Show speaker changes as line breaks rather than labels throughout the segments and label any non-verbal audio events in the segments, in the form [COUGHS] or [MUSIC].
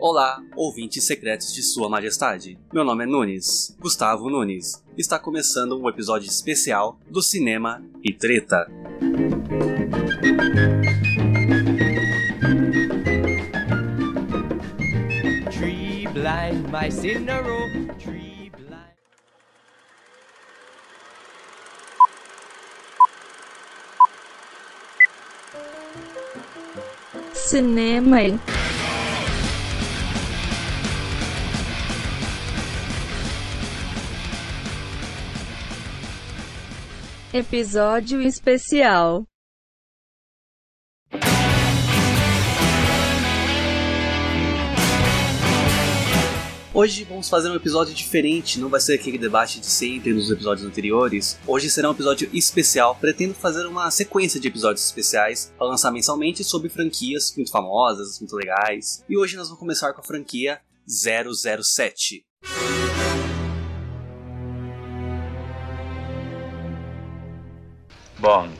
Olá, ouvintes secretos de Sua Majestade. Meu nome é Nunes, Gustavo Nunes. Está começando um episódio especial do Cinema e Treta.
Tree blind mice in a row. Tree blind.
Cinema e Episódio especial.
Hoje vamos fazer um episódio diferente, não vai ser aquele debate de sempre nos episódios anteriores. Hoje será um episódio especial, pretendo fazer uma sequência de episódios especiais para lançar mensalmente sobre franquias muito famosas, muito legais. E hoje nós vamos começar com a franquia 007.
Bond.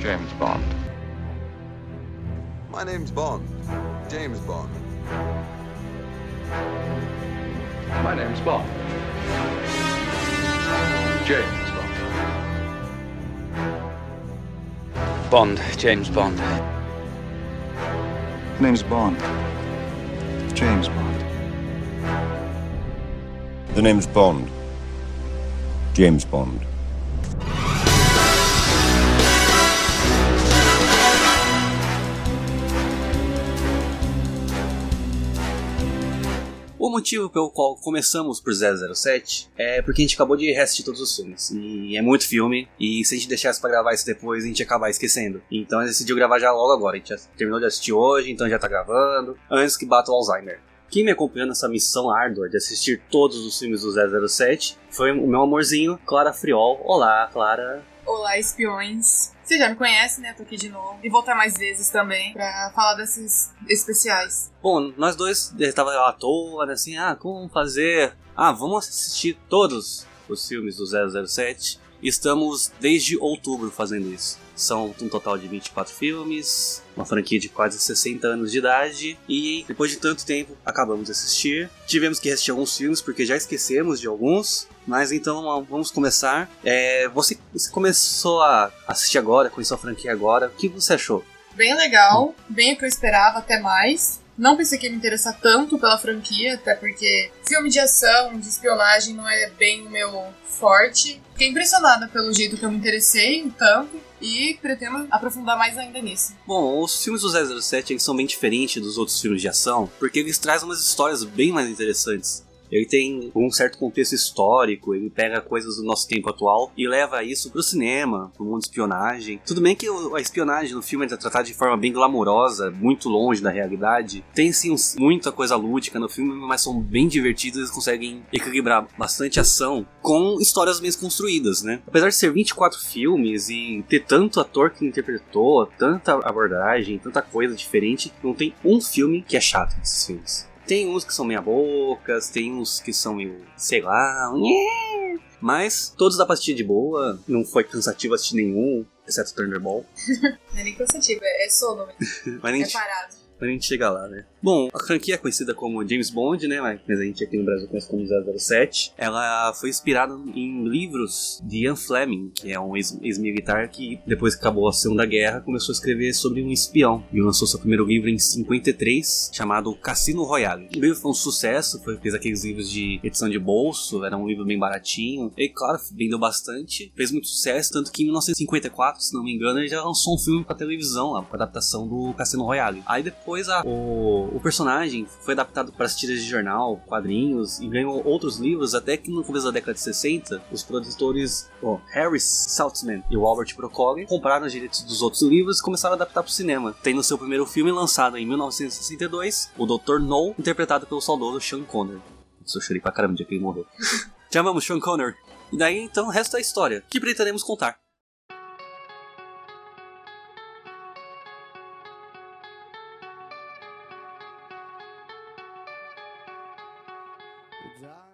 James Bond.
My name's Bond. James Bond.
My name's Bond. James Bond.
Bond, James Bond.
Name's Bond. James Bond.
The name's Bond. James Bond.
O motivo pelo qual começamos por 007 é porque a gente acabou de reassistir todos os filmes. E é muito filme, e se a gente deixasse pra gravar isso depois, a gente ia acabar esquecendo. Então a gente decidiu gravar já logo agora. A gente já terminou de assistir hoje, então já tá gravando, antes que bata o Alzheimer. Quem me acompanhou nessa missão árdua de assistir todos os filmes do 007 foi o meu amorzinho, Clara Friol. Olá, Clara.
Olá, espiões. Você já me conhece, né? Tô aqui de novo. E voltar mais vezes também pra falar desses especiais.
Bom, nós dois estava à toa, né, assim, ah, como fazer? Ah, vamos assistir todos os filmes do 007. E Estamos desde outubro fazendo isso. São um total de 24 filmes, uma franquia de quase 60 anos de idade, e depois de tanto tempo acabamos de assistir. Tivemos que assistir alguns filmes porque já esquecemos de alguns, mas então ó, vamos começar. É, você, você começou a assistir agora, conheceu a franquia agora, o que você achou?
Bem legal, bem o que eu esperava, até mais. Não pensei que ia me interessar tanto pela franquia, até porque filme de ação, de espionagem não é bem o meu forte. Fiquei impressionada pelo jeito que eu me interessei, o tanto, e pretendo aprofundar mais ainda nisso.
Bom, os filmes do 007 eles são bem diferentes dos outros filmes de ação, porque eles trazem umas histórias bem mais interessantes. Ele tem um certo contexto histórico, ele pega coisas do nosso tempo atual e leva isso pro cinema, pro mundo de espionagem. Tudo bem que o- a espionagem no filme é tratada de forma bem glamourosa, muito longe da realidade. Tem sim uns- muita coisa lúdica no filme, mas são bem divertidos e conseguem equilibrar bastante ação com histórias bem construídas, né? Apesar de ser 24 filmes e ter tanto ator que interpretou, tanta abordagem, tanta coisa diferente, não tem um filme que é chato desses filmes. Tem uns que são meia bocas, tem uns que são meio, sei lá, nhê. mas todos dá pra assistir de boa, não foi cansativo assistir nenhum, exceto Thunderball.
Não é nem cansativo, é é sono,
Mas a
é
gente,
parado.
mas a gente chega lá, né? Bom, a franquia é conhecida como James Bond, né? Mas mas a gente aqui no Brasil conhece como 007. Ela foi inspirada em livros de Ian Fleming, que é um ex- ex-militar que, depois que acabou a Segunda Guerra, começou a escrever sobre um espião. E lançou seu primeiro livro em 53, chamado Cassino Royale. O livro foi um sucesso, foi, fez aqueles livros de edição de bolso, era um livro bem baratinho. E, claro, vendeu bastante, fez muito sucesso, tanto que em 1954, se não me engano, ele já lançou um filme pra televisão lá, com a adaptação do Cassino Royale. Aí depois a- o, o personagem foi adaptado para as tiras de jornal, quadrinhos, e ganhou outros livros, até que no começo da década de 60, os produtores ó, Harris Saltzman e o Albert Broccoli compraram os direitos dos outros livros e começaram a adaptar para o cinema, tendo seu primeiro filme lançado em 1962, o Dr. No, interpretado pelo saudoso Sean Connery. Isso eu chorei pra caramba de que ele morreu. [LAUGHS] Chamamos Sean Connery. E daí então o resto é história, que pretendemos contar.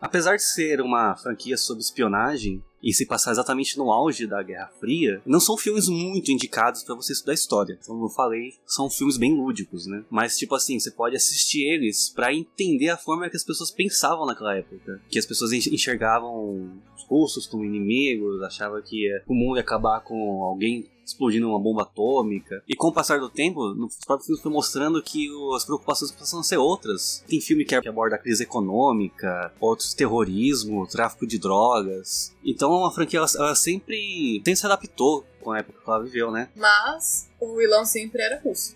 Apesar de ser uma franquia sobre espionagem e se passar exatamente no auge da Guerra Fria, não são filmes muito indicados para você estudar história. Como eu falei, são filmes bem lúdicos, né? Mas tipo assim, você pode assistir eles para entender a forma que as pessoas pensavam naquela época, que as pessoas enx- enxergavam os russos como inimigos, achavam que eh, o mundo ia acabar com alguém explodindo uma bomba atômica. E com o passar do tempo, nos próprios filmes foi mostrando que o- as preocupações passam a ser outras. Tem filme que aborda a crise econômica, outros terrorismo, tráfico de drogas. Então é uma franquia, ela, ela sempre, sempre se adaptou com a época que ela viveu, né?
Mas o vilão sempre era russo.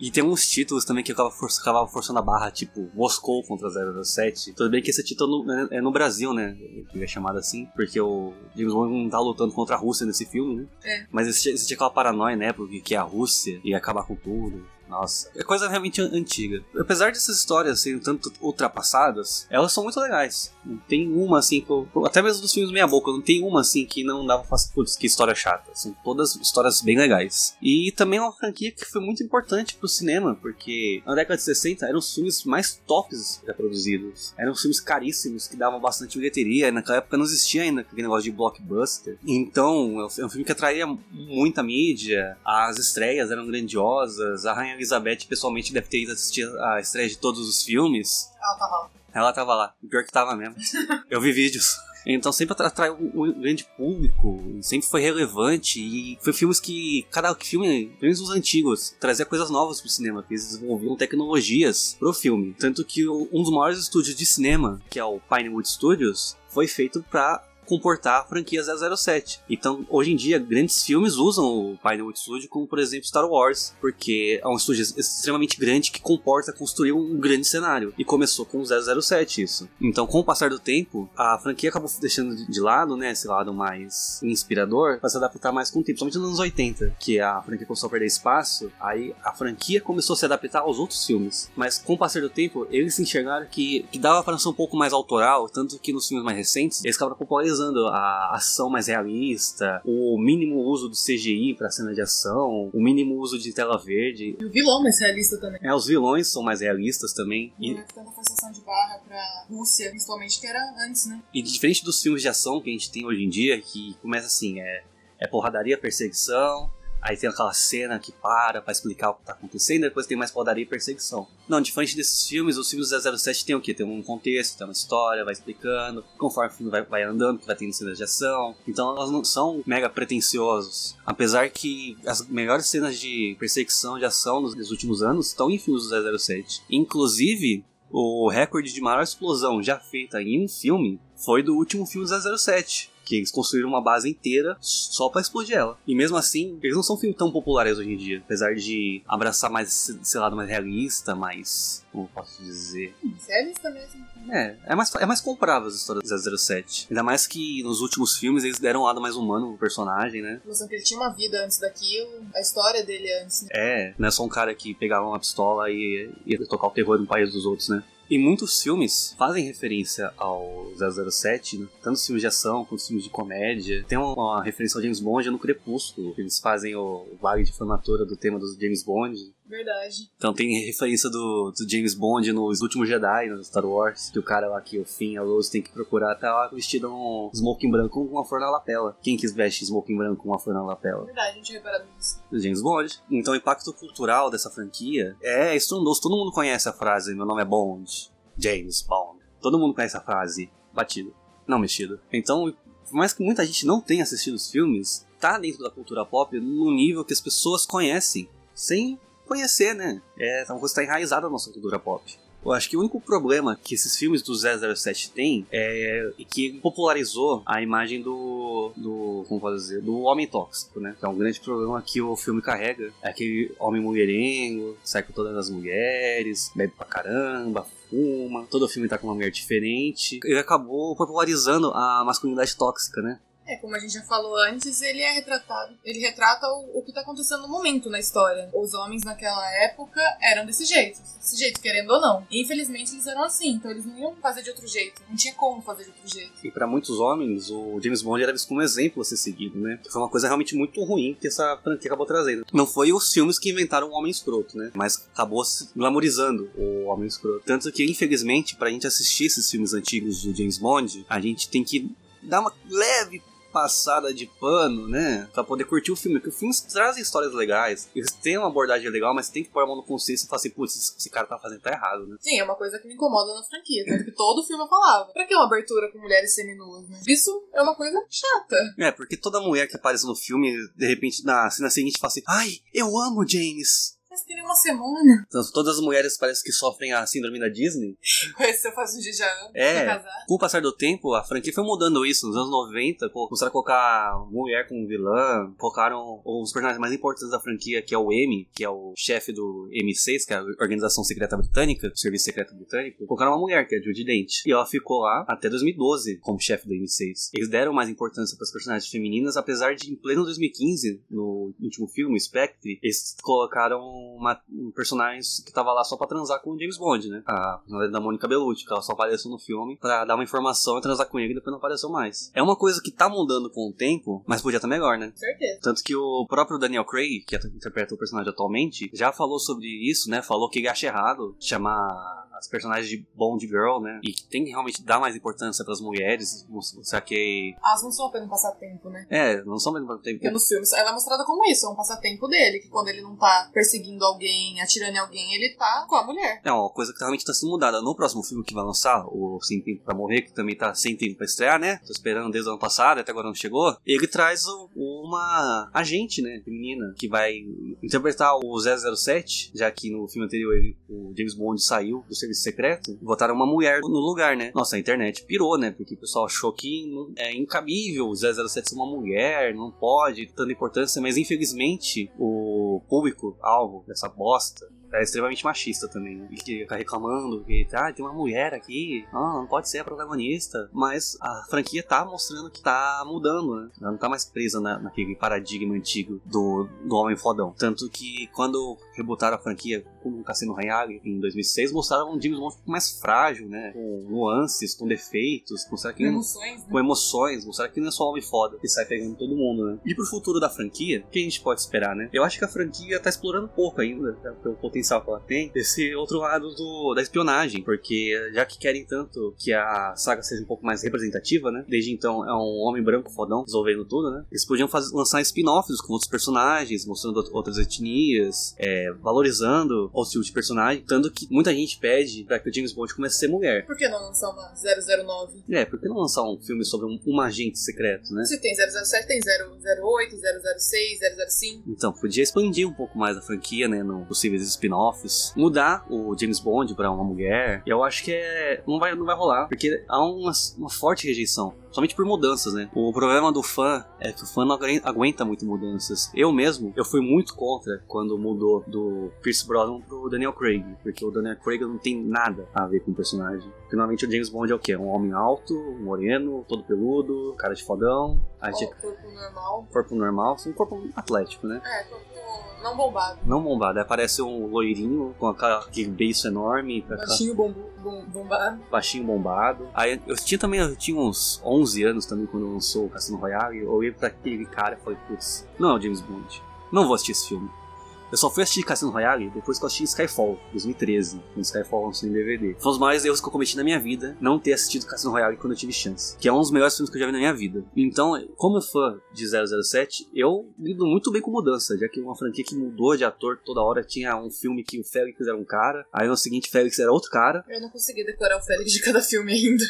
E tem uns títulos também que eu acaba for- acabava forçando a barra, tipo Moscou contra 007. Tudo bem que esse título no- é é no Brasil, né? Ele é chamado assim, porque o James Bond não tá lutando contra a Rússia nesse filme, né?
É.
Mas existia, existia aquela paranoia, né? Porque que é a Rússia ia acabar com tudo. Nossa, é coisa realmente an- antiga. Apesar dessas histórias serem um tanto ultrapassadas, elas são muito legais. Não tem uma assim, que eu- até mesmo dos filmes meia boca, não tem uma assim que não dava pra putz, que história chata. São todas histórias bem legais. E também é uma franquia que foi muito importante pro cinema, porque na década de 60 eram os filmes mais tops já produzidos. Eram filmes caríssimos que davam bastante bilheteria. E naquela época não existia ainda aquele negócio de blockbuster. Então, é um é um filme que atraía muita mídia, as estreias eram grandiosas. A Rainha Elizabeth pessoalmente deve ter ido assistir a estreia de todos os filmes.
Ela tava lá.
Ela tava lá. Pior que tava mesmo. Eu vi vídeos. Então sempre atra- atraiu um um grande público, sempre foi relevante e foi filmes que cada filme, pelo menos os antigos, trazia coisas novas pro cinema, que eles desenvolviam tecnologias pro filme. Tanto que o- um dos maiores estúdios de cinema, que é o Pinewood Studios, foi feito pra comportar a franquia 007. Então, hoje em dia, grandes filmes usam o Pinewood Studio, como por exemplo Star Wars, porque é um estúdio extremamente grande que comporta construir um grande cenário. E começou com o 007 isso. Então, com o passar do tempo, a franquia acabou deixando de- de lado, né, esse lado mais inspirador, pra se adaptar mais com o tempo. Somente nos anos 80, que a franquia começou a perder espaço, aí a franquia começou a se adaptar aos outros filmes. Mas com o passar do tempo, eles enxergaram que, que dava pra ser um pouco mais autoral, tanto que nos filmes mais recentes, eles acabaram popularizando a ação mais realista, o mínimo uso do CGI pra cena de ação, o mínimo uso de tela verde.
E o vilão mais realista também.
É, os vilões são mais realistas também. E,
Não é tanta forçação de barra pra Rússia, principalmente que era antes, né?
E diferente dos filmes de ação que a gente tem hoje em dia, que começa assim, é, é porradaria, perseguição, aí tem aquela cena que para pra explicar o que tá acontecendo, depois tem mais porradaria e perseguição. Não, diferente desses filmes, os filmes do 007 tem o quê? Tem um contexto, tem uma história, vai explicando, conforme o filme vai, vai andando, que vai tendo cenas de ação. Então elas não são mega pretensiosos. Apesar que as melhores cenas de perseguição, de ação nos, nos últimos anos estão em filmes do 007. Inclusive, o recorde de maior explosão já feita em um filme foi do último filme 007. Que eles construíram uma base inteira só pra explodir ela. E mesmo assim, eles não são filmes tão populares hoje em dia. Apesar de abraçar mais esse esse lado mais realista, mais. Como eu posso dizer?
Hum, Realista mesmo.
É, é mais, é mais comprável as histórias do 007. Ainda mais que nos últimos filmes eles deram um lado mais humano pro personagem, né?
Inclusive, que ele tinha uma vida antes daquilo, a história dele antes, né?
É, não é só um cara que pegava uma pistola e ia tocar o terror no país dos outros, né? E muitos filmes fazem referência ao 007, né? tanto os filmes de ação quanto os filmes de comédia. Tem uma, uma referência ao James Bond é no Crepúsculo, que eles fazem o vale de formatura do tema do James Bond.
Verdade.
Então tem referência do, do James Bond nos últimos Jedi, no Star Wars, que o cara lá que o Finn, a Rose, tem que procurar, tá lá vestido um smoking branco com uma flor na lapela. Quem que veste smoking branco com uma flor na lapela?
Verdade, não tinha reparado nisso.
do James Bond. Então o impacto cultural dessa franquia é estrondoso. Todo mundo conhece a frase meu nome é Bond, James Bond. Todo mundo conhece a frase batido, não mexido. Então, por mais que muita gente não tenha assistido os filmes, tá dentro da cultura pop no nível que as pessoas conhecem, sem conhecer, né? É uma coisa que tá enraizada na nossa cultura pop. Eu acho que o único problema que esses filmes do 007 têm é que popularizou a imagem do, do como posso dizer, do homem tóxico, né? Que é um grande problema que o filme carrega. É aquele homem mulherengo, sai com todas as mulheres, bebe pra caramba, fuma, todo filme tá com uma mulher diferente. Ele acabou popularizando a masculinidade tóxica, né?
É, como a gente já falou antes, ele é retratado. Ele retrata o, o que tá acontecendo no momento na história. Os homens naquela época eram desse jeito. Desse jeito, querendo ou não. E, infelizmente, eles eram assim, então eles não iam fazer de outro jeito. Não tinha como fazer de outro jeito.
E pra muitos homens, o James Bond era visto como um exemplo a ser seguido, né? Foi uma coisa realmente muito ruim que essa franquia acabou trazendo. Não foi os filmes que inventaram o Homem Escroto, né? Mas acabou se glamorizando o Homem Escroto. Tanto que, infelizmente, pra gente assistir esses filmes antigos do James Bond, a gente tem que dar uma leve passada de pano, né? Pra poder curtir o filme. Porque os filmes trazem histórias legais, eles têm uma abordagem legal, mas tem que pôr a mão no consciência e falar assim, putz, esse cara tá fazendo tá errado, né?
Sim, é uma coisa que me incomoda na franquia. Tanto que todo filme eu falava. Pra que uma abertura com mulheres seminuas, né? Isso é uma coisa chata.
É, porque toda mulher que aparece no filme, de repente, na cena seguinte, fala assim, ai, eu amo James.
Mas teria uma semana. [LAUGHS]
Então, todas as mulheres parece que sofrem a síndrome da Disney.
Com esse eu faço um dia já
É.
pra casar.
Com o passar do tempo, a franquia foi mudando isso. Nos anos 90, co- começaram a colocar mulher como vilã, colocaram os personagens mais importantes da franquia, que é o M, que é o chefe do M6, que é a Organização Secreta Britânica, o Serviço Secreto Britânico, colocaram uma mulher, que é a Judy Dent. E ela ficou lá até 2012 como chefe do M6. Eles deram mais importância para as personagens femininas, apesar de em pleno 2015, no último filme, Spectre, eles colocaram uma, um personagem que tava lá só pra transar com o James Bond, né? A personagem da Mônica Bellucci, que ela só apareceu no filme pra dar uma informação e transar com ele e depois não apareceu mais. É uma coisa que tá mudando com o tempo, mas podia estar melhor, né?
Com certeza.
Tanto que o próprio Daniel Craig, que interpreta o personagem atualmente, já falou sobre isso, né? Falou que ele acha errado chamar as personagens de Bond Girl, né? E que tem que realmente dar mais importância pras mulheres, mostrar que...
Elas não são apenas passatempo, né?
É, não são... mesmo- tem-
Porque nos filmes ela é mostrada como isso, é um passatempo dele, que quando ele não tá perseguindo alguém, atirando em alguém, ele tá com a mulher.
É uma coisa que realmente tá sendo mudada. No próximo filme que vai lançar, o Sem Tempo Pra Morrer, que também tá sem tempo pra estrear, né? Tô esperando desde o ano passado, até agora não chegou. Ele traz o- uma agente, né? Menina, que vai interpretar o 007, já que no filme anterior ele, o James Bond saiu do serviço secreto. Botaram uma mulher no lugar, né? Nossa, a internet pirou, né? Porque o pessoal achou que não- é incabível o 007 ser uma mulher, não pode, tanta importância. Mas infelizmente, o público alvo dessa bosta é extremamente machista também, né? E que fica reclamando que ah, tem uma mulher aqui, ah, não pode ser a protagonista. Mas a franquia tá mostrando que tá mudando, né? Ela não tá mais presa na- naquele paradigma antigo do, do homem fodão. Tanto que quando rebutaram a franquia com o Cassino Royale em 2006, mostraram um James Bond mais frágil, né? Com nuances, com defeitos, mostraram que ele não
Emoções, né?
com emoções, mostrar que não é só homem foda que sai pegando todo mundo, né? E pro futuro da franquia, o que a gente pode esperar, né? Eu acho que a franquia tá explorando pouco ainda, né, pelo potencial que ela tem, desse outro lado do, da espionagem, porque já que querem tanto que a saga seja um pouco mais representativa, né? Desde então é um homem branco fodão resolvendo tudo, né? Eles podiam faz- lançar spin-offs com outros personagens, mostrando out- outras etnias, é, valorizando o estilo de personagem, tanto que muita gente pede pra que o James Bond comece a ser mulher.
Por que não lançar uma 009?
É, por que não lançar um filme sobre um, um agente secreto, né?
Se tem 007, tem 008, 006, 005.
Então, podia expandir um pouco mais a franquia, né? No possíveis spin-offs. Mudar o James Bond pra uma mulher. Eu acho que é. Não vai, não vai rolar. Porque há uma, uma forte rejeição. Somente por mudanças, né? O problema do fã é que o fã não aguen- aguenta muito mudanças. Eu mesmo, eu fui muito contra quando mudou do Pierce Brosnan pro Daniel Craig. Porque o Daniel Craig não tem nada a ver com o personagem. Porque, normalmente o James Bond é o quê? Um homem alto, moreno, todo peludo, cara de fodão. A gente
Ó, corpo normal.
corpo normal, um corpo atlético, né?
É, corpo não bombado.
Não bombado, aí aparece um loirinho com aquela- aquele beiço enorme, com aquela-
Baixinho bombo, bom, bombado.
baixinho bombado. Aí eu tinha também, eu tinha uns 11 anos também quando lançou o Cassino Royale, eu olhei pra aquele cara e falei, putz, não é o James Bond, não vou assistir esse filme. Eu só fui assistir Cassino Royale depois que eu assisti Skyfall, 2013, quando Skyfall lançou em DVD. Foi um dos maiores erros que eu cometi na minha vida, não ter assistido Cassino Royale quando eu tive chance, que é um dos melhores filmes que eu já vi na minha vida. Então, como fã de 007, eu lido muito bem com mudança, já que uma franquia que mudou de ator toda hora, tinha um filme que o Félix era um cara, aí no seguinte Félix era outro cara,
Eu não consegui decorar o Félix de cada filme ainda.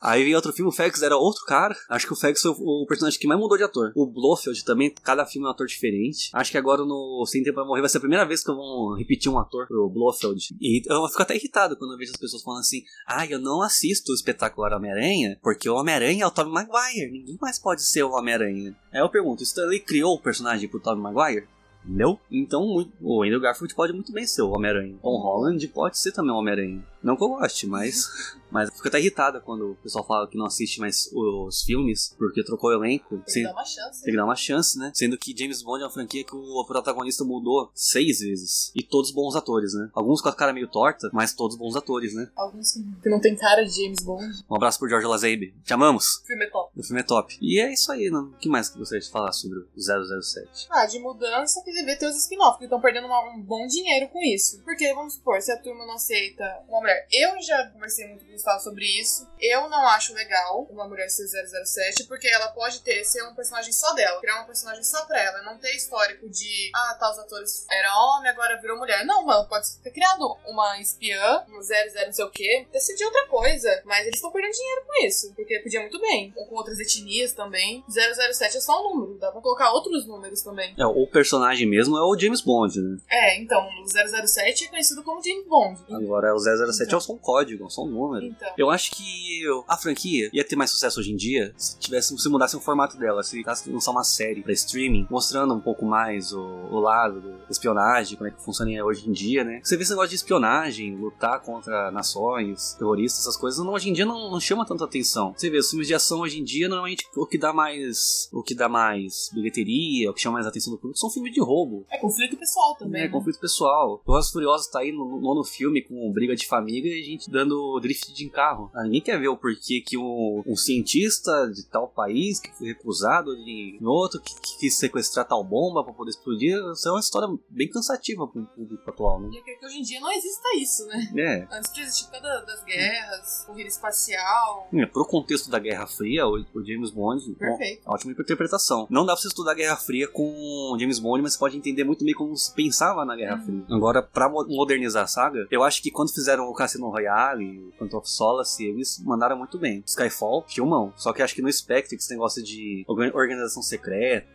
Aí em outro filme, o Félix era outro cara. Acho que o Félix foi o o personagem que mais mudou de ator. O Blofeld também, cada filme é um ator diferente. Acho que agora no Sem Tempo pra Morrer vai ser a primeira vez que eu vou repetir um ator pro Blofeld. E eu fico até irritado quando eu vejo as pessoas falando assim: Ah, eu não assisto o espetacular Homem-Aranha, porque o Homem-Aranha é o Tobey Maguire. Ninguém mais pode ser o Homem-Aranha. Aí eu pergunto: Stanley criou o personagem pro Tobey Maguire? Não. Então, mu- o Andrew Garfield pode muito bem ser o Homem-Aranha. Tom Holland pode ser também o Homem-Aranha. Não que eu goste,
[LAUGHS]
mas. Mas eu fico até irritada quando o pessoal fala que não assiste mais os filmes, porque trocou o elenco.
Tem que
Sem-
dar uma chance.
Tem que dar uma chance, né? Sendo que James Bond é uma franquia que o protagonista mudou seis vezes. E todos bons atores, né? Alguns com a cara meio torta, mas todos bons atores, né?
Alguns que que não tem cara de James Bond.
Um abraço pro George Lazenby. Te amamos!
O filme é top.
O filme é top. E é isso aí, né? O que mais que gostaria de falar sobre o 007?
Ah, de mudança que deveria ter os spin-off, que estão perdendo uma- um bom dinheiro com isso. Porque, vamos supor, se a turma não aceita uma mulher. Eu já conversei muito com o Gustavo sobre isso. Eu não acho legal uma mulher ser 007, porque ela pode ter, ser um personagem só dela, criar um personagem só pra ela. Não ter histórico de, ah, tá, os atores era homem, agora virou mulher. Não, mano, pode ter criado uma espiã, um 00 não sei o quê, decidir outra coisa. Mas eles estão perdendo dinheiro com isso, porque podia muito bem. Ou com outras etnias também. 007 é só um número, dá pra colocar outros números também.
É, o personagem mesmo é o James Bond, né?
É, então, o 007 é conhecido como James Bond.
Agora, o 007 é só um código, é só um número.
Então,
Eu acho que eu- a franquia ia ter mais sucesso hoje em dia se tivesse se mudasse o formato dela, se tentasse lançar uma série pra streaming, mostrando um pouco mais o, o lado da espionagem, como é que funciona hoje em dia, né? Você vê esse negócio de espionagem, lutar contra nações, terroristas, essas coisas, não, hoje em dia não, não chama tanta atenção. Você vê, os filmes de ação hoje em dia, normalmente o que dá mais o que dá mais bilheteria, o que chama mais a atenção do público são filmes de roubo.
é conflito pessoal também.
É,
né?
conflito pessoal. Velozes e Furiosos tá aí no nono filme com briga de família e gente dando drift de carro. Ah, ninguém quer ver o porquê que um, um cientista de tal país que foi recusado de em outro, que que quis sequestrar tal bomba pra poder explodir. Isso é uma história bem cansativa pro público atual, né?
E eu creio que hoje em dia não exista isso, né?
É.
Antes de existir todas das guerras, corrida espacial.
É, Pro contexto da Guerra Fria, o o James Bond, bom,
Perfeito.
ótima interpretação. Não dá pra você estudar a Guerra Fria com James Bond, mas você pode entender muito bem como se pensava na Guerra Fria. Agora, pra mo- modernizar a saga, eu acho que quando fizeram o Cassino Royale, o Quantum of Solace, eles mandaram muito bem. Skyfall, filmão. Só que acho que no Spectre, que esse negócio de organ- organização secreta,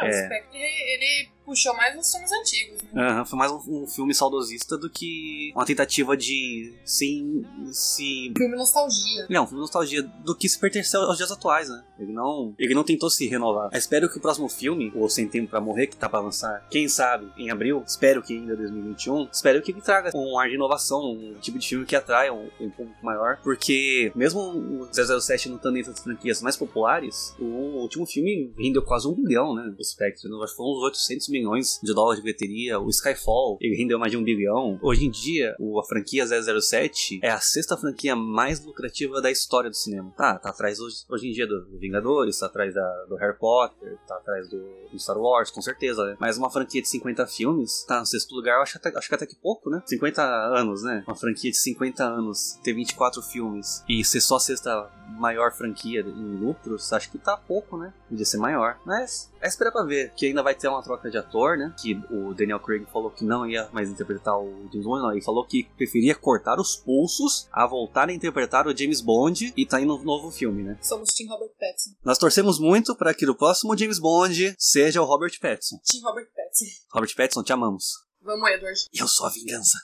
É, O
É.
Spectre, ele puxou mais os filmes antigos, né?
Aham, foi mais um, um filme saudosista do que uma tentativa de sim, se
Filme nostalgia.
Não, foi nostalgia do que se pertence aos dias atuais, né? Ele não, ele não tentou se renovar. Eu espero que o próximo filme, o Sem Tempo Pra Morrer, que tá pra lançar, quem sabe, em abril, espero que ainda 2021, espero que ele traga um ar de inovação, um tipo de filme que atraia um, um público maior, porque mesmo o 007 não estando entre as franquias mais populares, o último filme rendeu quase um bilhão, né? O Spectre, né? acho que foram uns 800 milhões de dólares de bilheteria, o Skyfall, ele rendeu mais de um bilhão. Hoje em dia, o- a franquia 007 é a sexta franquia mais lucrativa da história do cinema. Tá, tá atrás hoje, hoje em dia do do Vingadores, tá atrás da- do Harry Potter, tá atrás do, do Star Wars, com certeza, né? Mas uma franquia de 50 filmes, tá no sexto lugar, eu acho, até- acho que até que pouco, né? 50 anos, né? Uma franquia de 50 anos, ter 24 filmes e ser só a sexta maior franquia em lucros, acho que tá pouco, né? Podia ser maior. Mas é esperar pra ver, que ainda vai ter uma troca de ator, né? Que o Daniel Craig falou que não ia mais interpretar o James Bond, não. Ele falou que preferia cortar os pulsos a voltar a interpretar o James Bond e tá indo um novo filme, né?
Somos Tim Robert Pattinson.
Nós torcemos muito pra que o próximo James Bond seja o Robert Pattinson.
Tim Robert Pattinson.
Robert Pattinson, te amamos.
Vamos, Edward.
Eu sou a vingança.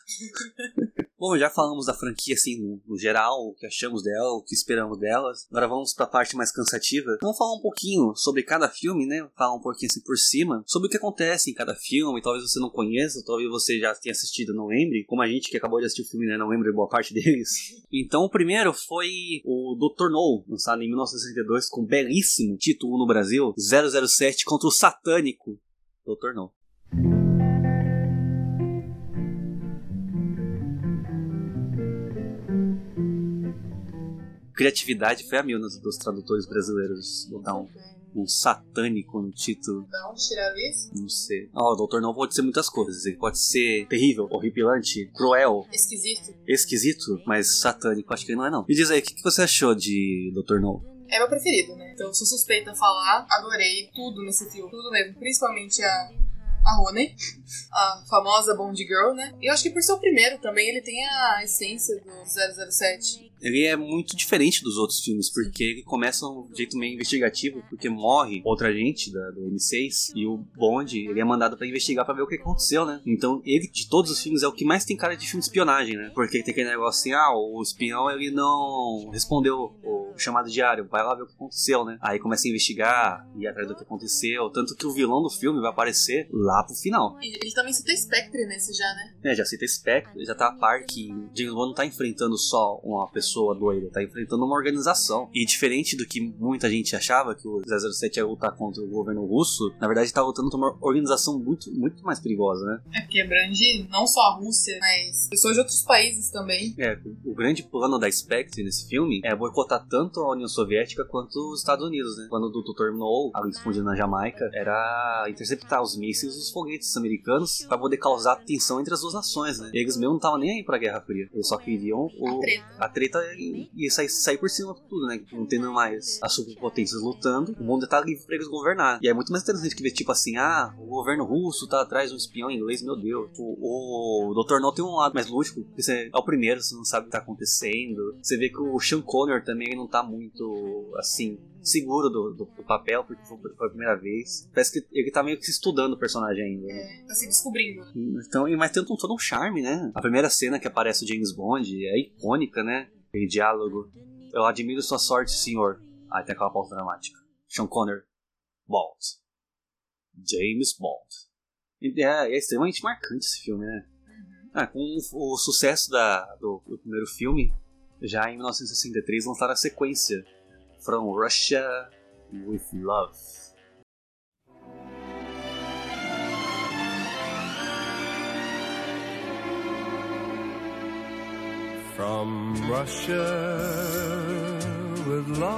Bom, já falamos da franquia, assim, no, no geral, o que achamos dela, o que esperamos delas. Agora vamos pra parte mais cansativa. Vamos falar um pouquinho sobre cada filme, né? Falar um pouquinho assim por cima, sobre o que acontece em cada filme. Talvez você não conheça, talvez você já tenha assistido e não lembre. Como a gente que acabou de assistir o filme, né? Não lembra boa parte deles. Então, o primeiro foi o Dr. No, lançado em 1962, com um belíssimo título no Brasil: 007 contra o Satânico. Dr. No. criatividade foi a mil nos dos tradutores brasileiros. Botar um, um satânico no título,
Então, tiraram isso?
não sei. Ó, o Doutor Não pode ser muitas coisas. Ele pode ser terrível, horripilante, cruel,
Esquisito.
esquisito, mas satânico acho que ele não é não. Me diz aí, o que, que você achou de Doutor No?
É meu preferido, né? Então, sou suspeita a falar. Adorei tudo nesse filme. Tudo mesmo. Principalmente a, a Rony, a famosa Bond Girl, né? E eu acho que por ser o primeiro também, ele tem a essência do 007.
Ele é muito diferente dos outros filmes, porque ele começa um jeito meio investigativo, porque morre outra gente da, do M6 e o Bond, ele é mandado pra investigar pra ver o que aconteceu, né? Então, ele de todos os filmes é o que mais tem cara de filme de espionagem, né? Porque tem aquele negócio assim, ah, o espião ele não respondeu o o chamado diário, vai lá ver o que aconteceu, né? Aí começa a investigar, ir atrás do que aconteceu. Tanto que o vilão do filme vai aparecer lá pro final.
Ele, ele também citou Spectre nesse já, né?
É, já cita Spectre, já tá a par que James Bond não tá enfrentando só uma pessoa doida, tá enfrentando uma organização. E diferente do que muita gente achava, que o 007 ia lutar contra o governo russo, na verdade tá lutando contra uma organização muito, muito mais perigosa, né?
É porque abrange não só a Rússia, mas pessoas de outros países também.
É, o grande plano da Spectre nesse filme é boicotar tanto a União Soviética quanto os Estados Unidos, né? Quando o Dr. terminou, além de fundir na Jamaica, era interceptar os mísseis e os foguetes americanos para poder causar tensão entre as duas nações, né? Eles mesmo não estavam nem aí pra Guerra Fria, eles só queriam o,
A treta.
a treta e, e sair, sair por cima de tudo, né? Não tendo mais as superpotências lutando, o mundo tá livre pra eles governar. E é muito mais interessante que ver, tipo assim, ah, o governo russo tá atrás de um espião inglês, meu Deus. Tipo, O, o Dr. No tem um lado mais lúdico, porque você é o primeiro, você não sabe o que tá acontecendo. Você vê que o Sean Connor também não tá muito, assim, seguro do, do- do papel, porque foi foi a primeira vez. Parece que ele tá meio que se estudando o personagem ainda, né?
Tá se descobrindo.
Então, e- mas tem todo um charme, né? A primeira cena que aparece o James Bond é icônica, né? Aquele diálogo. Eu admiro sua sorte, senhor. Aí tem aquela pausa dramática. Sean Connery. Bond. James Bond. E É, é extremamente marcante esse filme, né? Ah, com o, o sucesso da- do, do primeiro filme, já em 1963 lançaram a sequência. From Russia with Love.
From Russia with love.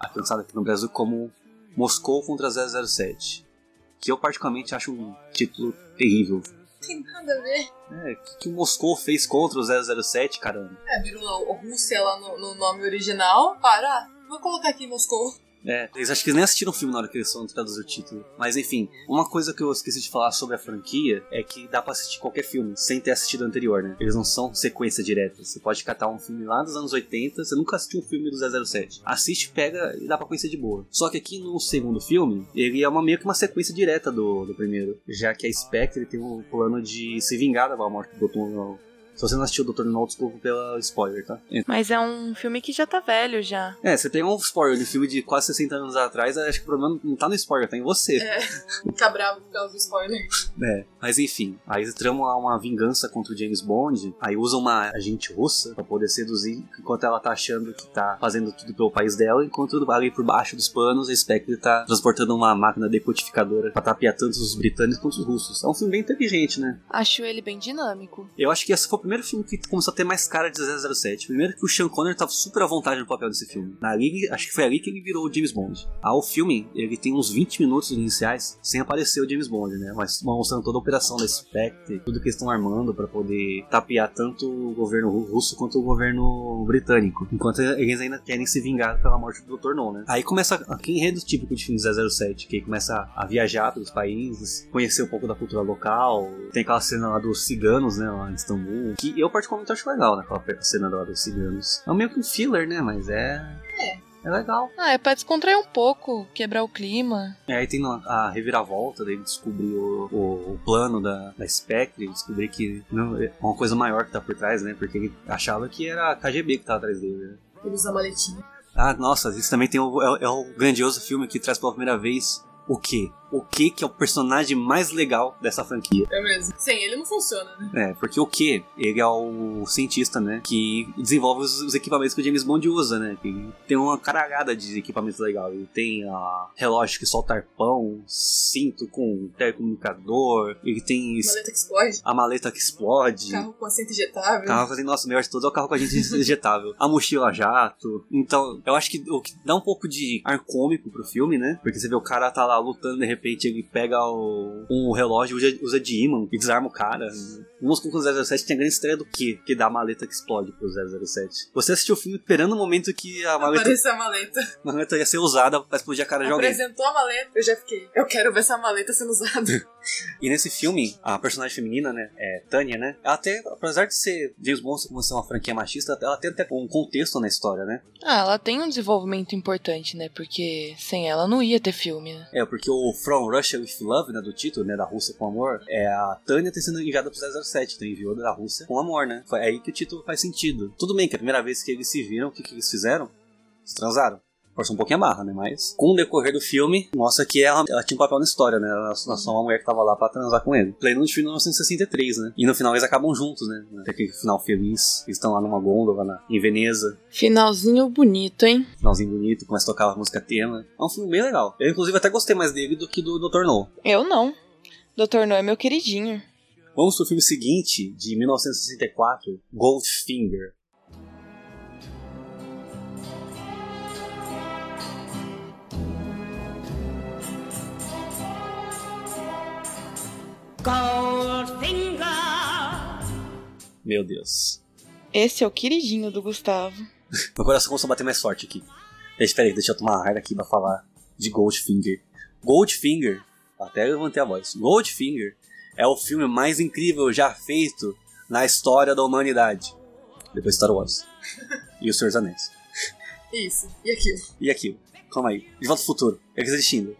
aqui lançado aqui no Brasil como Moscou contra 007. Que eu particularmente acho um título terrível.
Tem nada a ver.
É, o que, que o Moscou fez contra o 007, caramba?
É, virou o Rússia lá no, no nome original. Para, vou colocar aqui Moscou.
É, eles acho que eles nem assistiram o filme na hora que eles foram traduzir o título. Mas enfim, uma coisa que eu esqueci de falar sobre a franquia é que dá pra assistir qualquer filme sem ter assistido o anterior, né? Eles não são sequência direta. Você pode catar um filme lá dos anos 80, você nunca assistiu um filme do 007. Assiste, pega e dá pra conhecer de boa. Só que aqui no segundo filme, ele é uma, meio que uma sequência direta do, do primeiro. Já que a Spectre tem o plano de se vingar da morte do Dr. No. Se você não assistiu o Dr. No, desculpa pela spoiler, tá?
Mas é um filme que já tá velho já.
É, você pega um spoiler de filme de quase 60 anos atrás, acho que o problema não tá no spoiler, tá em você.
É. Fica bravo por causa do spoiler.
É, mas enfim, aí eles tramam lá uma vingança contra o James Bond, aí usam uma agente russa pra poder seduzir, enquanto ela tá achando que tá fazendo tudo pelo país dela, enquanto ali por baixo dos panos a Spectre tá transportando uma máquina decodificadora pra tapear tanto os britânicos quanto os russos. É um filme bem inteligente, né?
Acho ele bem dinâmico.
Eu acho que esse foi o primeiro filme que começou a ter mais cara de 007. Primeiro que o Sean Connery tava super à vontade no papel desse filme. Ali, ele- acho que foi ali que ele virou o James Bond. Ah, o filme, ele tem uns 20 minutos iniciais sem aparecer o James Bond, né? Mas mostrando toda a operação da Spectre, tudo que eles estão armando pra poder tapear tanto o governo ru- russo quanto o governo britânico. Enquanto eles ainda querem se vingar pela morte do Dr. No, né? Aí começa aquele enredo típico de filme 007, que ele começa a viajar pelos países, conhecer um pouco da cultura local. Tem aquela cena lá dos ciganos, né? Lá em Istambul. Que eu particularmente acho legal, né? Aquela cena lá dos ciganos. É meio que um filler, né? Mas é.
É.
É legal.
Ah, é pra descontrair um pouco, quebrar o clima.
E aí tem a reviravolta dele descobrir o, o- o plano da, da Spectre, descobrir que não, é uma coisa maior que tá por trás, né? Porque ele achava que era a KGB que tava atrás dele, né?
Ele usa maletinha.
Ah, nossa, isso também tem o, é, é o grandioso filme que traz pela primeira vez o quê? O quê que é o personagem mais legal dessa franquia?
É mesmo. Sem ele não funciona, né?
É, porque o quê? Ele é o cientista, né? Que desenvolve os, os equipamentos que o James Bond usa, né? Que tem uma caralhada de equipamentos legal. Ele tem ah, relógio que solta arpão, cinto com telecomunicador, ele tem es-
Maleta Tá. que explode.
a maleta que explode.
Carro com assento injetável.
Carro assim, nossa, o melhor de todos é o carro com a gente injetável. A mochila jato. Então, eu acho que o que dá um pouco de ar cômico pro filme, né? Porque você vê o cara tá lá lutando, de repente ele pega o, um relógio, usa, usa de imã e desarma o cara. O Moscou com 007 tem a grande estreia do quê? Que dá a maleta que explode pro 007. Você assistiu o filme esperando o momento que a maleta,
Apareceu a maleta.
a maleta ia ser usada pra explodir a cara de alguém.
Apresentou a maleta. Eu já fiquei. Eu quero ver essa maleta sendo usada.
[LAUGHS] E nesse filme, a personagem feminina, né, é Tânia, né, ela até, apesar de ser James Bond como ser uma franquia machista, ela tem até um contexto na história, né?
Ah, ela tem um desenvolvimento importante, né? Porque sem ela não ia ter filme, né?
É, porque o From Russia with Love, né, do título, né, da Rússia com amor, é a Tânia ter sido enviada pro 007, então enviou da Rússia com amor, né? Foi aí que o título faz sentido. Tudo bem que a primeira vez que eles se viram, o que, que eles fizeram? Se transaram. Força um pouquinho a barra, né? Mas com o decorrer do filme, mostra que ela, ela tinha um papel na história, né? Ela era só uma mulher que tava lá pra transar com ele. Pleno de 1963, né? E no final eles acabam juntos, né? Até aquele final feliz. Eles estão lá numa gôndola na, em Veneza
Finalzinho bonito, hein?
finalzinho bonito, começa a tocar a música tema. É um filme bem legal. Eu, inclusive, até gostei mais dele do que do Dr. No.
Eu não. Doutor No é meu queridinho.
Vamos pro filme seguinte, de 1964, Goldfinger. Meu Deus.
Esse é o queridinho do Gustavo.
[LAUGHS] Meu coração começou a bater mais forte aqui. Espera aí, deixa eu tomar ar aqui pra falar de Goldfinger. Goldfinger, até eu levantei a voz. Goldfinger é o filme mais incrível já feito na história da humanidade. Depois Star Wars. E o Senhor dos Anéis.
Isso, e aquilo.
E aquilo. Calma aí. De volta ao futuro. Eles existindo.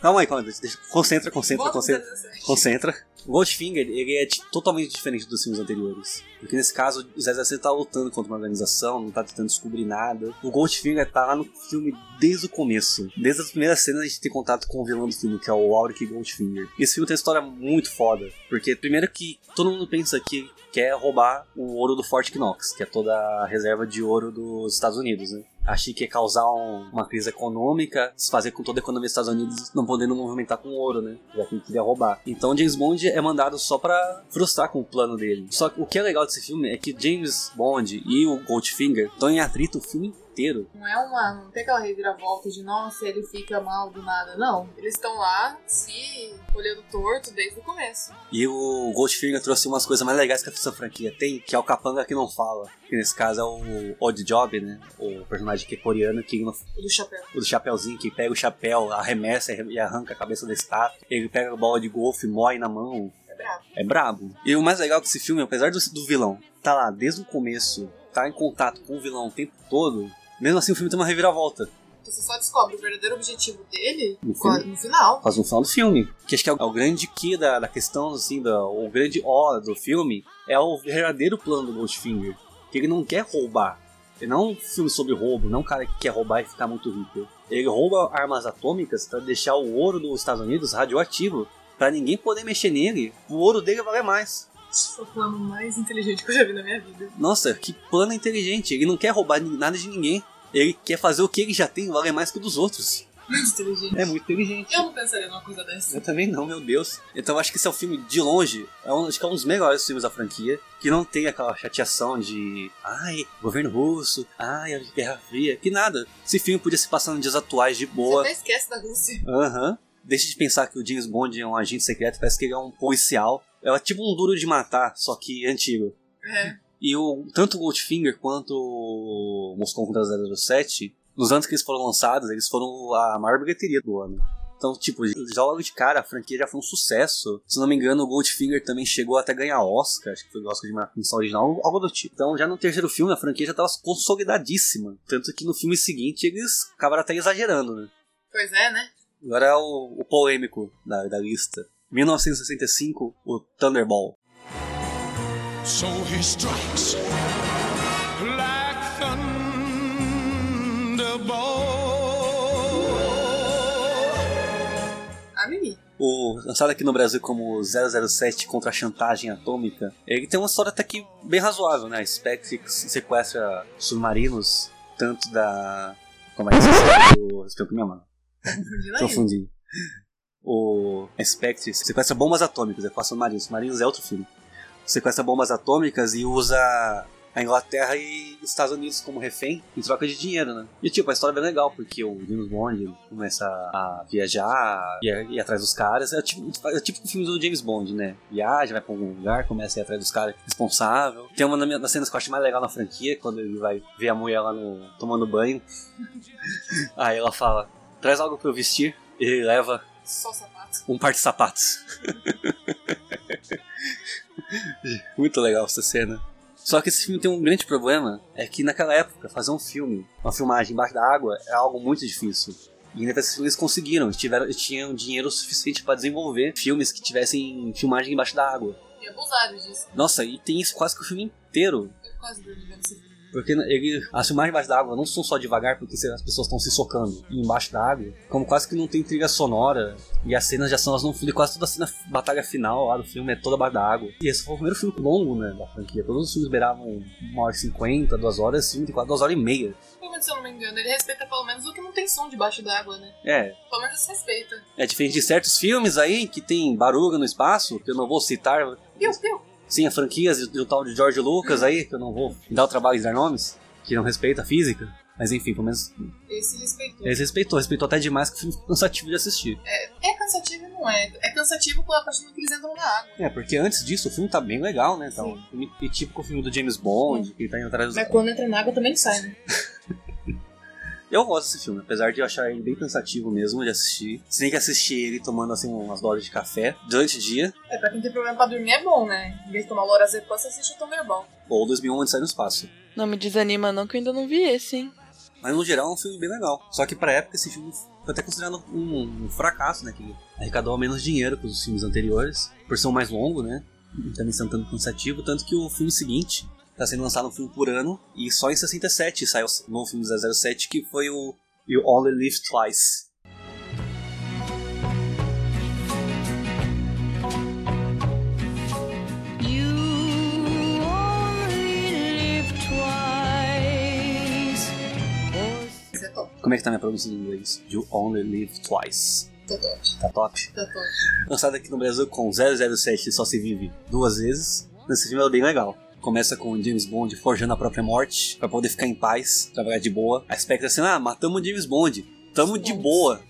Calma aí, calma aí. Deixa- Concentra, concentra,
Volta pro
concentra.
007.
Concentra. Goldfinger, ele é tipo, totalmente diferente dos filmes anteriores. Porque nesse caso, o 007 tá lutando contra uma organização, não tá tentando descobrir nada. O Goldfinger tá lá no filme desde o começo. Desde as primeiras cenas a gente tem contato com o vilão do filme, que é o Auric Goldfinger. Esse filme tem uma história muito foda. Porque, primeiro que todo mundo pensa que quer roubar o ouro do Fort Knox, que é toda a reserva de ouro dos Estados Unidos, né? Achei que ia causar um- uma crise econômica, se fazer com toda a economia dos Estados Unidos não podendo movimentar com ouro, né? Já que ele queria roubar. Então James Bond é mandado só pra frustrar com o plano dele. Só que o que é legal desse filme é que James Bond e o Goldfinger estão em atrito o filme inteiro.
Não é uma. Não tem aquela reviravolta de nossa, ele fica mal do nada, não. Eles estão lá se olhando torto desde o começo.
E o Goldfinger trouxe umas coisas mais legais que essa franquia tem, que é o capanga que não fala. Que nesse caso é o Odd Job, né? O personagem que é coreano que não
O do chapéu.
o do chapéuzinho que pega o chapéu, arremessa e arranca a cabeça da estátua. Ele pega a bola de golfe, moe na mão.
É brabo.
É brabo. E o mais legal que esse filme, apesar do, do vilão tá lá desde o começo, tá em contato com o vilão o tempo todo, mesmo assim o filme tem uma reviravolta.
Você só descobre o verdadeiro objetivo dele
No
qua-
fim.
no final.
Quase no final do filme. Que acho que é o, é o grande que da, da questão, assim, da, o grande O do filme é o verdadeiro plano do Goldfinger. Que ele não quer roubar. Ele não é um filme sobre roubo, não é um cara que quer roubar e ficar muito rico. Ele rouba armas atômicas pra deixar o ouro dos Estados Unidos radioativo pra ninguém poder mexer nele. O ouro dele valer mais.
Isso foi o plano mais inteligente que eu já vi na minha vida.
Nossa, que plano inteligente. Ele não quer roubar ni- nada de ninguém. Ele quer fazer o que ele já tem valer mais que o dos outros.
Muito inteligente.
É muito inteligente.
Eu não pensaria numa coisa dessa.
Eu também não, meu Deus. Então eu acho que esse é um filme de longe, é um, acho que é um dos melhores filmes da franquia, que não tem aquela chateação de ai, governo russo, ai, a Guerra Fria, que nada. Esse filme podia se passar nos dias atuais de
Você
boa.
até esquece da Rússia.
Aham. Deixa de pensar que o James Bond é um agente secreto, parece que ele é um policial. É tipo um duro de matar, só que antigo.
É.
E o, tanto o Goldfinger quanto o Moscou contra 007, nos anos que eles foram lançados, eles foram a maior bilheteria do ano. Então, tipo, já logo de cara, a franquia já foi um sucesso. Se não me engano, o Goldfinger também chegou até ganhar Oscar, acho que foi o Oscar de melhor canção original, algo do tipo. Então, já no terceiro filme, a franquia já tava consolidadíssima. Tanto que no filme seguinte, eles acabaram até exagerando, né?
Pois é, né?
Agora é o, o polêmico da, da lista. 1965, o Thunderball.
So he strikes like thunderbolt.
A Mimi.
o lançado aqui no Brasil como 007 contra a chantagem atômica, ele tem uma história até que bem razoável, né? A Spectre que sequestra submarinos, tanto da. Como é que se chama? Esqueci minha mano.
Imagina aí.
Confundi. O a Spectre sequestra bombas atômicas, é com a submarinos. Submarinos é outro filme. Sequestra bombas atômicas e usa a Inglaterra e os Estados Unidos como refém em troca de dinheiro, né? E tipo, a história é bem legal, porque o James Bond começa a viajar e ir atrás dos caras. É tipo, é tipo o filme do James Bond, né? Viaja, vai pra algum lugar, começa a ir atrás dos caras responsável. Tem uma das minhas- das cenas que eu acho mais legal na franquia, quando ele vai ver a mulher lá no, tomando banho. Aí ela fala: traz algo pra eu vestir. Ele leva
Só sapato.
um par de sapatos. [LAUGHS] Muito legal essa cena. Só que esse filme tem um grande problema, é que naquela época fazer um filme, uma filmagem embaixo da água é algo muito difícil. E ainda parece que eles conseguiram, eles, tiveram, eles tinham dinheiro suficiente pra desenvolver filmes que tivessem filmagem embaixo da água.
E abusaram disso.
Nossa, e tem isso quase que o filme inteiro.
Eu quase dormi vendo esse vídeo.
Porque ele, as filmagens embaixo da água não são só devagar, porque se- as pessoas estão se socando embaixo da água. Como quase que não tem trilha sonora. E as cenas de ação, elas não fluem. Quase toda a cena, batalha final lá do filme é toda abaixo da água. E esse foi o primeiro filme longo, né, da franquia. Todos os filmes beiravam uma hora e cinquenta, duas horas, esse filme tem quase duas horas e meia.
Pelo menos, se eu não me engano, ele respeita pelo menos o que não tem som debaixo d'água, né?
É,
Pelo menos se respeita.
É diferente de certos filmes aí que tem barulho no espaço, que eu não vou citar.
Piu, piu.
Sim, a franquia de, de um tal de George Lucas aí, que eu não vou dar o trabalho de dar nomes, que não respeita a física. Mas enfim, pelo menos
Esse respeitou.
eles respeitou, respeitou até demais que o filme ficou cansativo de assistir.
É cansativo e não é. É cansativo pela parte que eles entram na água.
É, porque antes disso o filme tá bem legal, né? Então, filme, e tipo o filme do James Bond, que tá indo atrás dos.
Mas quando entra na água também sai, né?
Eu gosto desse filme, apesar de eu achar ele bem cansativo mesmo de assistir. Você tem que assistir ele tomando assim umas doses de café durante o dia,
É, pra quem tem problema pra dormir é bom, né? Em vez de tomar lorazepam, você assiste o Tom Verbal.
ou 2001 Onde Sai no Espaço.
Não me desanima não que eu ainda não vi esse, hein?
Mas no geral é um filme bem legal. Só que pra época esse filme foi até considerado um, um fracasso, né? Que ele arrecadou menos dinheiro que os filmes anteriores, por ser um mais longo, né? E também sendo tanto cansativo. Tanto que o filme seguinte tá sendo lançado um filme por ano, e só em 67 saiu o novo filme 007, que foi o You Only Live Twice.
Isso é top.
Como é que tá minha pronúncia em inglês? You Only Live Twice.
Tá top.
Tá top?
Tá top.
lançado aqui no Brasil com 007 Só Se Vive Duas Vezes. Esse filme é bem legal. Começa com o James Bond forjando a própria morte pra poder ficar em paz, trabalhar de boa. A expecta assim, ah, matamos o James Bond. Tamo de boa.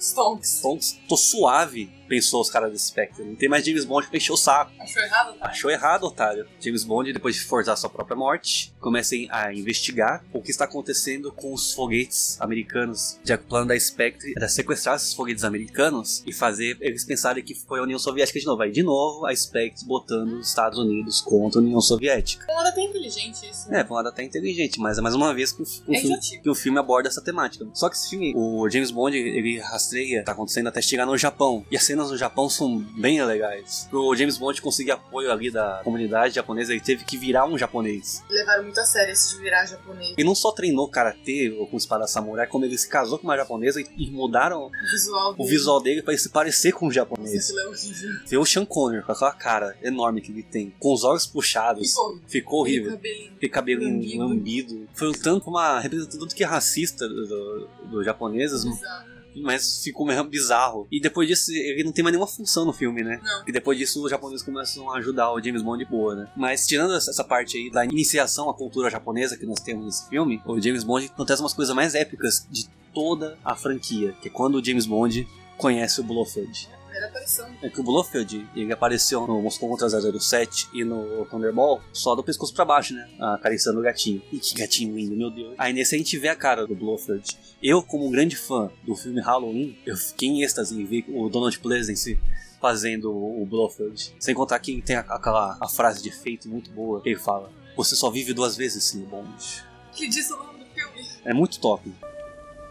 Stonks.
Tô, tô suave, pensou os caras da Spectre. Não tem mais James Bond pra encher o saco.
Achou errado? Tá?
Achou errado, otário. James Bond, depois de forjar sua própria morte, começa a investigar o que está acontecendo com os foguetes americanos. Já que o plano da Spectre era sequestrar esses foguetes americanos e fazer eles pensarem que foi a União Soviética de novo. Aí, de novo, a Spectre botando os Estados Unidos contra a União Soviética.
Nada até é inteligente isso. né?
É, vão até inteligente, mas é mais uma vez que o, fi- o
É
filme
intuitivo.
que o filme aborda essa temática. Só que esse filme, o James Bond, ele rastreia, o que tá acontecendo até chegar no Japão. E as cenas no Japão são bem legais. O James Bond conseguir apoio ali da comunidade japonesa, ele teve que virar um japonês.
Levaram muito a sério esse de virar japonês.
Ele não só treinou karatê ou com espada samurai, como ele se casou com uma japonesa e- e mudaram
O visual
o
dele.
visual dele pra ele se parecer com um japonês.
Isso é horrível.
Ver o Sean Connery com aquela cara enorme que ele tem, com os olhos puxados,
Ficou.
ficou horrível
Cabelinho.
aquele cabelo
Lambido.
lambido. Foi um tanto uma representação tanto que é racista dos do, dos japoneses,
Bizarro.
mas ficou meio bizarro. E depois disso, ele não tem mais nenhuma função no filme, né?
Não.
E depois disso, os japoneses começam a ajudar o James Bond de boa, né? Mas tirando essa essa parte aí da iniciação à cultura japonesa que nós temos nesse filme, o James Bond acontece umas coisas mais épicas de toda a franquia, que é quando o James Bond conhece o Blofeld.
Primeira aparição.
É que o Blofeld, ele apareceu no Moscou contra 007 e no Thunderball só do pescoço pra baixo, né? Acariciando o gatinho. E que gatinho lindo, meu Deus. Aí nesse a gente vê a cara do Blofeld. Eu, como um grande fã do filme Halloween, eu fiquei em êxtase em ver o Donald Pleasence fazendo o Blofeld. Sem contar que tem a- aquela a frase de efeito muito boa. que Ele fala, você só vive duas vezes, Sr. Bond.
Que diz o nome do filme.
É muito top.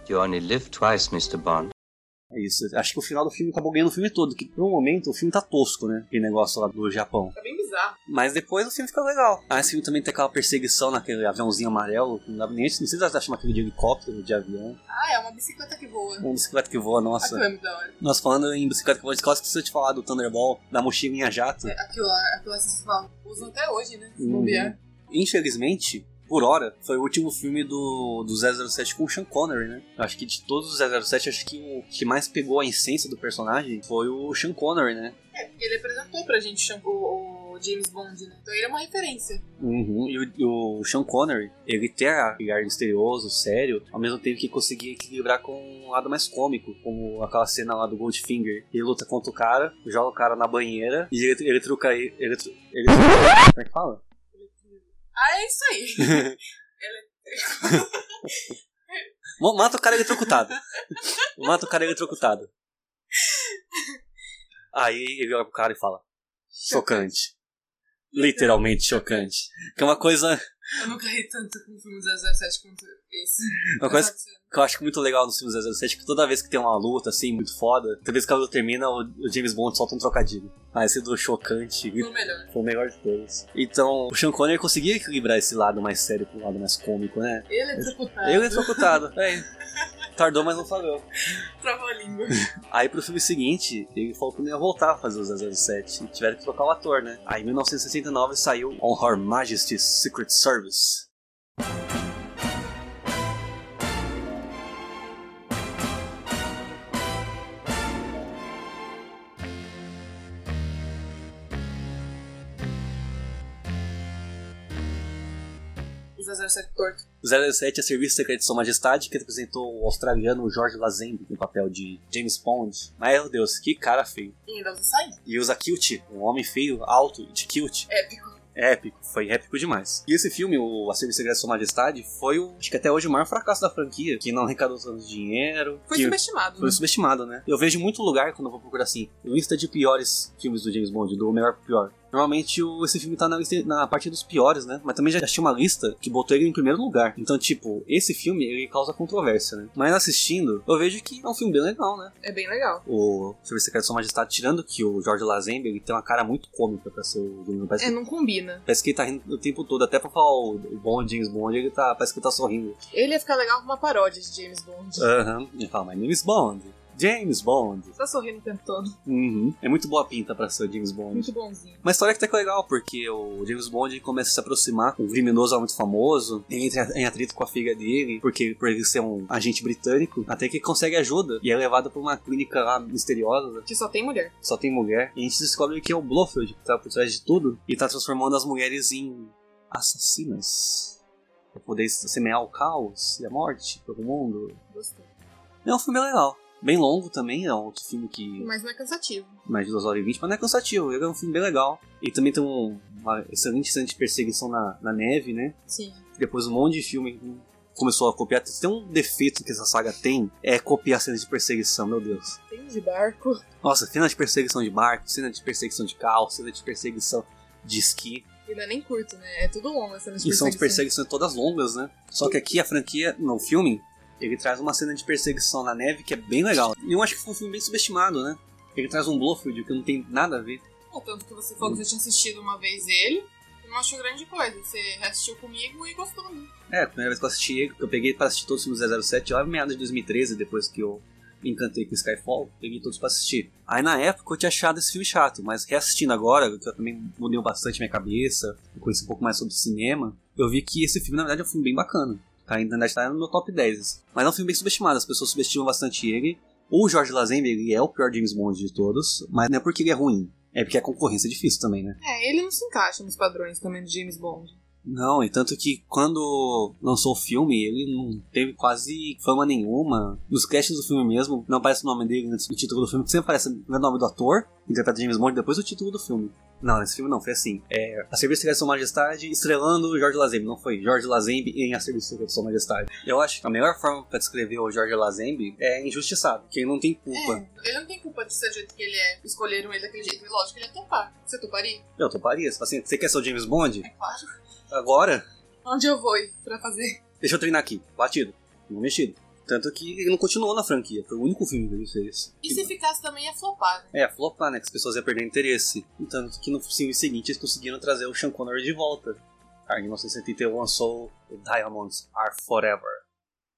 You only live twice, Mr. Bond.
É isso. Acho que o final do filme acabou ganhando o filme todo. Que por um momento o filme tá tosco, né? Aquele negócio lá do Japão.
Tá bem bizarro.
Mas depois o filme fica legal. Ah, esse filme também tem aquela perseguição naquele aviãozinho amarelo, que não dava nem. Não sei se dá chamar aquilo de helicóptero, de avião.
Ah, é uma bicicleta que voa.
Uma bicicleta que voa,
Aquilo
nossa.
é muito da hora.
Nós falando em bicicleta que voa, quase esqueci de falar do Thunderball, da mochilinha jato.
Aquilo lá, aquilo lá vocês falam. Usam até hoje, né? Se
Uhum.
bobear.
Infelizmente, por hora, foi o último filme do, do 007 com o Sean Connery, né? Eu acho que de todos os 007, acho que o que mais pegou a essência do personagem foi o Sean Connery, né?
É, porque ele apresentou pra gente o- o, o James Bond, né? Então ele é uma referência.
Uhum. E o, o Sean Connery, ele tem aquele ar misterioso, sério, ao mesmo tempo que conseguia equilibrar com um lado mais cômico, como aquela cena lá do Goldfinger. Ele luta contra o cara, joga o cara na banheira e ele, ele truca ele. Ele, tru- ele- Como é que fala?
Ah, é isso
[LAUGHS]
aí.
Mo- Mata o cara eletrocutado. Mata o cara eletrocutado. Aí ele olha pro cara e fala: chocante. Literalmente chocante. Que é uma coisa
Eu nunca ri tanto com o filme 007 quanto esse.
Uma coisa que eu acho muito legal nos filmes 007 é que toda vez que tem uma luta, assim, muito foda, toda vez que a luta termina, o o James Bond solta um trocadilho. Ah, esse do chocante.
Foi o melhor.
[LAUGHS] Foi o melhor de todos. Então, o Sean Connery conseguia equilibrar esse lado mais sério com o lado mais cômico, né?
Ele é trocutado.
Eu eletrocutado. É. Tardou, mas não falhou.
Trava a língua.
Aí pro filme seguinte, ele falou que não ia voltar a fazer o 007. E tiveram que trocar o ator, né? Aí em 1969 saiu On Her Majesty's Secret Service.
O 007 torto.
O 007 é Serviço Secreto de Sua Majestade, que representou o australiano George Lazenby no papel de James Bond. Mas, meu Deus, que cara feio.
E ainda usa sair.
E usa kilt, um homem feio, alto, de kilt.
Épico.
É épico, foi épico demais. E esse filme, o A Serviço Secreto de Sua Majestade, foi o, acho que até hoje, o maior fracasso da franquia, que não arrecadou tanto dinheiro.
Foi
que...
subestimado.
Foi subestimado, né? Eu vejo muito lugar quando eu vou procurar assim, lista de piores filmes do James Bond, do melhor pro pior. Normalmente o- esse filme tá na, lista, na parte dos piores, né? Mas também já achei uma lista que botou ele em primeiro lugar. Então, tipo, esse filme ele causa controvérsia, né? Mas assistindo, eu vejo que é um filme bem legal, né?
É bem legal.
O Serviço Secreto de Sua Majestade, tirando que o George Lazenby ele tem uma cara muito cômica pra ser o James Bond. Parece,
É, não combina.
parece que ele tá rindo o tempo todo. Até pra falar o o Bond, James Bond, ele tá, parece que ele tá sorrindo.
Ele ia ficar legal com uma paródia de James Bond.
Aham. Ele fala, my name is Bond. James Bond.
Tá sorrindo o tempo todo.
Uhum. É muito boa pinta pra ser o James Bond.
Muito bonzinho.
Uma história que até que é legal, porque o James Bond ele começa a se aproximar, um criminoso muito famoso, ele entra em atrito com a filha dele, porque por ele ser um agente britânico, até que ele consegue ajuda e é levado pra uma clínica lá misteriosa,
Que só tem mulher.
só tem mulher, e a gente descobre que é o Blofeld que tá por trás de tudo e tá transformando as mulheres em assassinas. Pra poder semear o caos e a morte pelo mundo.
Gostei.
É um filme legal. Bem longo também, é outro filme que
Mas não é cansativo.
mais de 2 horas e 20, mas não é cansativo, ele é um filme bem legal. E também tem um- uma excelente cena de perseguição na, na neve, né?
Sim.
Depois um monte de filme começou a copiar. Se tem um defeito que essa saga tem, é copiar cenas de perseguição, meu Deus.
Tem de barco.
Nossa, cena de perseguição de barco, cena de perseguição de carro, cena de perseguição de esqui.
E não é nem curto, né? É tudo longo essa
E são as perseguições todas longas, né? Só que aqui a franquia, no filme, ele traz uma cena de perseguição na neve que é bem legal. E eu acho que foi um filme bem subestimado, né? Ele traz um Blofeld que não tem nada a ver.
Bom, tanto que você falou que você tinha assistido uma vez ele e não achou grande coisa. Você assistiu comigo e gostou muito.
É, a primeira vez que eu assisti ele, que eu peguei pra assistir todos os filmes do 007, lá em meados de 2013, depois que eu me encantei com Skyfall, peguei todos pra assistir. Aí na época eu tinha achado esse filme chato, mas reassistindo agora, que eu também mudei bastante minha cabeça, eu conheci um pouco mais sobre cinema, eu vi que esse filme na verdade é um filme bem bacana. Tá, ainda na verdade, tá no meu top 10. esse. Mas é um filme bem subestimado, as pessoas subestimam bastante ele. O Jorge Lazenby ele é o pior James Bond de todos, mas não é porque ele é ruim, é porque a concorrência é difícil também, né?
É, ele não se encaixa nos padrões também do James Bond.
Não, e tanto que quando lançou o filme, ele não teve quase fama nenhuma. Nos castings do filme mesmo, não aparece o nome dele no título do filme, que sempre aparece né, o nome do ator, interpretado de James Bond, depois o título do filme. Não, nesse filme não, foi assim. É, a Serviço Secreto de Sua Majestade estrelando Jorge Lazenby. Não foi Jorge Lazenby em A Serviço Secreto de Sua Majestade. Eu acho que a melhor forma pra descrever o Jorge Lazenby é injustiçado, que ele não tem culpa.
É, ele não tem culpa de ser do jeito que ele é. Escolheram ele daquele jeito. E lógico que ele ia topar. Você toparia?
Eu toparia, você fala assim, você quer ser o James Bond?
É claro.
Agora?
Onde eu vou ir pra fazer?
Deixa eu treinar aqui. Batido. Não mexido. Tanto que ele não continuou na franquia. Foi o único filme que ele fez.
E se ficasse também ia flopar, né?
É, flopar, né? Que as pessoas iam perder interesse. E Tanto que no filme seguinte eles conseguiram trazer o Sean Connery de volta. Aí, em 1971 lançou o Diamonds Are Forever.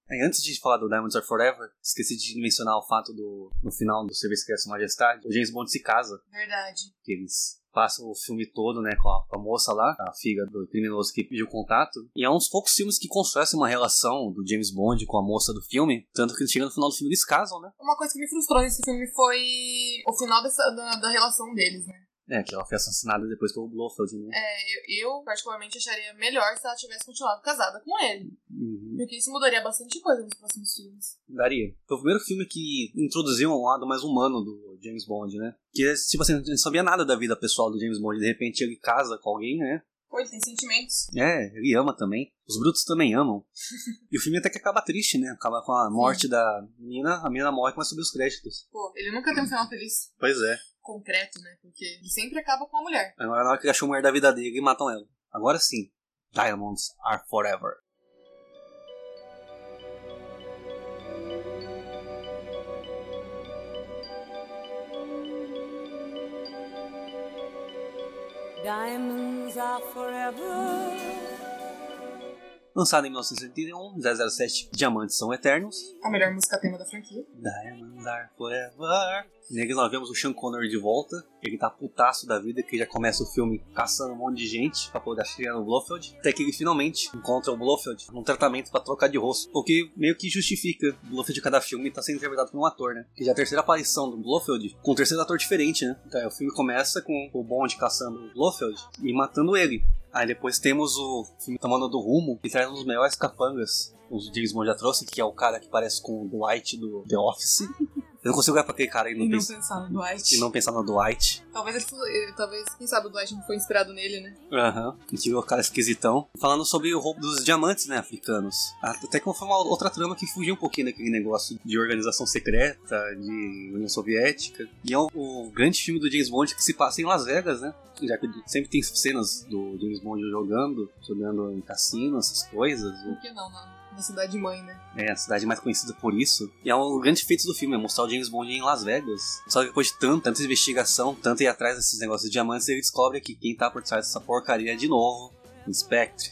Aí, antes de falar do Diamonds Are Forever, esqueci de mencionar o fato do. No final do Serviço Criação Majestade, o James Bond se casa
Verdade.
que eles passam o filme todo, né, com a, com a moça lá, a filha do criminoso que pediu contato. E é um dos poucos filmes que constrói uma relação do James Bond com a moça do filme, tanto que chega no final do filme eles casam, né?
Uma coisa que me frustrou nesse filme foi o final dessa, da, da relação deles, né?
É, que ela foi assassinada depois pelo Blofeld, né?
É, eu, eu particularmente acharia melhor se ela tivesse continuado casada com ele.
Uhum,
Porque isso mudaria bastante coisa nos próximos filmes.
daria. Foi o primeiro filme que introduziu um lado mais humano do James Bond, né? Que, tipo assim, a gente não sabia nada da vida pessoal do James Bond. De repente ele casa com alguém, né?
Pô, ele tem sentimentos.
É, ele ama também. Os brutos também amam. e o filme até que acaba triste, né? Acaba com a morte da menina, a menina morre, mas subir os créditos.
Pô, ele nunca tem um final feliz.
Pois é.
concreto, né? Porque ele sempre acaba com a mulher.
Agora na hora que ele achou a mulher da vida dele, matam ela. Agora sim. Diamonds Are Forever.
Diamonds are forever.
Lançado em 1971, 007 Diamantes São Eternos.
A melhor música tema da franquia.
Diamonds Are Forever. Neles nós vemos o Sean Connery de volta. Ele tá putaço da vida, que já começa o filme caçando um monte de gente pra poder chegar no Blofeld. Até que ele finalmente encontra o Blofeld num tratamento pra trocar de rosto. O que meio que justifica o Blofeld de cada filme tá sendo interpretado por um ator, né? Que já é a terceira aparição do Blofeld com um terceiro ator diferente, né? Então, é, o filme começa com o Bond caçando o Blofeld e matando ele. Aí depois temos o filme Tomando do Rumo, que traz um dos melhores capangas. que O James Bond já trouxe, que é o cara que parece com o Dwight do The Office. Eu não consigo olhar pra aquele cara e não,
E não
pens-
pensar no Dwight.
e não pensar no Dwight.
Talvez, ele fu- ele- talvez, quem sabe o Dwight não foi inspirado nele, né?
Aham, que o cara esquisitão. Falando sobre o roubo dos diamantes, né, africanos. Até que foi uma outra trama que fugiu um pouquinho daquele negócio de organização secreta, de União Soviética. E é o, o grande filme do James Bond que se passa em Las Vegas, né? Já que sempre tem cenas do James Bond jogando, jogando em cassino, essas coisas. né?
Por que não, na, na cidade mãe, né?
É a cidade mais conhecida por isso. E é um grande feito do filme, é mostrar o James Bond em Las Vegas. Só que depois de tanta, tanta investigação, tanto ir atrás desses negócios de diamantes, ele descobre que quem tá por trás dessa porcaria é de novo o Spectre.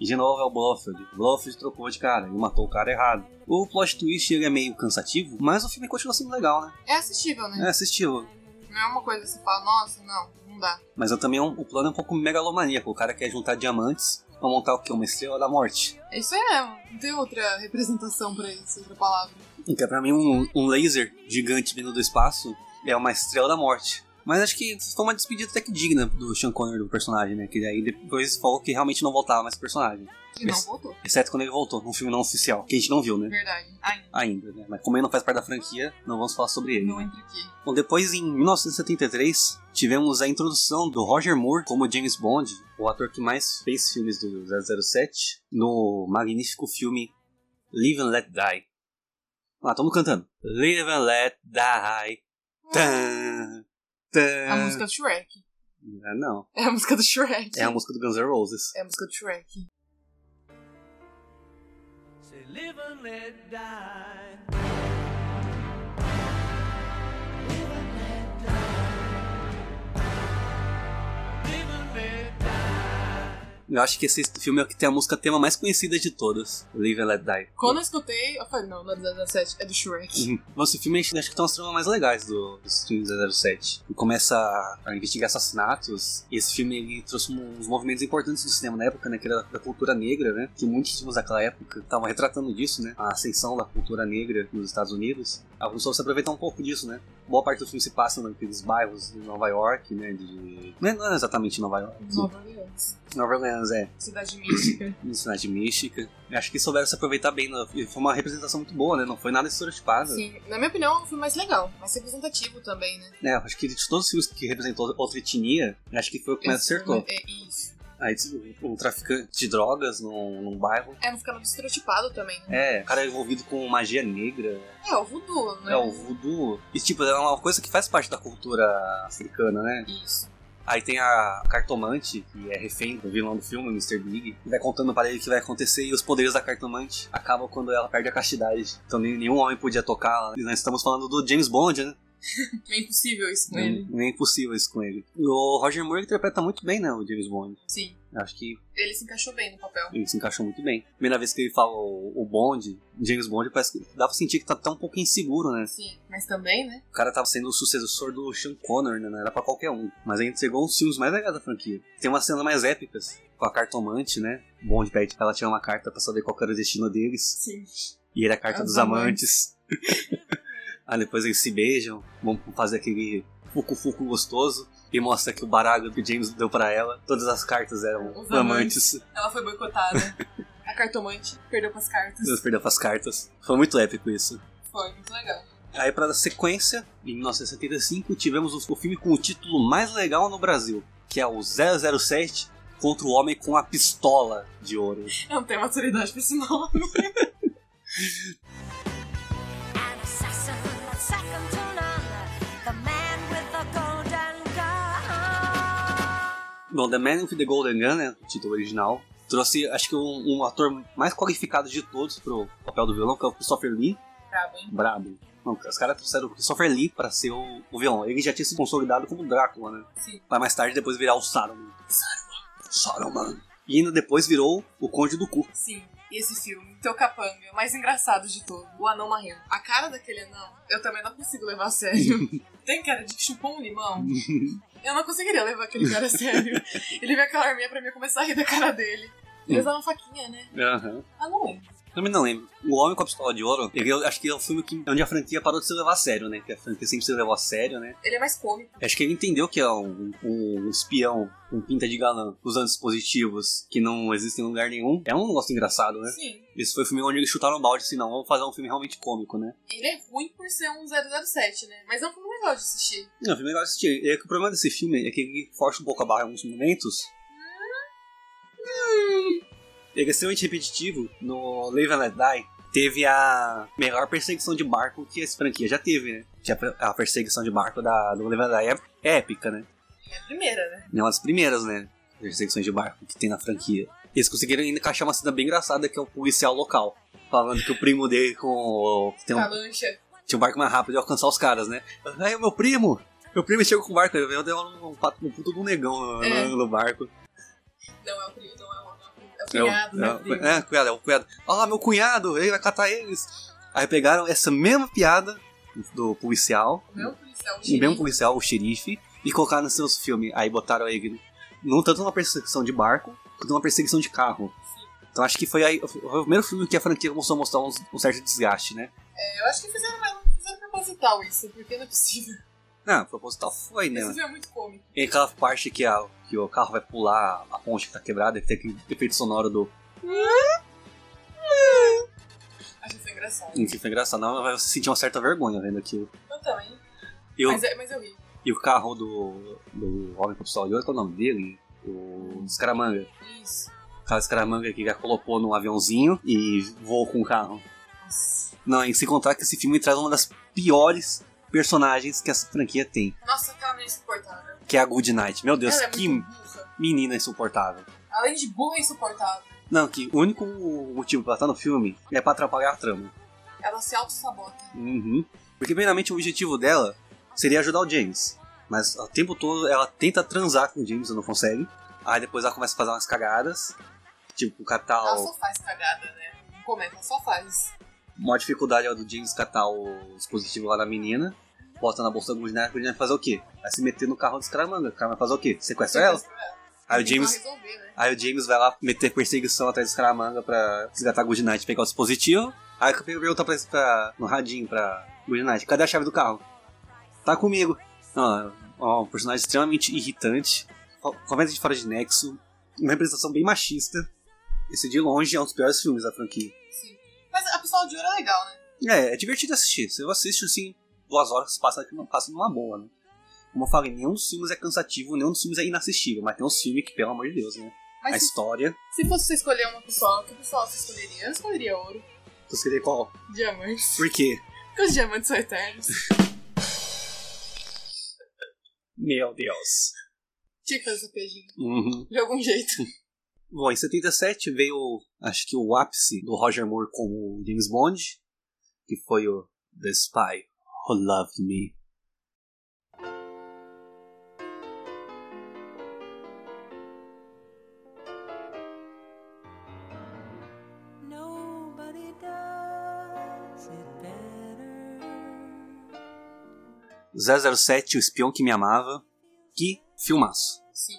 E de novo é o Blofeld. O Blofeld trocou de cara e matou o cara errado. O plot twist ele é meio cansativo, mas o filme continua sendo legal, né?
É assistível, né?
É assistível.
Não é uma coisa que você fala, nossa, não, não dá.
Mas eu também o plano é um pouco megalomaníaco. O cara quer juntar diamantes pra montar o quê? Uma estrela da morte.
É Isso aí mesmo. Não tem outra [LAUGHS] representação pra isso, outra palavra.
Que é pra mim um, um laser gigante vindo do espaço é uma estrela da morte. Mas acho que foi uma despedida até que digna do Sean Connery do personagem, né? Que aí depois falou que realmente não voltava mais o personagem.
E não
Mas-
voltou. é
Exceto quando ele voltou, num filme não oficial, que a gente não viu, né?
Verdade. Ai,
Ainda, né? Mas como ele não faz parte da franquia, não vamos falar sobre ele.
não
né?
entra aqui.
Bom, depois, em 1973, tivemos a introdução do Roger Moore como James Bond, o ator que mais fez filmes do 007, no magnífico filme Live and Let Die. Ah, todo mundo cantando. Live and Let Die. Tan, tan.
A música do Shrek.
Ah, Não,
É a música do Shrek.
é a música do Guns N' Roses.
[LAUGHS] É a música do Shrek.
Say live and let die.
Eu acho que esse filme é o que tem a música tema mais conhecida de todas, Live and Let Die.
Quando eu escutei, eu falei, não, não é do 17, é do Shrek.
Uhum. Nossa, esse filme acho acho que tem umas tramas mais legais do, dos filmes da 07. Ele começa a- a investigar assassinatos, e esse filme ele trouxe um- uns movimentos importantes do cinema na época, né? Que era da cultura negra, né? Que muitos filmes daquela época estavam retratando disso, né? A ascensão da cultura negra nos Estados Unidos. A pessoa se aproveitar um pouco disso, né? Boa parte do filme se passa naqueles bairros de Nova York, né? De... Não é- não é exatamente Nova York.
Nova Orleans.
Nova Orleans, é [COUGHS]
Cidade mística.
no cidade mística. Eu acho que souberam se aproveitar bem. né? E Foi uma representação muito boa, né? Não foi nada estereotipado.
Sim, na minha opinião, é um filme mais legal, mais representativo também, né?
É, eu acho que de todos os filmes que representou outra etnia, eu acho que foi o que mais
Esse
acertou.
filme É isso.
Aí um traficante de drogas num, num bairro.
É, não fica muito estereotipado também, né?
É, o cara é envolvido com magia negra,
É, o voodoo, né?
é o voodoo. E tipo, é uma coisa que faz parte da cultura africana, né?
Isso.
Aí tem a cartomante, que é refém do vilão do filme, Mr. Big, e vai contando para ele o que vai acontecer e os poderes da cartomante acabam quando ela perde a castidade. Então nem- nenhum homem podia tocá-la. E nós estamos falando do James Bond, né?
Meio É impossível isso com
Nem
ele.
Nem é possível isso com ele. E o Roger Moore interpreta muito bem, né, o James Bond.
Sim.
Eu acho que
Ele se encaixou bem no papel.
ele se encaixou muito bem. Primeira vez que ele fala o, o Bond, James Bond, parece que dá pra sentir que tá até um pouco inseguro, né?
Sim. Mas também, né?
O cara tava sendo o sucessor do Sean Connor, né? Não era pra qualquer um. Mas ele entregou uns filmes mais legais da franquia. Tem umas cenas mais épicas com a cartomante, né? O Bond pede pra ela tirar uma carta pra saber qual que era o destino deles.
Sim.
E ele é a carta
As
dos amantes. [LAUGHS] ah, depois eles se beijam, vão fazer aquele fucu-fucu gostoso. E mostra que o baralho que o James deu pra ela, todas as cartas eram
Os
amantes.
Ela foi boicotada. A cartomante perdeu pras cartas.
Deus perdeu as cartas. Foi muito épico isso.
Foi muito legal.
Aí, pra sequência, em 1975, tivemos o o filme com o título mais legal no Brasil, que é o 007 contra o Homem com a Pistola de Ouro.
Eu não tenho maturidade pra esse nome.
An assassin, a second to none. The man with the golden gun.
Bom, The Man with the Golden Gun, né? O título original. Trouxe, acho que, um, um ator mais qualificado de todos pro papel do vilão, que é o Christopher Lee.
Brabo, hein?
Brabo. Não, os caras trouxeram o Christopher Lee pra ser o, o vilão. Ele já tinha se consolidado como Drácula, né?
Sim.
Pra mais tarde depois virar o Saruman. Saruman. Saruman. E ainda depois virou o Conde do Cu.
Sim, e esse filme, Teu Capanga, o mais engraçado de todo, o anão marrento. A cara daquele anão, eu também não consigo levar a [LAUGHS] sério. Tem cara de que chupou um [LAUGHS] limão? Eu não conseguiria levar aquele cara a sério. Ele vê aquela arminha pra mim eu começar a rir da cara dele. Ele
Hum.
usava uma faquinha, né?
Aham.
Ah, não lembro.
Também não lembro. O Homem com a Pistola de Ouro, ele, eu acho que é o filme que, onde a franquia parou de se levar a sério, né? Que a franquia sempre se levou a sério, né?
Ele é mais cômico.
Acho que ele entendeu que é um, um espião com pinta de galã usando dispositivos que não existem em lugar nenhum. É um negócio engraçado, né?
Sim.
Esse foi o filme onde eles chutaram o balde assim, não, vamos fazer um filme realmente cômico, né?
Ele é ruim por ser um 007, né? Mas é um filme legal de assistir.
Não, o filme é legal de assistir. É que o problema desse filme é que ele força um pouco a barra em alguns momentos. Ele é extremamente repetitivo. No Live and Let Die, teve a melhor perseguição de barco que essa franquia já teve, né? Que a, a perseguição de barco da, do Live and Let Die é, é épica, né?
É a primeira, né?
É uma das primeiras, né? Perseguições de barco que tem na franquia. Eles conseguiram ainda encaixar uma cena bem engraçada que é o policial local. Falando que o primo dele com o- tem um
A lancha.
tinha um barco mais rápido e alcançar os caras, né? Aí o meu primo! Meu primo chegou com o barco, eu dei um, um, pato- um puto de um negão no,
É.
no barco.
Não, é o primo, não é o anão. É o
É o-
cunhado,
é,
né?
o cu-
primo?
é, cunhado, é o cunhado. Ah, meu cunhado, ele vai catar eles. Aí pegaram essa mesma piada do policial,
O meu é um policial, o
o mesmo
xerife.
policial, o xerife, e colocaram nos seus filmes. Aí botaram ele não tanto numa perseguição de barco, quanto numa perseguição de carro. Então acho que foi, aí, foi o primeiro filme que a franquia começou a mostrar um, um certo desgaste, né?
Eu acho que fizeram, fizeram proposital isso, porque não é possível.
Ah, proposital foi, né?
Esse filme é muito cômico.
Tem aquela parte que, a- que o carro vai pular a ponte que tá quebrada, que tem aquele efeito sonoro do.
Acho isso engraçado.
Enfim, foi engraçado, não, mas você sentir uma certa vergonha vendo aquilo.
Eu também.
E o,
Mas, é- mas eu ri.
e o carro do, do Homem com Pistola de Ouro, qual é o nome dele? O Scaramanga.
Isso.
O carro Scaramanga que já colocou num aviãozinho e voou com o carro.
Nossa.
Não, e se contar que esse filme traz uma das piores personagens que essa franquia tem,
Nossa, aquela menina insuportável.
que é a Good Night. Meu Deus,
Ela é
que
muito burra.
menina insuportável.
Além de burra, é insuportável.
Não, que o único motivo pra ela estar no filme é pra atrapalhar a trama.
Ela se auto-sabota.
Uhum. Porque, primeiramente, o objetivo dela seria ajudar o James. Mas o tempo todo ela tenta transar com o James e não consegue. Aí depois ela começa a fazer umas cagadas. Tipo, catar
Ela
o...
só faz cagada, né? Não comenta, ela só faz.
Maior dificuldade é a do James catar o dispositivo lá da menina. Bota na bolsa do Gudinário, o Gudinário vai fazer o quê? Vai se meter no carro dos caramanga. O cara vai fazer o quê? Sequestra ela? Aí o
Tipo, Tem
É,
que
James...
resolver, né?
Aí o James vai lá meter perseguição atrás dos caramanga pra resgatar a Good Night e pegar o dispositivo. Aí eu pergunto tá pra, pra, no radinho pra Good Night, cadê a chave do carro? Tá comigo. Não, é um personagem extremamente irritante, co- comédia de fora de nexo, uma representação bem machista. Esse de longe é um dos piores filmes da franquia.
Sim. Mas a pessoa de ouro é legal, né?
É, é divertido assistir. Se eu assisto assim, duas horas passa, passa numa boa, né? Como eu falei, nenhum dos filmes é cansativo, nenhum dos filmes é inassistível, mas tem uns filmes que, pelo amor de Deus, né? A
Mas se,
história.
se fosse você escolher uma pessoa, que pessoal você escolheria? Eu escolheria ouro.
Você queria qual?
Diamantes.
Por quê?
Porque os diamantes são eternos.
Meu Deus.
Tinha que fazer essa piadinha.
Uhum.
[LAUGHS] De algum jeito.
Bom, em 77 veio, acho que o ápice do Roger Moore como James Bond, que foi o The Spy Who Loved Me.
Nobody does it better.
007, O Espião Que Me Amava. Que filmaço.
Sim.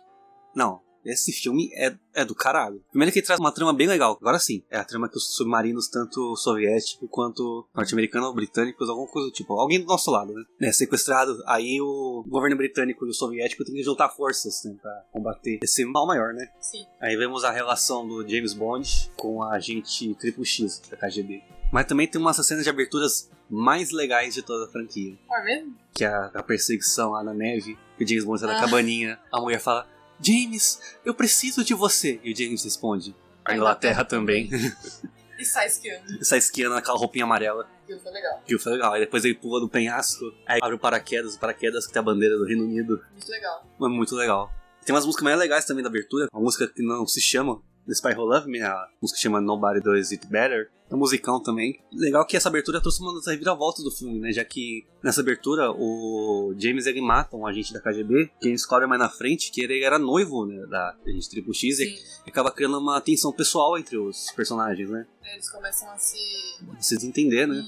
Não, esse filme é, é do caralho. Primeiro que ele traz uma trama bem legal. Agora sim, é a trama que os submarinos, tanto soviético quanto norte-americano ou britânicos, alguma coisa do tipo, alguém do nosso lado, né? É sequestrado. Aí o governo britânico e o soviético tem que juntar forças, né? Pra combater esse mal maior, né?
Sim.
Aí vemos a relação do James Bond com a agente Triple X da KGB. Mas também tem umas cenas de aberturas mais legais de toda a franquia.
Tá vendo?
Que é a, a perseguição lá na neve, que o James Bond tá na
Ah.
cabaninha. A mulher fala, James, eu preciso de você. E o James responde, a Inglaterra também. [LAUGHS]
E sai esquiando.
Sai esquiando naquela roupinha amarela.
Aquilo foi legal.
Que foi legal. Aí ah, depois ele pula do penhasco, aí abre o paraquedas, o paraquedas que tem a bandeira do Reino Unido.
Muito legal.
É muito legal. Tem umas músicas mais legais também da abertura. Uma música que não se chama The Spy Who Love Me, né, a música chama Nobody Does It Better. É um musicão também. Legal que essa abertura trouxe uma das reviravoltas do filme, né? Já que nessa abertura o James ele mata um agente da KGB, que a gente descobre mais na frente que ele era noivo né, da gente Triple X e acaba criando uma tensão pessoal entre os personagens, né?
Eles começam a se.
Vocês entender, né?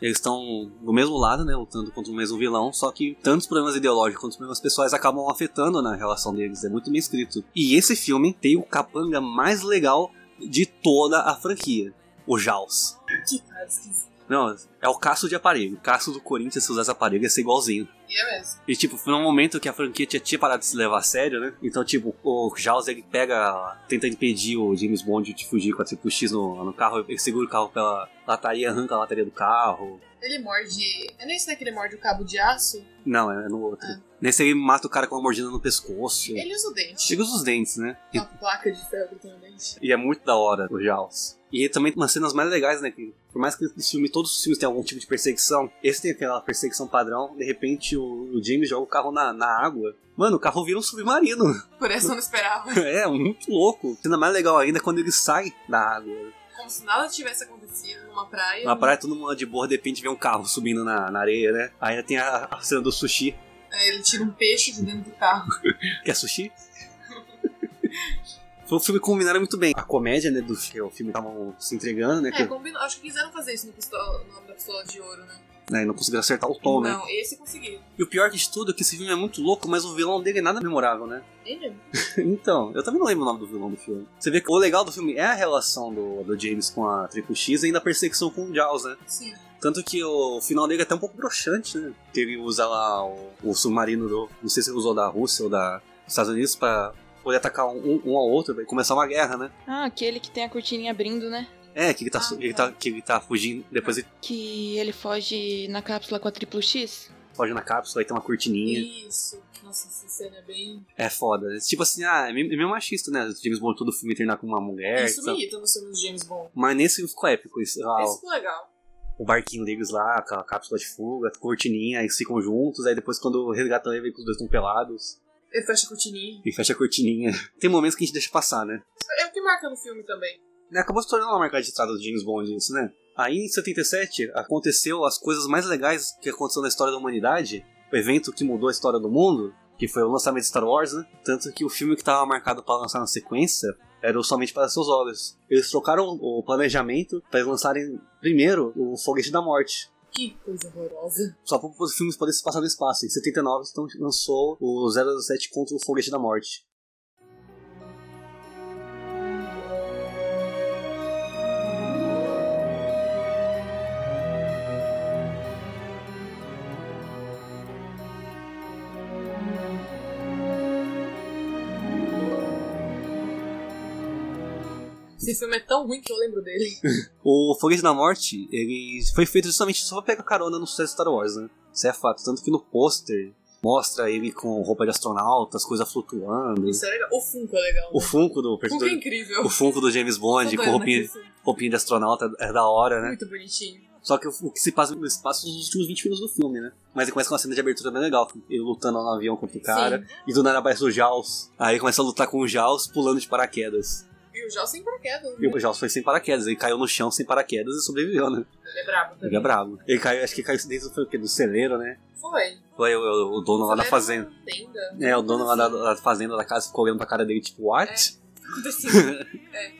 Eles estão do mesmo lado, né? Lutando contra o mesmo vilão, só que tantos problemas ideológicos quanto problemas pessoais acabam afetando na relação deles. É muito bem escrito. E esse filme tem o capanga mais legal de toda a franquia: o Jaws.
Que cara esquisito.
Não, é o caço de aparelho. O caço do Corinthians, se usasse aparelho, ia ser igualzinho.
E é mesmo.
E, tipo, foi um momento que a franquia tinha, tinha parado de se levar a sério, né? Então, tipo, o Jaws, ele pega... Tenta impedir o James Bond de fugir com a Triple X no, no carro. Ele segura o carro pela lataria, arranca a lataria do carro.
Ele morde. É nesse né, que ele morde o cabo de aço?
Não, é no outro. Nesse ele mata o cara com uma mordida no pescoço.
Ele usa o dente.
Chega os dentes, né?
Uma placa de ferro que tem no dente.
E é muito da hora o Jaws. E é também tem umas cenas mais legais, né? Que por mais que esse filme, todos os filmes tenham algum tipo de perseguição, esse tem aquela perseguição padrão, de repente o, o James joga o carro na, na água. Mano, o carro vira um submarino. [LAUGHS]
Por essa eu não esperava.
É, muito louco. A cena mais legal ainda é quando ele sai da água.
Como se nada tivesse acontecido numa praia.
Na praia todo mundo anda de boa, de repente vê um carro subindo na, na areia, né? Ainda tem a, a cena do sushi.
Aí Ele tira um peixe de dentro do [LAUGHS] carro.
Quer É sushi? [LAUGHS] Foi um filme que combinaram muito bem. A comédia, né, do que o filme estavam se entregando, né?
É,
que,
combinou. Acho que quiseram fazer isso no, pistola, no nome da pistola de ouro, né?
né, não conseguiram acertar o tom, né?
não, esse conseguiu.
E o pior de tudo é que esse filme é muito louco, mas o vilão dele é nada memorável, né? [LAUGHS]
Ele?
Então, eu também não lembro o nome do vilão do filme. Você vê que o legal do filme é a relação do, do James com a Triple X e ainda a perseguição com o Jaws, né?
Sim.
Tanto que o final dele é até um pouco broxante, né? Que ele usa lá o, o submarino do. Não sei se ele usou da Rússia ou da dos Estados Unidos pra poder atacar um, um ao outro e começar uma guerra, né?
Ah, aquele que tem a cortininha abrindo, né?
É, que ele tá, su-
Ah,
ele
tá.
tá, que ele tá fugindo, depois ele
Que ele foge na cápsula com a triplo X.
foge na cápsula, aí tem uma cortininha.
Isso. Nossa, essa cena é bem.
É foda. Tipo assim, ah, é meio é meio machista, né? O James Bond todo filme terminar com uma mulher.
isso
sabe?
me irrita nos filmes de James Bond.
Mas nesse ficou épico. Isso, lá,
Isso que é legal.
o barquinho deles lá, com a cápsula de fuga, cortininha, aí ficam juntos, aí depois quando resgatam ele, vem que os dois estão pelados.
Ele fecha com o Tini.
E fecha a cortininha. [LAUGHS] Tem momentos que a gente deixa passar, né?
É o que marca no filme também.
Né, Acabou se tornando uma marca registrada do James Bond isso, né? Aí em 77 aconteceu as coisas mais legais que aconteceu na história da humanidade, o evento que mudou a história do mundo, que foi o lançamento de Star Wars, né? Tanto que o filme que estava marcado para lançar na sequência era o Somente para Seus Olhos. Eles trocaram o planejamento para eles lançarem primeiro o Foguete da Morte.
Que coisa horrorosa.
Só para os filmes poderem se passar no espaço. Em 79, então, lançou o 007 contra o Foguete da Morte.
Esse filme é tão ruim que eu lembro dele.
O Foguete da Morte, ele foi feito justamente só pra pegar carona no sucesso de Star Wars, né? Isso é fato. Tanto que no pôster mostra ele com roupa de astronauta, as coisas flutuando.
Isso é legal. O Funko é legal.
O Funko do
O Funko é
personagem.
incrível. é, né,
O Funko é do James Bond
Tô
com
doida
roupinha,
nesse filme.
roupinha de astronauta é da hora, né?
Muito bonitinho.
Só que o o que se passa no espaço são os últimos 20 minutos do filme, né? Mas ele começa com uma cena de abertura bem legal, com ele lutando no avião contra o cara, e do nada aparece o Jaws. Aí ele começa a lutar com o Jaws pulando de paraquedas.
E o Jó sem paraquedas.
E
Né?
o Jaws foi sem paraquedas, ele caiu no chão sem paraquedas e sobreviveu, né?
Ele é brabo
Ele é
também.
brabo. Ele caiu, acho que caiu dentro foi o quê? Do celeiro, né?
Foi.
Foi o, o- o dono lá da
Era
tá fazenda. [LAUGHS]
uma Tenda.
É, o dono lá da, da fazenda da casa ficou olhando pra cara dele, tipo, what?
Assim,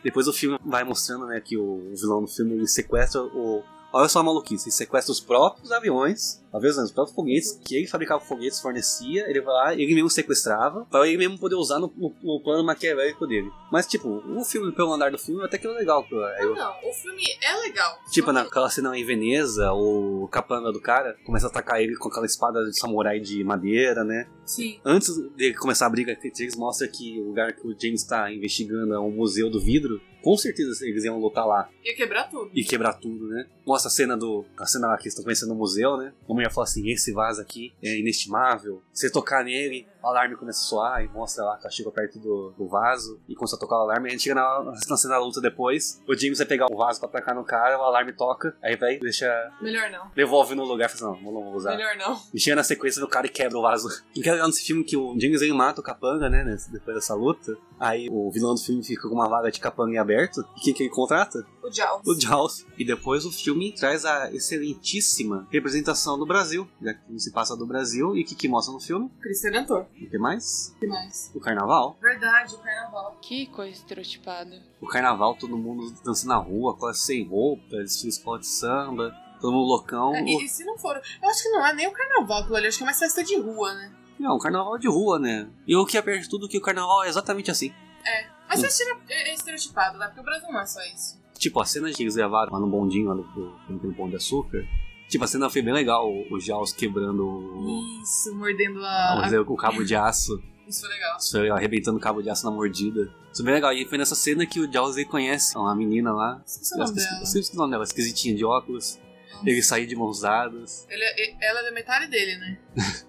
Depois o filme vai mostrando, né, que o vilão do filme ele sequestra o. Olha só a maluquice, ele sequestra os próprios aviões, talvez não, os próprios foguetes, que ele fabricava foguetes, fornecia, ele vai lá, ele mesmo sequestrava, pra ele mesmo poder usar no, no- no plano maquiavélico dele. Mas, tipo, o filme, pelo andar do filme, até que é legal. pô. Aí eu-
Ah, não, o filme é legal.
Tipo,
Só que-
naquela cena em Veneza, o capanga do cara começa a atacar ele com aquela espada de samurai de madeira, né?
Sim.
Antes dele começar a briga, eles mostram que o lugar que o James está investigando é um museu do vidro. Com certeza eles iam lutar lá
Ia quebrar tudo.
e quebrar tudo, né? Mostra a cena do. A cena lá que eles estão conhecendo o museu, né? A mulher fala assim: esse vaso aqui é inestimável. Se você tocar nele, o alarme começa a soar e mostra lá que ela chegou perto do, do vaso e começa a tocar o alarme. A gente chega na, na cena da luta depois, o James vai pegar o vaso pra atacar no cara, o alarme toca, aí vai, deixa.
Melhor não.
Devolve no lugar e fala assim: não, não vou usar.
Melhor não.
E chega na sequência do cara e quebra o vaso. [LAUGHS] E que é legal nesse filme que o James ele mata o capanga, né? nesse- Depois dessa luta. Aí o vilão do filme fica com uma vaga de capanga em aberto. E quem que ele contrata?
O Jaws.
O Jaws. E depois o filme traz a excelentíssima representação do Brasil. Já que o filme se passa do Brasil. E o que, que mostra no filme?
Cristo Redentor.
O que mais?
O que mais?
O carnaval.
Verdade, o carnaval.
Que coisa estereotipada.
O carnaval, todo mundo dança na rua, quase sem roupa, eles fizeram escola de samba, todo mundo loucão.
É, e, e se não for. Eu acho que não é nem o carnaval aquilo ali, acho que é mais festa de rua, né?
É um carnaval de rua, né? E o que é pior de tudo é que o carnaval é exatamente assim.
É. Mas festa de- é é estereotipado, né? Porque o Brasil não é só isso.
Tipo, a cena que eles gravaram lá no bondinho, lá no, no, no Pão de Açúcar. Tipo, a cena foi bem legal, o, o Jaws quebrando o,
Isso, mordendo a.
vamos
a-
dizer, o cabo de aço.
Isso foi legal.
Isso foi arrebentando o cabo de aço na mordida. Isso foi bem legal. E foi nessa cena que o Jaws ele conhece uma menina lá.
Esqueci o nome
Ela-
dela.
Esqueci o nome dela, esquisitinha de óculos. Ele saiu de mãos dadas.
Ele é- ela é da metade dele, [LAUGHS] né?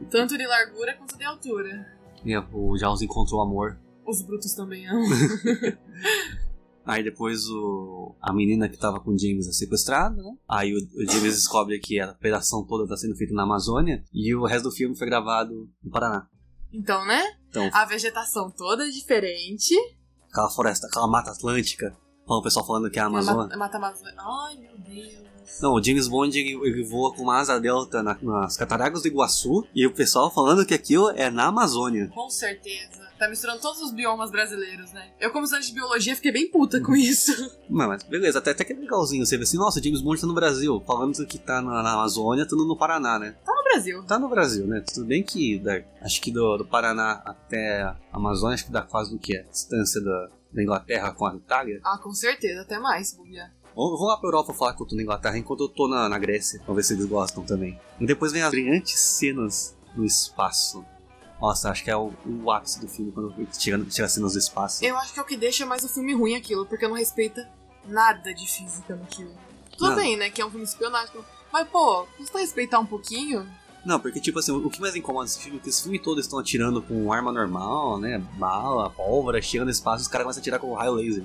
Tanto de largura quanto de altura.
E o Jaws encontrou o amor.
Os brutos também amam. [LAUGHS]
Aí depois o, a menina que tava com o James é sequestrada, né? Aí o, o James descobre que a operação toda tá sendo feita na Amazônia e o resto do filme foi gravado no Paraná.
Então, né?
Então,
A vegetação toda é diferente.
aquela floresta, aquela mata atlântica. Ó, O pessoal falando que é a
Amazônia.
Amazônia.
Mata, mata Amazônia. Ai, meu Deus.
Não, o James Bond ele, ele voa com uma asa delta na- nas cataratas do Iguaçu e o pessoal falando que aquilo é na Amazônia.
Com certeza. Tá misturando todos os biomas brasileiros, né? Eu, como estudante de biologia, fiquei bem puta com isso. [LAUGHS]
Mas, mas beleza, até, até que é legalzinho. Você vê assim, nossa, o James Bond tá no Brasil. Falando que tá na, na Amazônia, tá no Paraná, né?
Tá no Brasil.
Tá no Brasil, né? Tudo bem que da- acho que do, do Paraná até a Amazônia, acho que dá quase o que? A distância da, da Inglaterra com a Itália.
Ah, com certeza. Até mais, se bobear.
Vou, vou lá pra Europa falar que eu tô na Inglaterra enquanto eu tô na, na Grécia. Vamos ver se eles gostam também. E depois vem as brilhantes cenas no espaço. Nossa, acho que é o, o ápice do filme quando chega, chega as cenas do espaço.
Eu acho que é o que deixa mais o filme ruim aquilo, porque não respeita nada de física naquilo. Tudo
Não.
bem, né? Que é um filme de espionagem. Mas, pô, custa respeitar um pouquinho?
Não, porque, tipo assim, o que mais incomoda esse filme é que esse filme todo estão atirando com arma normal, né? Bala, pólvora, chega no espaço os caras começam a atirar com raio laser.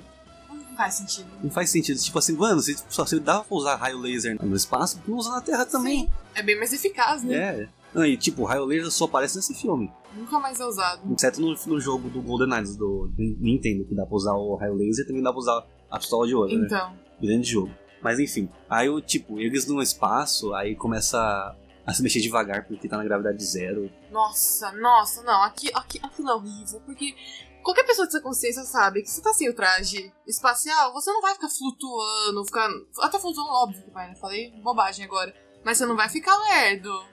Não faz sentido.
Não faz sentido. Tipo assim, mano, se, só se dava pra usar raio laser no espaço, por que não usa na Terra também.
Sim, é bem mais eficaz, né?
É. Não, e tipo, raio laser só aparece nesse filme.
Nunca mais é usado.
Exceto no, no jogo do Golden Knights do Nintendo, que dá pra usar o raio laser e também dá pra usar a pistola de ouro, né?
Então,
Grande jogo. Mas enfim. Aí eu, tipo, eles no espaço, aí começa a- a se mexer devagar porque tá na gravidade zero.
nossa, nossa, não, aqui, aqui, aquilo é horrível, porque qualquer pessoa de sua consciência sabe que se tá sem o traje espacial, você não vai ficar flutuando, ficar. Até flutuando, óbvio que vai, né? Falei bobagem agora. Mas você não vai ficar lerdo.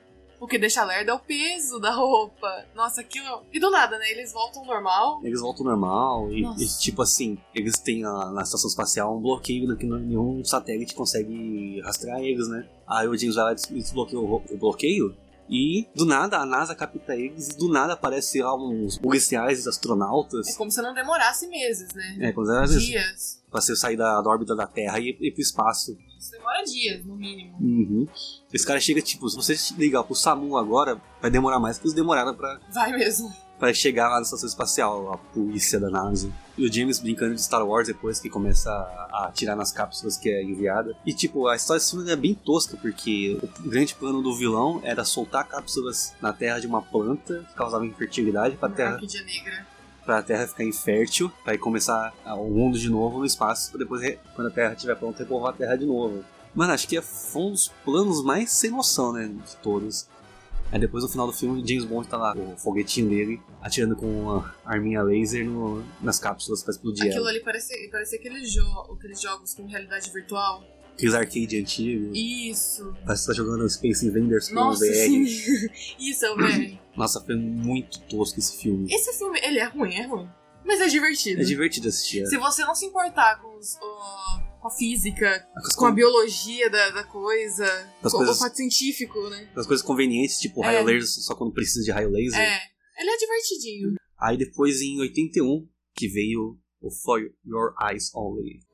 O que deixa lerdo é o peso da roupa. Nossa, aquilo. E do nada, né? Eles voltam ao normal.
Eles voltam ao normal e,
Nossa.
e, tipo assim, eles têm a- na estação espacial um bloqueio né, que não- nenhum satélite consegue rastrear eles, né? Aí o James vai lá e des- desbloqueia o, ro- o bloqueio e do nada a NASA capta eles e do nada aparece lá uns policiais
É
astronautas.
como se não demorasse meses, né?
É, quando elas
Dias.
pra você sair da, da órbita da Terra e ir pro espaço.
Isso demora dias, no mínimo.
Uhum. Esse cara chega, tipo, se você ligar pro SAMU agora, vai demorar mais que eles demoraram pra
Vai mesmo.
Pra chegar lá na estação espacial, a polícia da NASA. E o James brincando de Star Wars depois que começa a a atirar nas cápsulas que é enviada. E tipo, a história desse filme é bem tosca, porque o grande plano do vilão era soltar cápsulas na terra de uma planta que causava infertilidade pra terra,
Orquídea negra.
pra terra ficar infértil, pra aí começar ah, o mundo de novo no espaço, pra depois, re- quando a terra estiver pronta, repovoar a terra de novo. Mano, acho que é- foi um dos planos mais sem noção, né? De todos. Aí depois no final do filme, James Bond tá lá, com o foguetinho dele, atirando com uma arminha laser no- nas cápsulas pra explodir
Aquilo
ela.
ali parecia, parecia aqueles, jo- aqueles jogos com realidade virtual.
Aqueles arcade antigos.
Isso.
Parece que tá jogando Space Invaders com
Nossa,
VR.
sim.
[LAUGHS]
Isso, velho.
Nossa, foi muito tosco esse filme.
Esse filme, ele é ruim, é ruim. Mas é divertido.
É divertido assistir.
Se você não se importar com, os- o- com a física,
As,
com a biologia da, da coisa,
As
com
coisas-
o fato científico, né?
as coisas convenientes, tipo
É.
raio laser, só quando precisa de raio laser.
É. Ele é divertidinho.
Aí depois, em 81, que veio o For Your Eyes Only.
Only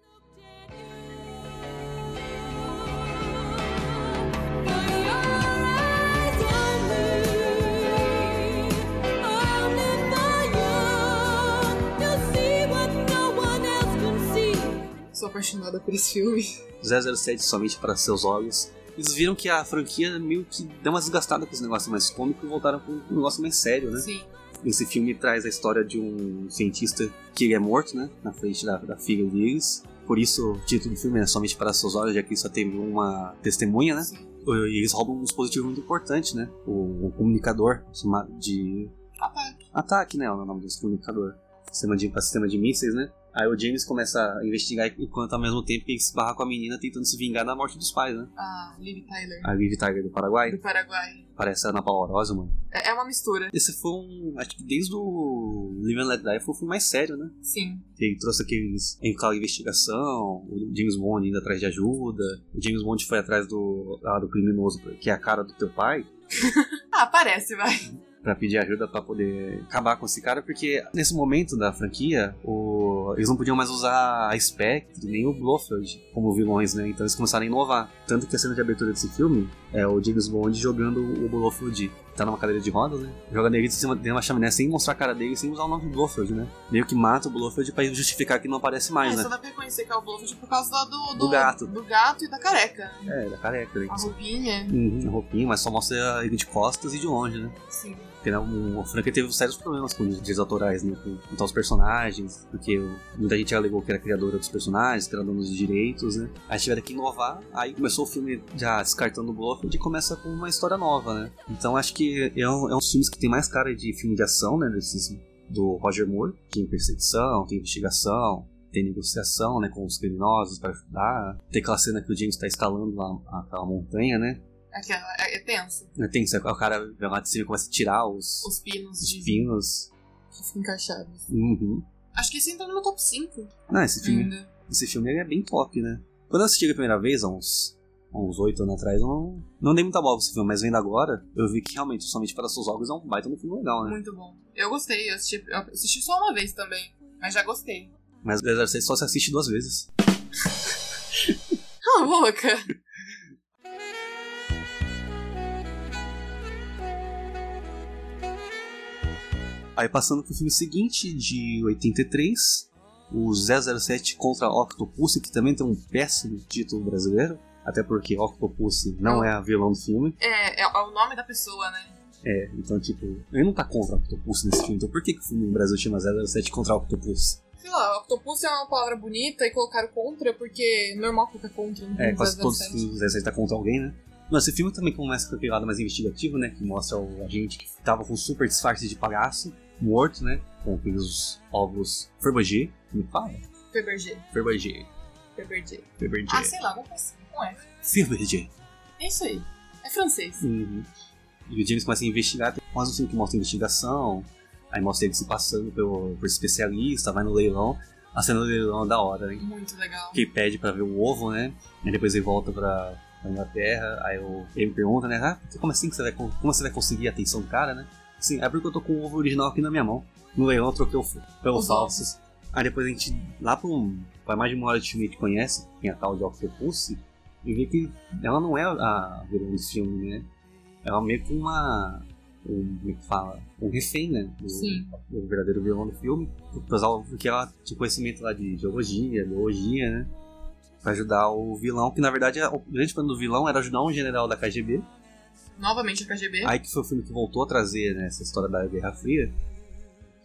Sou apaixonada por esse filme.
007 somente para seus olhos. Eles viram que a franquia meio que deu uma desgastada com esse negócio mais cômico e voltaram para um negócio mais sério, né?
Sim.
Esse filme traz a história de um cientista que ele é morto, né? Na frente da, da filha deles. Por isso o título do filme é somente para seus olhos, já que só teve uma testemunha, né? E eles roubam um dispositivo muito importante, né? O, o comunicador chamado de.
Ataque.
Ataque, né? É o nome desse comunicador. Sistema de, pra sistema de mísseis, né? Aí o James começa a investigar enquanto ao mesmo tempo ele se barra com a menina tentando se vingar da morte dos pais, né?
Ah, Liv Tyler.
A Liv Tiger do Paraguai.
Do Paraguai.
Parece a Ana Paula Rosa, mano.
É é uma mistura.
Esse foi um. Acho que desde o Live and Let Die foi o filme mais sério, né?
Sim.
Ele trouxe aqueles. Ele claro, investigação, o James Bond indo atrás de ajuda. O James Bond foi atrás do. Ah, do criminoso, que é a cara do teu pai.
Ah, parece, vai.
Pra pedir ajuda pra poder acabar com esse cara, porque nesse momento da franquia, o... eles não podiam mais usar a Spectre nem o Blofeld como vilões, né? Então eles começaram a inovar. Tanto que a cena de abertura desse filme é o James Bond jogando o Blofeld, que tá numa cadeira de rodas, né? Jogando ele de cima de uma chaminé sem mostrar a cara dele, sem usar o nome do Blofeld, né? Meio que mata o Blofeld pra justificar que não aparece mais,
é,
né?
só dá pra reconhecer que é o Blofeld por causa lá do, do,
Do gato.
do gato e da careca.
É, da careca, né?
A roupinha.
Uhum, roupinha, mas só mostra ele de costas e de longe, né?
Sim.
Porque né, um- a franquia teve sérios problemas com os direitos autorais, né? Com, com tal os personagens, porque o- muita gente alegou que era criadora dos personagens, que era dona dos direitos, né? Aí tiveram que inovar, aí começou o filme já descartando o Blofeld e começa com uma história nova, né? Então acho que é um, é um dos filmes que tem mais cara de filme de ação, né? Desses, do Roger Moore, que tem perseguição, tem investigação, tem negociação, né? Com os criminosos pra ajudar. Tem aquela cena que o James tá escalando lá, aquela montanha, né?
Aquela, é, é tenso.
Né, Tem, isso, o cara vai lá de cima e começa a tirar os,
Os pinos
os
de,
pinos.
que ficam encaixados.
Uhum.
Acho que esse entrou no top 5
Não, esse filme,
ainda.
esse filme ele é bem top, né? Quando eu assisti a primeira vez, há uns há uns oito anos atrás, eu não, não dei muita bola pra esse filme, mas vendo agora, eu vi que realmente, somente para seus olhos, é um baita no filme legal, né?
Muito bom. Eu gostei, eu assisti, eu assisti só uma vez também, mas já gostei.
Mas o 006 só se assiste duas vezes.
[LAUGHS] Cala a boca!
Aí passando pro filme seguinte, de 83, o 007 contra Octopus, que também tem um péssimo título brasileiro, até porque Octopus não é a vilão do filme.
É, é o nome da pessoa, né?
É, então, tipo, ele não tá contra Octopus nesse filme, então por que, que o filme no Brasil chama 007 contra Octopus?
Sei lá, octopus é uma palavra bonita e colocaram contra porque é normal colocar contra. no
É,
filme
quase
das
todos os
17.
filmes do 17 tá contra alguém, né? Mas esse filme também começa com aquele lado mais investigativo, né? Que mostra o agente que tava com super disfarce de palhaço, morto, né? Com aqueles ovos Ferbager. Me fala?
Febergê,
Ferbager.
Febergê. Ah,
Ferbager.
sei lá, vamos passar com F.
Ferbager.
É isso aí. É francês.
Uhum. E o James começa a investigar, tem quase um filme que mostra a investigação, aí mostra ele se passando pelo, por especialista, vai no leilão. A cena do leilão é da hora, hein?
Muito legal.
que ele pede pra ver o ovo, né? Aí depois ele volta pra pra Inglaterra, aí o ele me pergunta, né? Ah, como assim que você vai, con- como você vai conseguir a atenção do cara, né? Sim, é porque eu tô com o ovo original aqui na minha mão. No leilão eu troquei o f- pelo
Os
falsos. Aí depois a gente, lá pra, um, pra mais de uma hora de filme, a gente conhece quem é a tal de Octopus e vê que ela não é a vilã desse filme, né? Ela é meio que uma. Um, como é que fala? Um refém, né? Do-
Sim.
o verdadeiro vilão do filme, por usar o que ela tinha conhecimento lá de geologia, biologia, né? Pra ajudar o vilão, que na verdade é o grande plano do vilão era ajudar um general da KGB.
Novamente a KGB.
Aí que foi o filme que voltou a trazer né, essa história da Guerra Fria,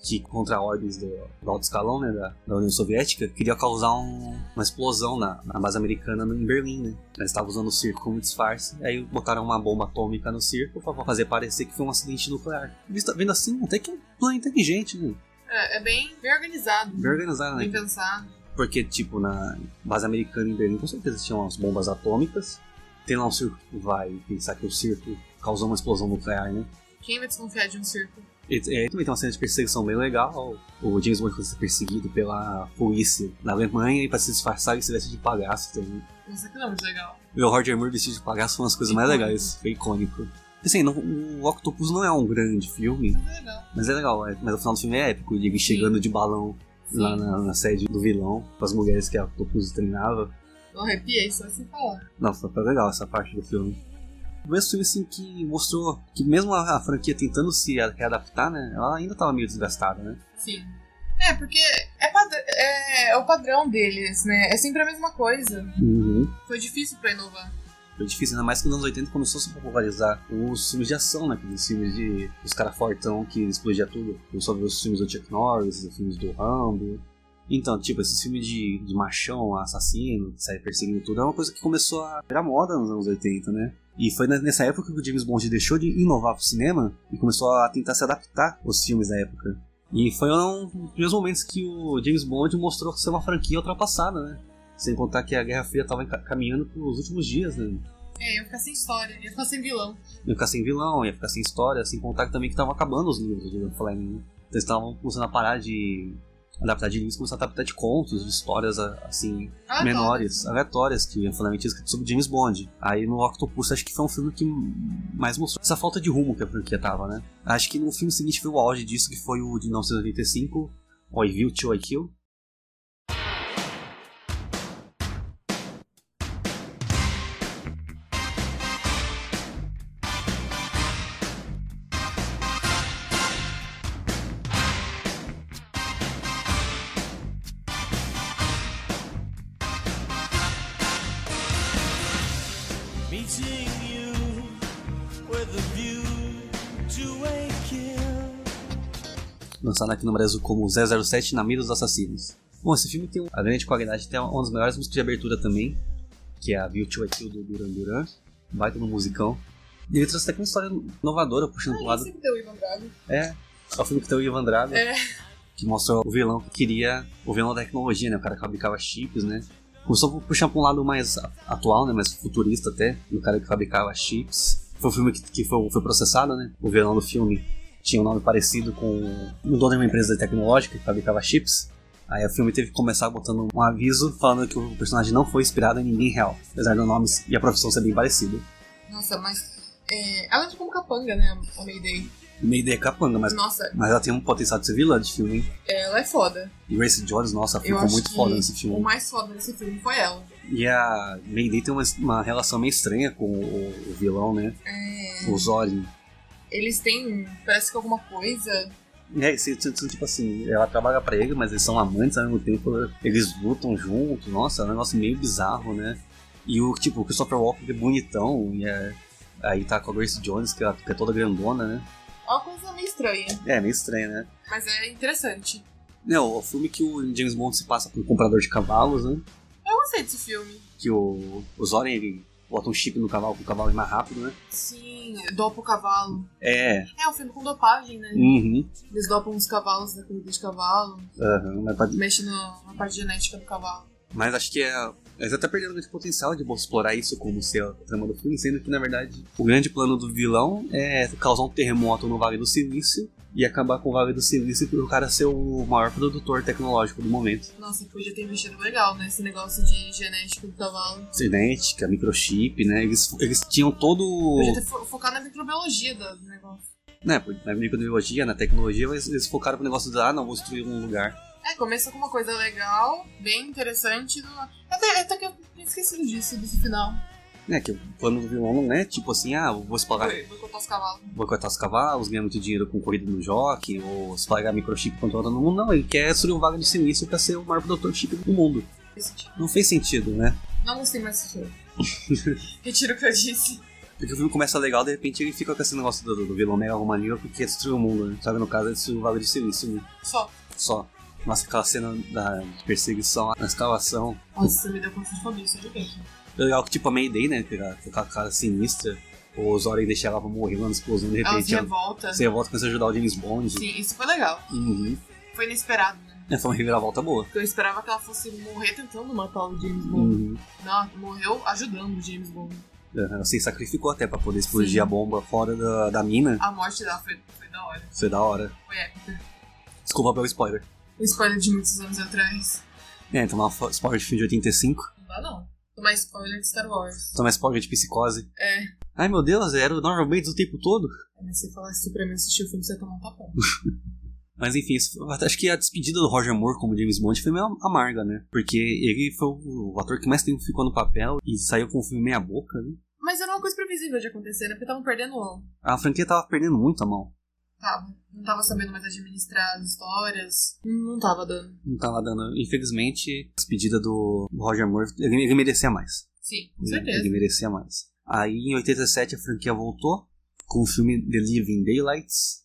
que contra ordens do, do alto escalão, né, da, da União Soviética, queria causar um- uma explosão na, na base americana em Berlim, né? Eles estavam usando o circo como disfarce, aí botaram uma bomba atômica no circo pra fazer parecer que foi um acidente nuclear. Visto, vendo assim, até que é um plano inteligente, né?
É, é bem, bem organizado.
Bem organizado, né?
Bem pensado.
Porque, tipo, na base americana em Berlim, com certeza tinham umas bombas atômicas. Tem lá um circo que vai pensar que o circo causou uma explosão nuclear, né?
Quem vai desconfiar de um circo?
E, é, também tem uma cena de perseguição bem legal. O James Bond foi perseguido pela polícia na Alemanha e pra se disfarçar ele se veste de palhaço também.
Nossa, que não é muito legal.
E o Roger Moore vestido de palhaço foi uma das coisas mais
Icônico.
legais. Foi icônico. Assim, não- o Octopus não é um grande filme,
Mas é legal.
mas é legal. é- mas o final do filme é épico. Ele chegando de balão
Sim.
lá na, na sede do vilão, com as mulheres que a Octopus treinava.
Eu arrepiei só sem falar.
Nossa, foi legal essa parte do filme. O mesmo filme assim, que mostrou que mesmo a, a franquia tentando se a- readaptar, né? Ela ainda tava meio desgastada, né?
Sim. É, porque é, pad- é- é o padrão deles, né? É sempre a mesma coisa.
Uhum.
Foi difícil pra inovar.
Foi difícil, ainda mais que nos anos 80 começou a se popularizar os filmes de ação, né? Aqueles filmes de os caras fortão que explodia tudo. Eu só vi os filmes do Chuck Norris, os filmes do Rambo. Então, tipo, esses filmes de, de machão, assassino, que sai perseguindo tudo, é uma coisa que começou a virar moda nos anos 80, né? E foi na- nessa época que o James Bond deixou de inovar pro cinema e começou a tentar se adaptar aos filmes da época. E foi um dos primeiros momentos que o James Bond mostrou ser uma franquia ultrapassada, né? Sem contar que a Guerra Fria tava enca- caminhando pros últimos dias, né?
É, ia ficar sem história, ia ficar sem vilão.
ia ficar sem vilão, ia ficar sem história, sem contar que também que estavam acabando os livros de Fleming. né? Então eles estavam começando a parar de adaptar de livros, começando a adaptar de contos, de histórias a- assim,
Aleatórias.
menores, aleatórias, que o Fleming tinha escrito sobre James Bond. Aí no Octopus acho que foi um filme que mais mostrou essa falta de rumo que a franquia tava, né? Acho que no filme seguinte foi o auge disso, que foi o de 1985, Oi Viu, Tio I Kill.
Meeting you with a view to a kill.
lançado aqui no Brasil como 007 Na Mira dos Assassinos. Bom, esse filme tem a grande qualidade, tem uma das melhores músicas de abertura também, que é a Beauty Will Kill do Duran Duran, baita no musicão. E ele trouxe até uma história inovadora, puxando pro lado.
Sempre deu Ivan Drago.
É, é o filme que tem o Ivan Drago,
É.
que mostrou o vilão que queria, o vilão da tecnologia, né, o cara que fabricava chips, né. Começou a puxar pra um lado mais a- atual, né, mais futurista até, do cara que fabricava chips. Foi o filme que, que foi, foi processado, né, o vilão do filme tinha um nome parecido com o dono de uma empresa tecnológica que fabricava chips. Aí o filme teve que começar botando um aviso falando que o personagem não foi inspirado em ninguém real, apesar do nome e a profissão ser bem parecida.
Nossa, mas. É, ela é tipo um capanga, né? A Mayday.
Meio de capanga, mas,
Nossa.
mas ela tem um potencial de ser vilã de filme, hein?
Ela é foda.
E Grace Jones, nossa,
Eu
ficou
acho
muito
que
foda nesse
o
filme.
mais foda desse filme foi ela.
E a Mayday tem uma, uma relação meio estranha com o, o vilão, né?
É,
O Zod.
eles têm. Parece que alguma coisa.
É, esse- esse- esse- tipo assim, ela trabalha pra ele, mas eles são amantes ao mesmo tempo, eles lutam juntos, nossa, é um negócio meio bizarro, né? E o tipo, o Christopher Walken é bonitão, e é- aí tá com a Grace Jones, que é, que é toda grandona, né?
É uma coisa meio estranha.
É, meio estranho, né?
Mas é interessante.
Não, o filme que o James Bond se passa por um comprador de cavalos, né?
Eu gostei desse filme.
Que o, o Zorin, ele bota um chip no cavalo, pro cavalo ir mais rápido, né?
Sim, dopa o cavalo.
É,
É um filme com dopagem, né?
uhum,
Eles dopam os cavalos da corrida de cavalo,
aham, mas pra-
mexem na, na parte genética do cavalo.
Mas acho que é. Eles até perderam esse potencial de explorar isso como ser a trama do filme, sendo que, na verdade, o grande plano do vilão é causar um terremoto no Vale do Silício e acabar com o Vale do Silício pro cara ser o maior produtor tecnológico do momento.
Nossa, podia ter investido legal, né? Esse negócio de genética do cavalo.
Genética, microchip, né? Eles, eles tinham todo.
Podia ter fo- focado na microbiologia do do negócio.
Né, na microbiologia, na tecnologia, mas eles focaram no negócio de, ah, não, vou destruir um lugar.
É, começa com uma coisa legal, bem interessante. Do... Até, até que eu tinha esquecido disso, desse final.
Né, que o plano do vilão não é tipo assim, ah, vou explorar.
Foi boicotar os cavalos.
boicotar os cavalos, ganhar muito dinheiro com corrida no jockey, ou espalhar microchip contra todo mundo. Não, ele quer subir um vaga do sinistro pra ser o maior produtor de chip do mundo. Não fez sentido, né?
tipo. Não gostei mais desse filme. Retiro o que eu disse.
Porque o filme começa legal, de repente ele fica com esse negócio do, do vilão mega romaníaco que quer destruir o mundo, né? Sabe, no caso, ele destruiu o vaga do sinistro né?
Só.
só. Nossa, aquela cena da perseguição, a escavação.
Nossa, me deu claustrofobia, isso é de bem.
Legal que, tipo, a Mayday, né? que era- Com aquela cara sinistra. Ou os Zorin deixar ela pra morrer lá na explosão, de
Ela
repente.
se revolta.
Se revolta começa a ajudar o James Bond.
Sim, isso foi legal.
Uhum.
Foi inesperado, né?
É, Foi uma reviravolta boa.
Porque eu esperava que ela fosse morrer tentando matar o James Bond.
Uhum.
Não, ela morreu ajudando o James Bond.
Aham, se sacrificou até pra poder explodir a bomba fora da, da mina.
A morte dela foi, foi da hora.
Isso é da hora.
Foi épica.
Desculpa pelo spoiler.
Um spoiler de muitos anos atrás.
É, tomar fo- spoiler de filme de 85.
Não dá, não. Tomar spoiler de Star Wars.
Tomar Então, é spoiler de psicose.
É.
Ai meu Deus, era o Norman Bates o tempo todo.
Mas se você falasse pra mim assistir o filme, você ia tomar um tapão.
Mas enfim, isso foi- acho que a despedida do Roger Moore como James Bond foi meio amarga, né? Porque ele foi o o ator que mais tempo ficou no papel e saiu com o filme meia boca, né?
Mas era uma coisa previsível de acontecer, né? Porque estavam perdendo o
A franquia tava perdendo muito a mão.
Tava. Não tava sabendo mais administrar as histórias. Não tava dando.
Não tava dando. Infelizmente, a despedida do Roger Moore, ele, ele merecia mais.
Sim, com
Ele-
certeza.
Ele merecia mais. Aí em 87 a franquia voltou com o filme The Living Daylights.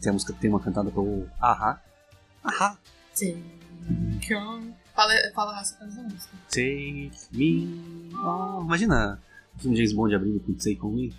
Tem a música tem uma cantada pelo Ahá. Ahá.
Sim. Fala, fala essa canção. música.
Take me. on. Oh, imagina o filme James Bond abrindo com Take on Me.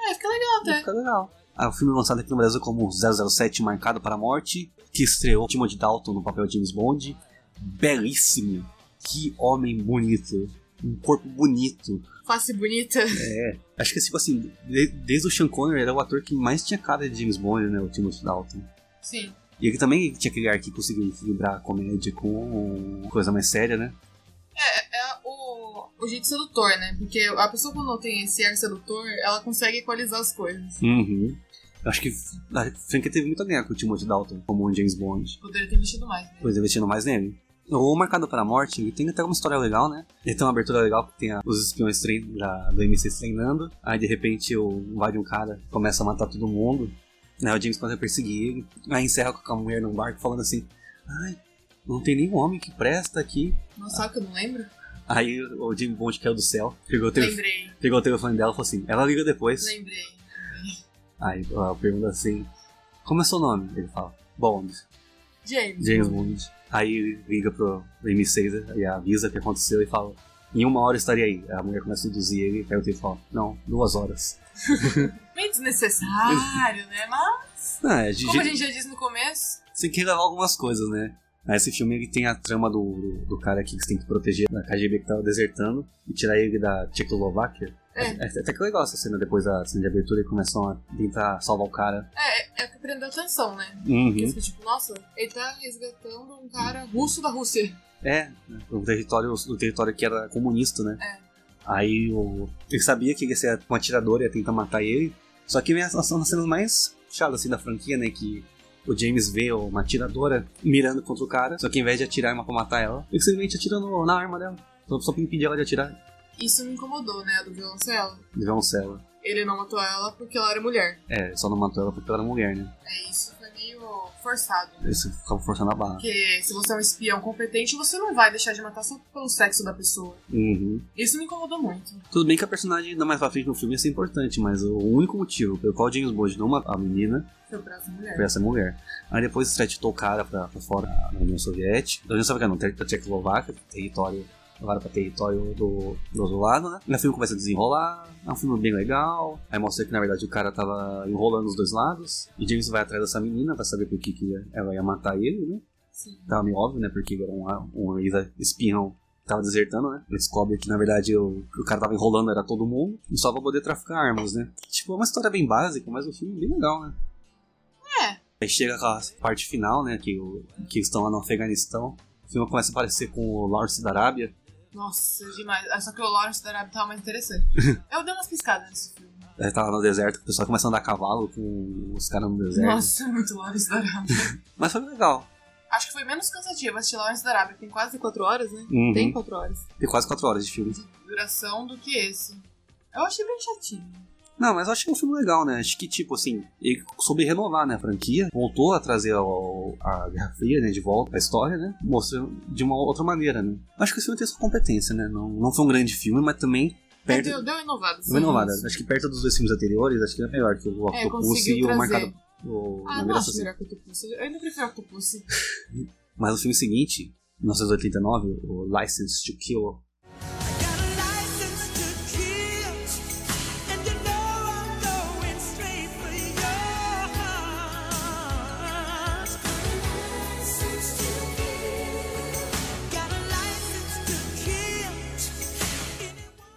É, fica legal até.
Fica legal. Ah, o filme lançado aqui no Brasil como 007 Marcado para a Morte, que estreou Timothy Dalton no papel de James Bond. Belíssimo. Que homem bonito. Um corpo bonito.
Face bonita.
É. Acho que, tipo assim, de- desde o Sean Connery era o ator que mais tinha cara de James Bond, né? O Timothy Dalton.
Sim.
E ele também tinha aquele ar que conseguiu equilibrar a comédia com coisa mais séria, né?
É, é o, o jeito sedutor, né? Porque a pessoa quando tem esse ar sedutor, ela consegue equalizar as coisas.
Uhum. Eu acho que a franquia teve muito a ganhar com o Timothy Dalton como um James Bond,
Poderia ter mexido mais. né?
pois investindo mais nele. O Marcado para a Morte, ele tem até uma história legal, né? Ele tem uma abertura legal que tem a- os espiões trein, da, do M6 treinando, aí de repente o, vai de um cara, começa a matar todo mundo, né? O James começa a perseguir ele, aí encerra com a mulher num barco falando assim, ai, não tem nenhum homem que presta aqui.
Nossa, só que eu não lembro.
Aí o o James Bond caiu do céu, pegou o, tele-
Lembrei.
pegou o telefone dela e falou assim, ela liga depois.
Lembrei.
Aí ela pergunta assim: Como é seu nome? Ele fala: Bond,
James.
James Bond. Aí ele liga pro M6 e avisa o que aconteceu e fala: Em uma hora eu estaria aí. A mulher começa a seduzir ele, aí o tempo fala: Não, duas horas.
Meio desnecessário, né? Mas.
Não, é de
Como a
jeito-
gente já disse no começo,
Você tem que levar algumas coisas, né? Aí Esse filme ele tem a trama do, do, do cara aqui que você tem que proteger da KGB que tava desertando e tirar ele da Tchecoslováquia.
É.
Até que legal essa cena depois da cena de abertura e começam a tentar salvar o cara.
é, é o que prendeu atenção, né?
Uhum.
Porque fica tipo, nossa, ele tá resgatando um cara russo da Rússia.
É, um território, um território que era comunista, né?
É.
Aí o, ele sabia que ia ser um atirador e ia tentar matar ele. Só que vem as- são as cenas mais chatas assim da franquia, né? Que o James vê uma atiradora mirando contra o cara, só que ao invés de atirar é uma pra matar ela, ele simplesmente atira no- na arma dela. Só, só pra impedir ela de atirar.
Isso me incomodou, né? A do violoncelo.
Ele um cela.
Ele não matou ela porque ela era mulher.
É, só não matou ela porque ela era mulher, né?
É, isso foi meio forçado.
Isso ficava forçando a barra.
Porque se você é um espião competente, você não vai deixar de matar só pelo sexo da pessoa.
Uhum.
Isso me incomodou muito.
Tudo bem que a personagem ainda mais pra frente no filme ia ser importante, mas o único motivo pelo qual James Bond não matou a menina
Foi pra essa mulher.
foi essa mulher. Aí depois extraditou o cara pra, pra fora da União Soviética. Da União Soviética não, ter- da Tchecoslováquia, é território. Levaram pra território do, do outro lado, né? E o filme começa a desenrolar, é um filme bem legal. Aí mostra que na verdade o cara tava enrolando os dois lados. E James vai atrás dessa menina pra saber por que, que ela ia matar ele, né?
Sim.
Tava meio óbvio, né? Porque ele era um, um ex-espião que tava desertando, né? Ele descobre que, na verdade, o, o cara tava enrolando era todo mundo, e só pra poder traficar armas, né? Tipo, é uma história bem básica, mas o filme é bem legal, né?
É.
Aí chega aquela parte final, né? Que, o- que eles estão lá no Afeganistão. O filme começa a aparecer com o Lawrence da Arábia.
Nossa, demais. Ah, Só que o Lawrence da Arábia tava
[LAUGHS]
mais interessante. Eu dei umas piscadas nesse filme.
Ele tá lá no deserto, o pessoal começa a andar a cavalo com os caras no deserto.
Nossa, muito Lawrence da Arábia.
Mas foi legal.
Acho que foi menos cansativo assistir Lawrence da Arábia. que Tem quase 4 horas, né?
Uhum.
Tem 4 horas.
Tem quase 4 horas de filme.
de Duração do que esse. Eu achei bem chatinho.
Não, mas eu achei um filme legal, né? Acho que, tipo assim, ele soube renovar, né, a franquia. Voltou a trazer ao- a Guerra Fria, né, de volta pra história, né? Mostrando de uma outra maneira, né? Acho que o filme tem sua competência, né? Não, não foi um grande filme, mas também
Mas
perto...
Deu, deu inovado.
Foi inovada. Acho que perto dos dois filmes anteriores, acho que é melhor que o
É,
né? Octopus
conseguiu
e o
trazer.
Marcado... O...
Ah,
na
não
Mira
acho
Assassina.
melhor que o Octopus. Eu ainda prefiro o Octopus.
Mas o filme seguinte, 1989, o License to Kill,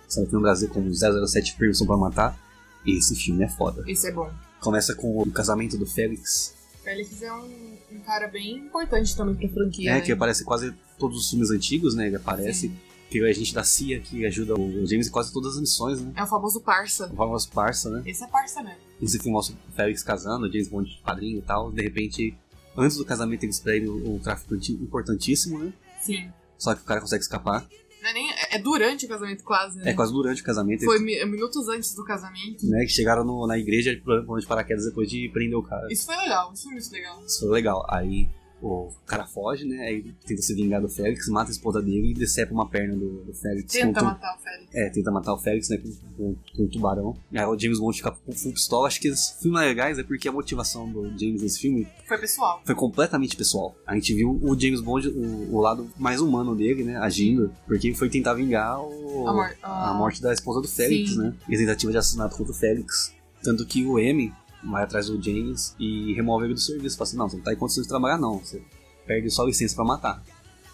saiu aqui no Brasil como 007 Ferguson pra Matar. Esse filme é foda.
Esse é bom.
Começa com o casamento do Félix,
Félix é um, um cara bem importante também pra franquia.
É,
né?
que aparece quase todos os filmes antigos, né? Ele aparece. Que a gente da CIA que ajuda o James em quase todas as missões, né?
É o famoso parça.
O famoso parça, né?
Esse é parça mesmo.
esse filme mostra o Félix casando, James Bond padrinho e tal. De repente, antes do casamento, eles prendem um traficante importantíssimo, né?
Sim.
Só que o cara consegue escapar.
Não é, nem, é durante o casamento, quase, né?
É quase durante o casamento.
Foi
eles-
mi- minutos antes do casamento.
né, que chegaram no- na igreja pro- pro- de paraquedas depois de prender o cara.
Isso foi legal, isso foi muito legal.
Isso foi legal. Aí o cara foge, né? Aí tenta se vingar do Félix, mata a esposa dele e decepa uma perna do, do Félix. com
Tenta
tu-
matar o Félix.
É, tenta matar o Félix, né? Com, com, com um tubarão. Aí o James Bond fica com full pistola. Acho que esses filmes legais é porque a motivação do James nesse filme
Foi pessoal.
foi completamente pessoal. A gente viu o James Bond, o, o lado mais humano dele, né? Agindo. Porque ele foi tentar vingar o,
A mor-
a morte da esposa do Félix,
Sim.
né? E a tentativa de assassinato contra o Félix. Tanto que o M vai atrás do James e remove ele do serviço. Fala assim, não, você não tá em condições de trabalhar não. Você perde só a licença pra matar.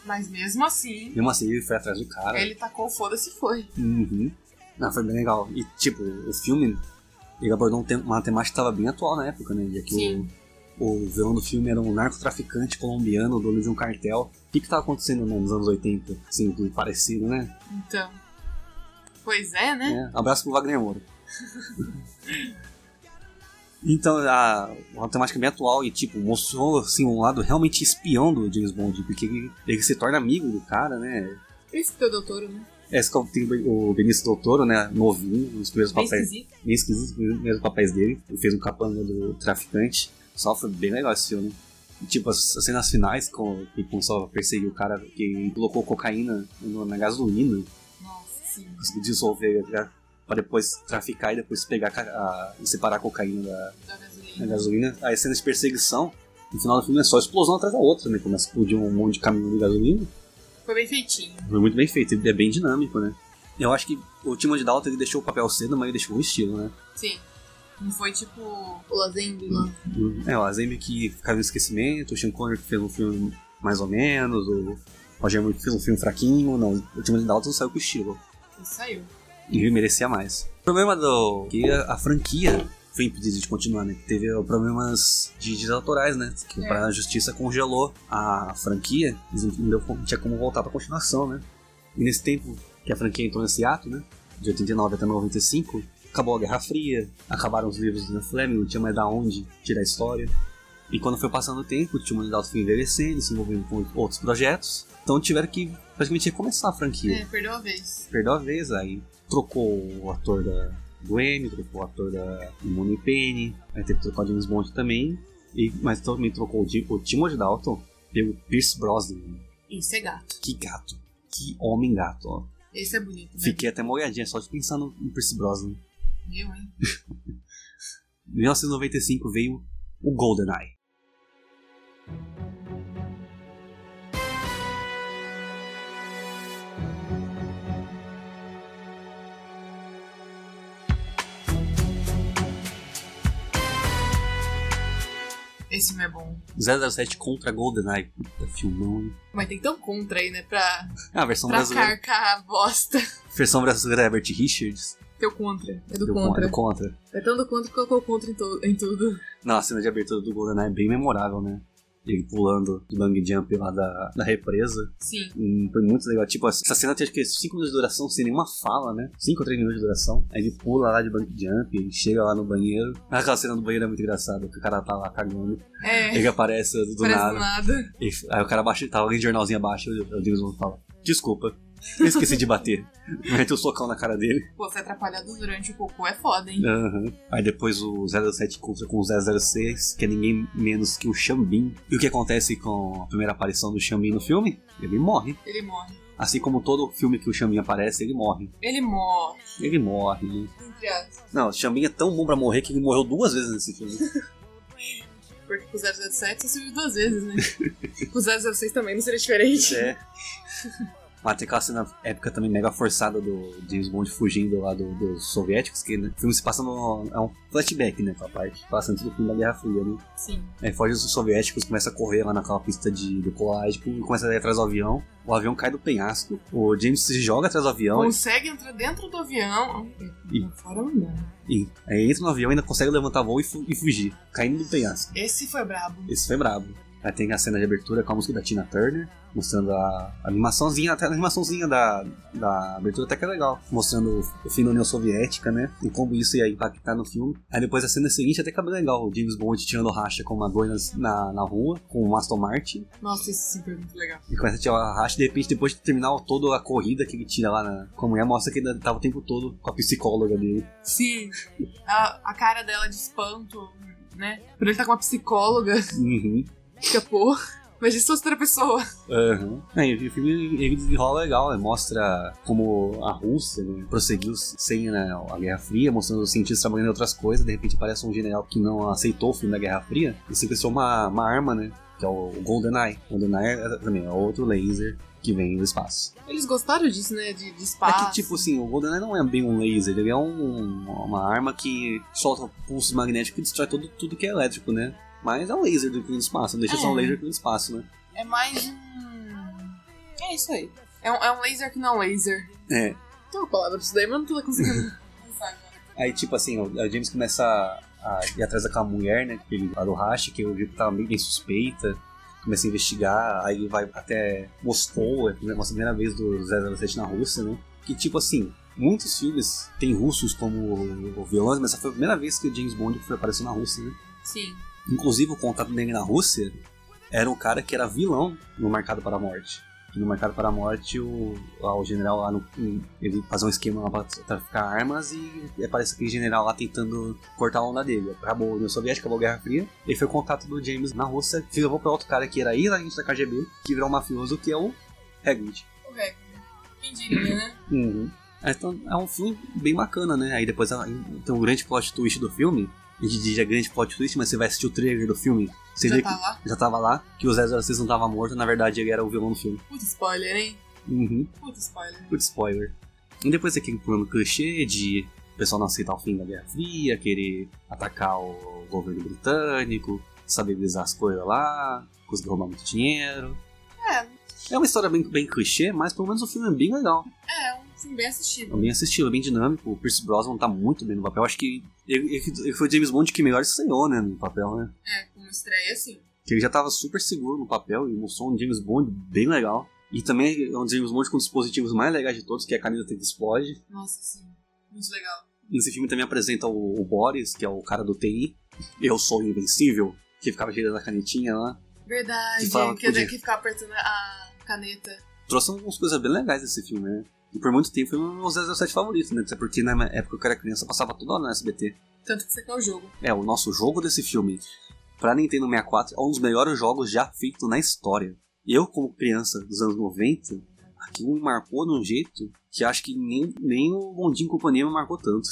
Mas mesmo assim,
Mesmo assim, ele foi atrás do cara.
ele tacou o foda-se e foi.
Uhum. Ah, foi bem legal. E, tipo, o filme, ele abordou um tema, uma temática que estava bem atual na época, né? Já que
Sim.
o, o vilão do filme era um narcotraficante colombiano, dono de um cartel. O que que tava acontecendo né, nos anos 80? Assim, do parecido, né?
Então. Pois é, né?
É. Abraço pro Wagner Moura. [LAUGHS] Então, a, uma temática bem atual e, tipo, mostrou, assim, um lado realmente espião do James Bond, porque ele, ele se torna amigo do cara, né?
Por isso que é o doutor, né?
Esse que é o- tem o Benício Del Toro, né? Novinho, nos primeiros
Bem
papéis.
esquisito.
bem esquisito mesmo os papéis dele. Ele fez um capanga do traficante. Só foi bem legal esse filme. E, tipo, as, as cenas finais, com, que o só perseguiu o cara que colocou cocaína no- na gasolina,
Nossa, sim.
conseguiu dissolver né, pra depois traficar e depois pegar ca- a, e separar a cocaína da,
Da
da
gasolina.
gasolina. Aí as cenas de perseguição, no final do filme é só explosão atrás da outra, né? Começa a explodir um monte de caminhão de gasolina. É.
Foi bem feitinho.
Foi muito bem feito, ele é bem dinâmico, né? Eu acho que o Timothy Dalton ele deixou o papel cedo, mas ele deixou o estilo, né?
Sim. Não foi tipo o Lazende lá.
É, o Azemi que ficava no esquecimento, o Sean Connery que fez um filme mais ou menos, o Roger Moore que fez um filme fraquinho, não, o Timothy Dalton saiu com estilo,
Ele saiu.
e ele merecia mais. O problema do... que a, a franquia foi impedida de continuar, né, teve ó, problemas de direitos autorais, né, que
É.
a justiça congelou a franquia, eles não, não deu- não tinha como voltar pra continuação, né. E nesse tempo que a franquia entrou nesse ato, né, de 89 até 95, acabou a Guerra Fria, acabaram os livros do Ian Fleming, não tinha mais da onde tirar a história. E quando foi passando o tempo, o Timon Dalton foi envelhecendo, se envolvendo com outros projetos, então tiveram que praticamente recomeçar a franquia.
É, perdeu a vez.
Perdeu a vez, aí trocou o ator da do M, trocou o ator da Money Penny, aí teve que trocar o James Bond também, e, mas também trocou o, Di- o Timothy Dalton pelo Pierce Brosnan.
Isso é gato.
Que gato, que homem gato, ó.
Esse é bonito, né?
Fiquei até molhadinha só de pensar no, no Pierce Brosnan.
Meu, hein?
Em 1995 veio o GoldenEye.
Esse filme é bom.
007 contra GoldenEye. Puta filmão, hein?
Mas tem tão contra aí, né? Pra,
Ah, a versão
pra
brasileira.
carcar a bosta.
Versão brasileira é Bert Richards.
Teu contra. É do
Do con-
contra.
do contra.
É tão do contra que colocou contra em, to- em tudo.
Não, a cena de abertura do GoldenEye é bem memorável, né? Ele pulando do bang jump lá da, da represa.
Sim.
Hum, Foi muito legal. Tipo, essa cena tem acho que 5 minutos de duração sem nenhuma fala, né? 5 ou 3 minutos de duração. Aí ele pula lá de bang jump, ele chega lá no banheiro. Aquela cena do banheiro é muito engraçada, que o cara tá lá cagando.
É.
Ele aparece do
parece
nada.
do nada.
E f- aí o cara baixa, tava lendo jornalzinho abaixo, e o o James Bond fala, desculpa, eu esqueci de
[LAUGHS]
bater. Mete o socão na cara dele.
Pô, ser atrapalhado durante o cocô é foda, hein?
Aham. Aí depois o 07 encontra com o 006, que é ninguém menos que o Xambin. E o que acontece com a primeira aparição do Xambin no filme? Ele morre.
Ele morre.
Assim como todo filme que o Xambin aparece, ele morre.
Ele morre.
Ele morre.
Entre aspas.
Não, o Xambin é tão bom pra morrer que ele morreu duas vezes nesse filme.
Porque com o 007 você viu duas vezes, né? com o 006 também não seria diferente.
É. Mas tem aquela cena épica também mega forçada do James Bond fugindo lá do- dos soviéticos, que né, o filme se passa no. É um flashback, né? Aquela parte. Passa antes do fim da Guerra Fria, né?
Sim.
Aí foge dos soviéticos, começa a correr lá naquela pista de decolagem, pum, começa a ir atrás do avião. O avião cai do penhasco, o James se joga atrás do avião,
Consegue entrar dentro do avião. é,
Ih.
Não fora não dá.
e, aí entra no avião e ainda consegue levantar voo e, fu- e fugir, caindo do penhasco.
Esse foi brabo.
Esse foi brabo. Aí tem a cena de abertura com a música da Tina Turner, mostrando a animaçãozinha, até a animaçãozinha da, da abertura até que é legal, mostrando o fim da União Soviética, né? E como isso ia impactar no filme. Aí depois a cena seguinte até que é bem legal, o James Bond tirando racha com uma boi nas- na, na rua, com o Aston Martin,
Nossa, esse filme é muito legal.
e começa a tirar a racha, e de repente, depois de terminar toda a corrida que ele tira lá na, com a mulher, mostra que ele ainda tava o tempo todo com a psicóloga dele.
Sim, a, a cara dela de espanto, né? Por ele tá com uma psicóloga, [LAUGHS]
Uhum.
fica, pô, mas isso é outra pessoa.
Aham. É, e o filme ele desenrola legal, né? mostra como a Rússia né, prosseguiu sem né, a Guerra Fria, mostrando os cientistas trabalhando em outras coisas, de repente parece um general que não aceitou o fim da Guerra Fria e sequestrou uma, uma arma, né? Que é o GoldenEye. GoldenEye é, também é outro laser que vem do espaço.
Eles gostaram disso, né? De, de
É
espaço.
que, tipo assim, o GoldenEye não é bem um laser, ele é um- uma arma que solta pulsos magnéticos e destrói todo, tudo que é elétrico, né? Mas é um laser do que vem do espaço, não deixa só um
É.
laser que vem do espaço, né?
É mais um. É isso aí. É um, é um laser que não é um laser.
É,
Tem uma palavra pra isso daí, mas não tô [LAUGHS] conseguindo. pensar.
Aí, tipo assim, o o James começa a, a ir atrás daquela mulher, né? Que ele, a do Hash, que eu vi que tava meio bem suspeita. Começa a investigar, aí ele vai até Moscou, é a primeira- nossa primeira vez do 007 na Rússia, né? Que, tipo assim, muitos filmes têm russos como vilões, mas essa foi a primeira vez que o James Bond foi, apareceu na Rússia, né?
Sim.
Inclusive, o contato dele na Rússia era um cara que era vilão no Marcado para a Morte. E no Marcado para a Morte, o, lá, o general lá, no, ele fazia um esquema lá pra traficar armas e aparece aquele general lá tentando cortar a onda dele. Acabou a União Soviética, acabou a Guerra Fria. Ele foi o contato do James na Rússia, que levou para outro cara que era aí na gente da KGB, que virou um mafioso, que é o Hagrid.
O Rec, né? Quem diria, né?
Uhum. Então, é um filme bem bacana, né? Aí depois ah, tem um grande plot twist do filme. A gente diz que é grande plot twist, mas você vai assistir o trailer do filme. Você
Já
vê
tá
que
lá?
já tava lá, que o 006 não tava morto, na verdade ele era o vilão do filme.
Puta spoiler, hein?
Uhum.
Puta spoiler.
Good spoiler. E depois aquele plano clichê de o pessoal não aceitar o fim da Guerra Fria, querer atacar o governo britânico, estabilizar as coisas lá, conseguir roubar muito dinheiro.
É.
É uma história bem, bem clichê, mas pelo menos o filme é bem legal.
É, um filme bem
É
assistido.
bem assistido, é bem dinâmico. O Pierce Brosnan tá muito bem no papel. Acho que ele, ele- ele foi o James Bond que melhor estreou, né, no papel, né?
É, como estreia, assim.
que ele já tava super seguro no papel e mostrou um James Bond bem legal. E também é um James Bond com um dos dispositivos mais legais de todos, que é a camisa que explode.
Nossa, sim. Muito legal.
Nesse filme também apresenta o, o Boris, que é o cara do TI. Eu sou o invencível, que ficava girando a canetinha lá.
Verdade,
Que fala-
que é
podia-
daqui ficar apertando a caneta.
Trouxe algumas coisas bem legais desse filme, né? E por muito tempo foi um dos meus 007 favoritos, né? Até porque na época que eu era criança passava toda hora no SBT.
Tanto que você quer o jogo.
É, o nosso jogo desse filme, pra Nintendo 64, é um dos melhores jogos já feito na história. Eu, como criança dos anos 90, aquilo me marcou de um jeito que acho que nem, nem o Bondinho e Companhia me marcou tanto.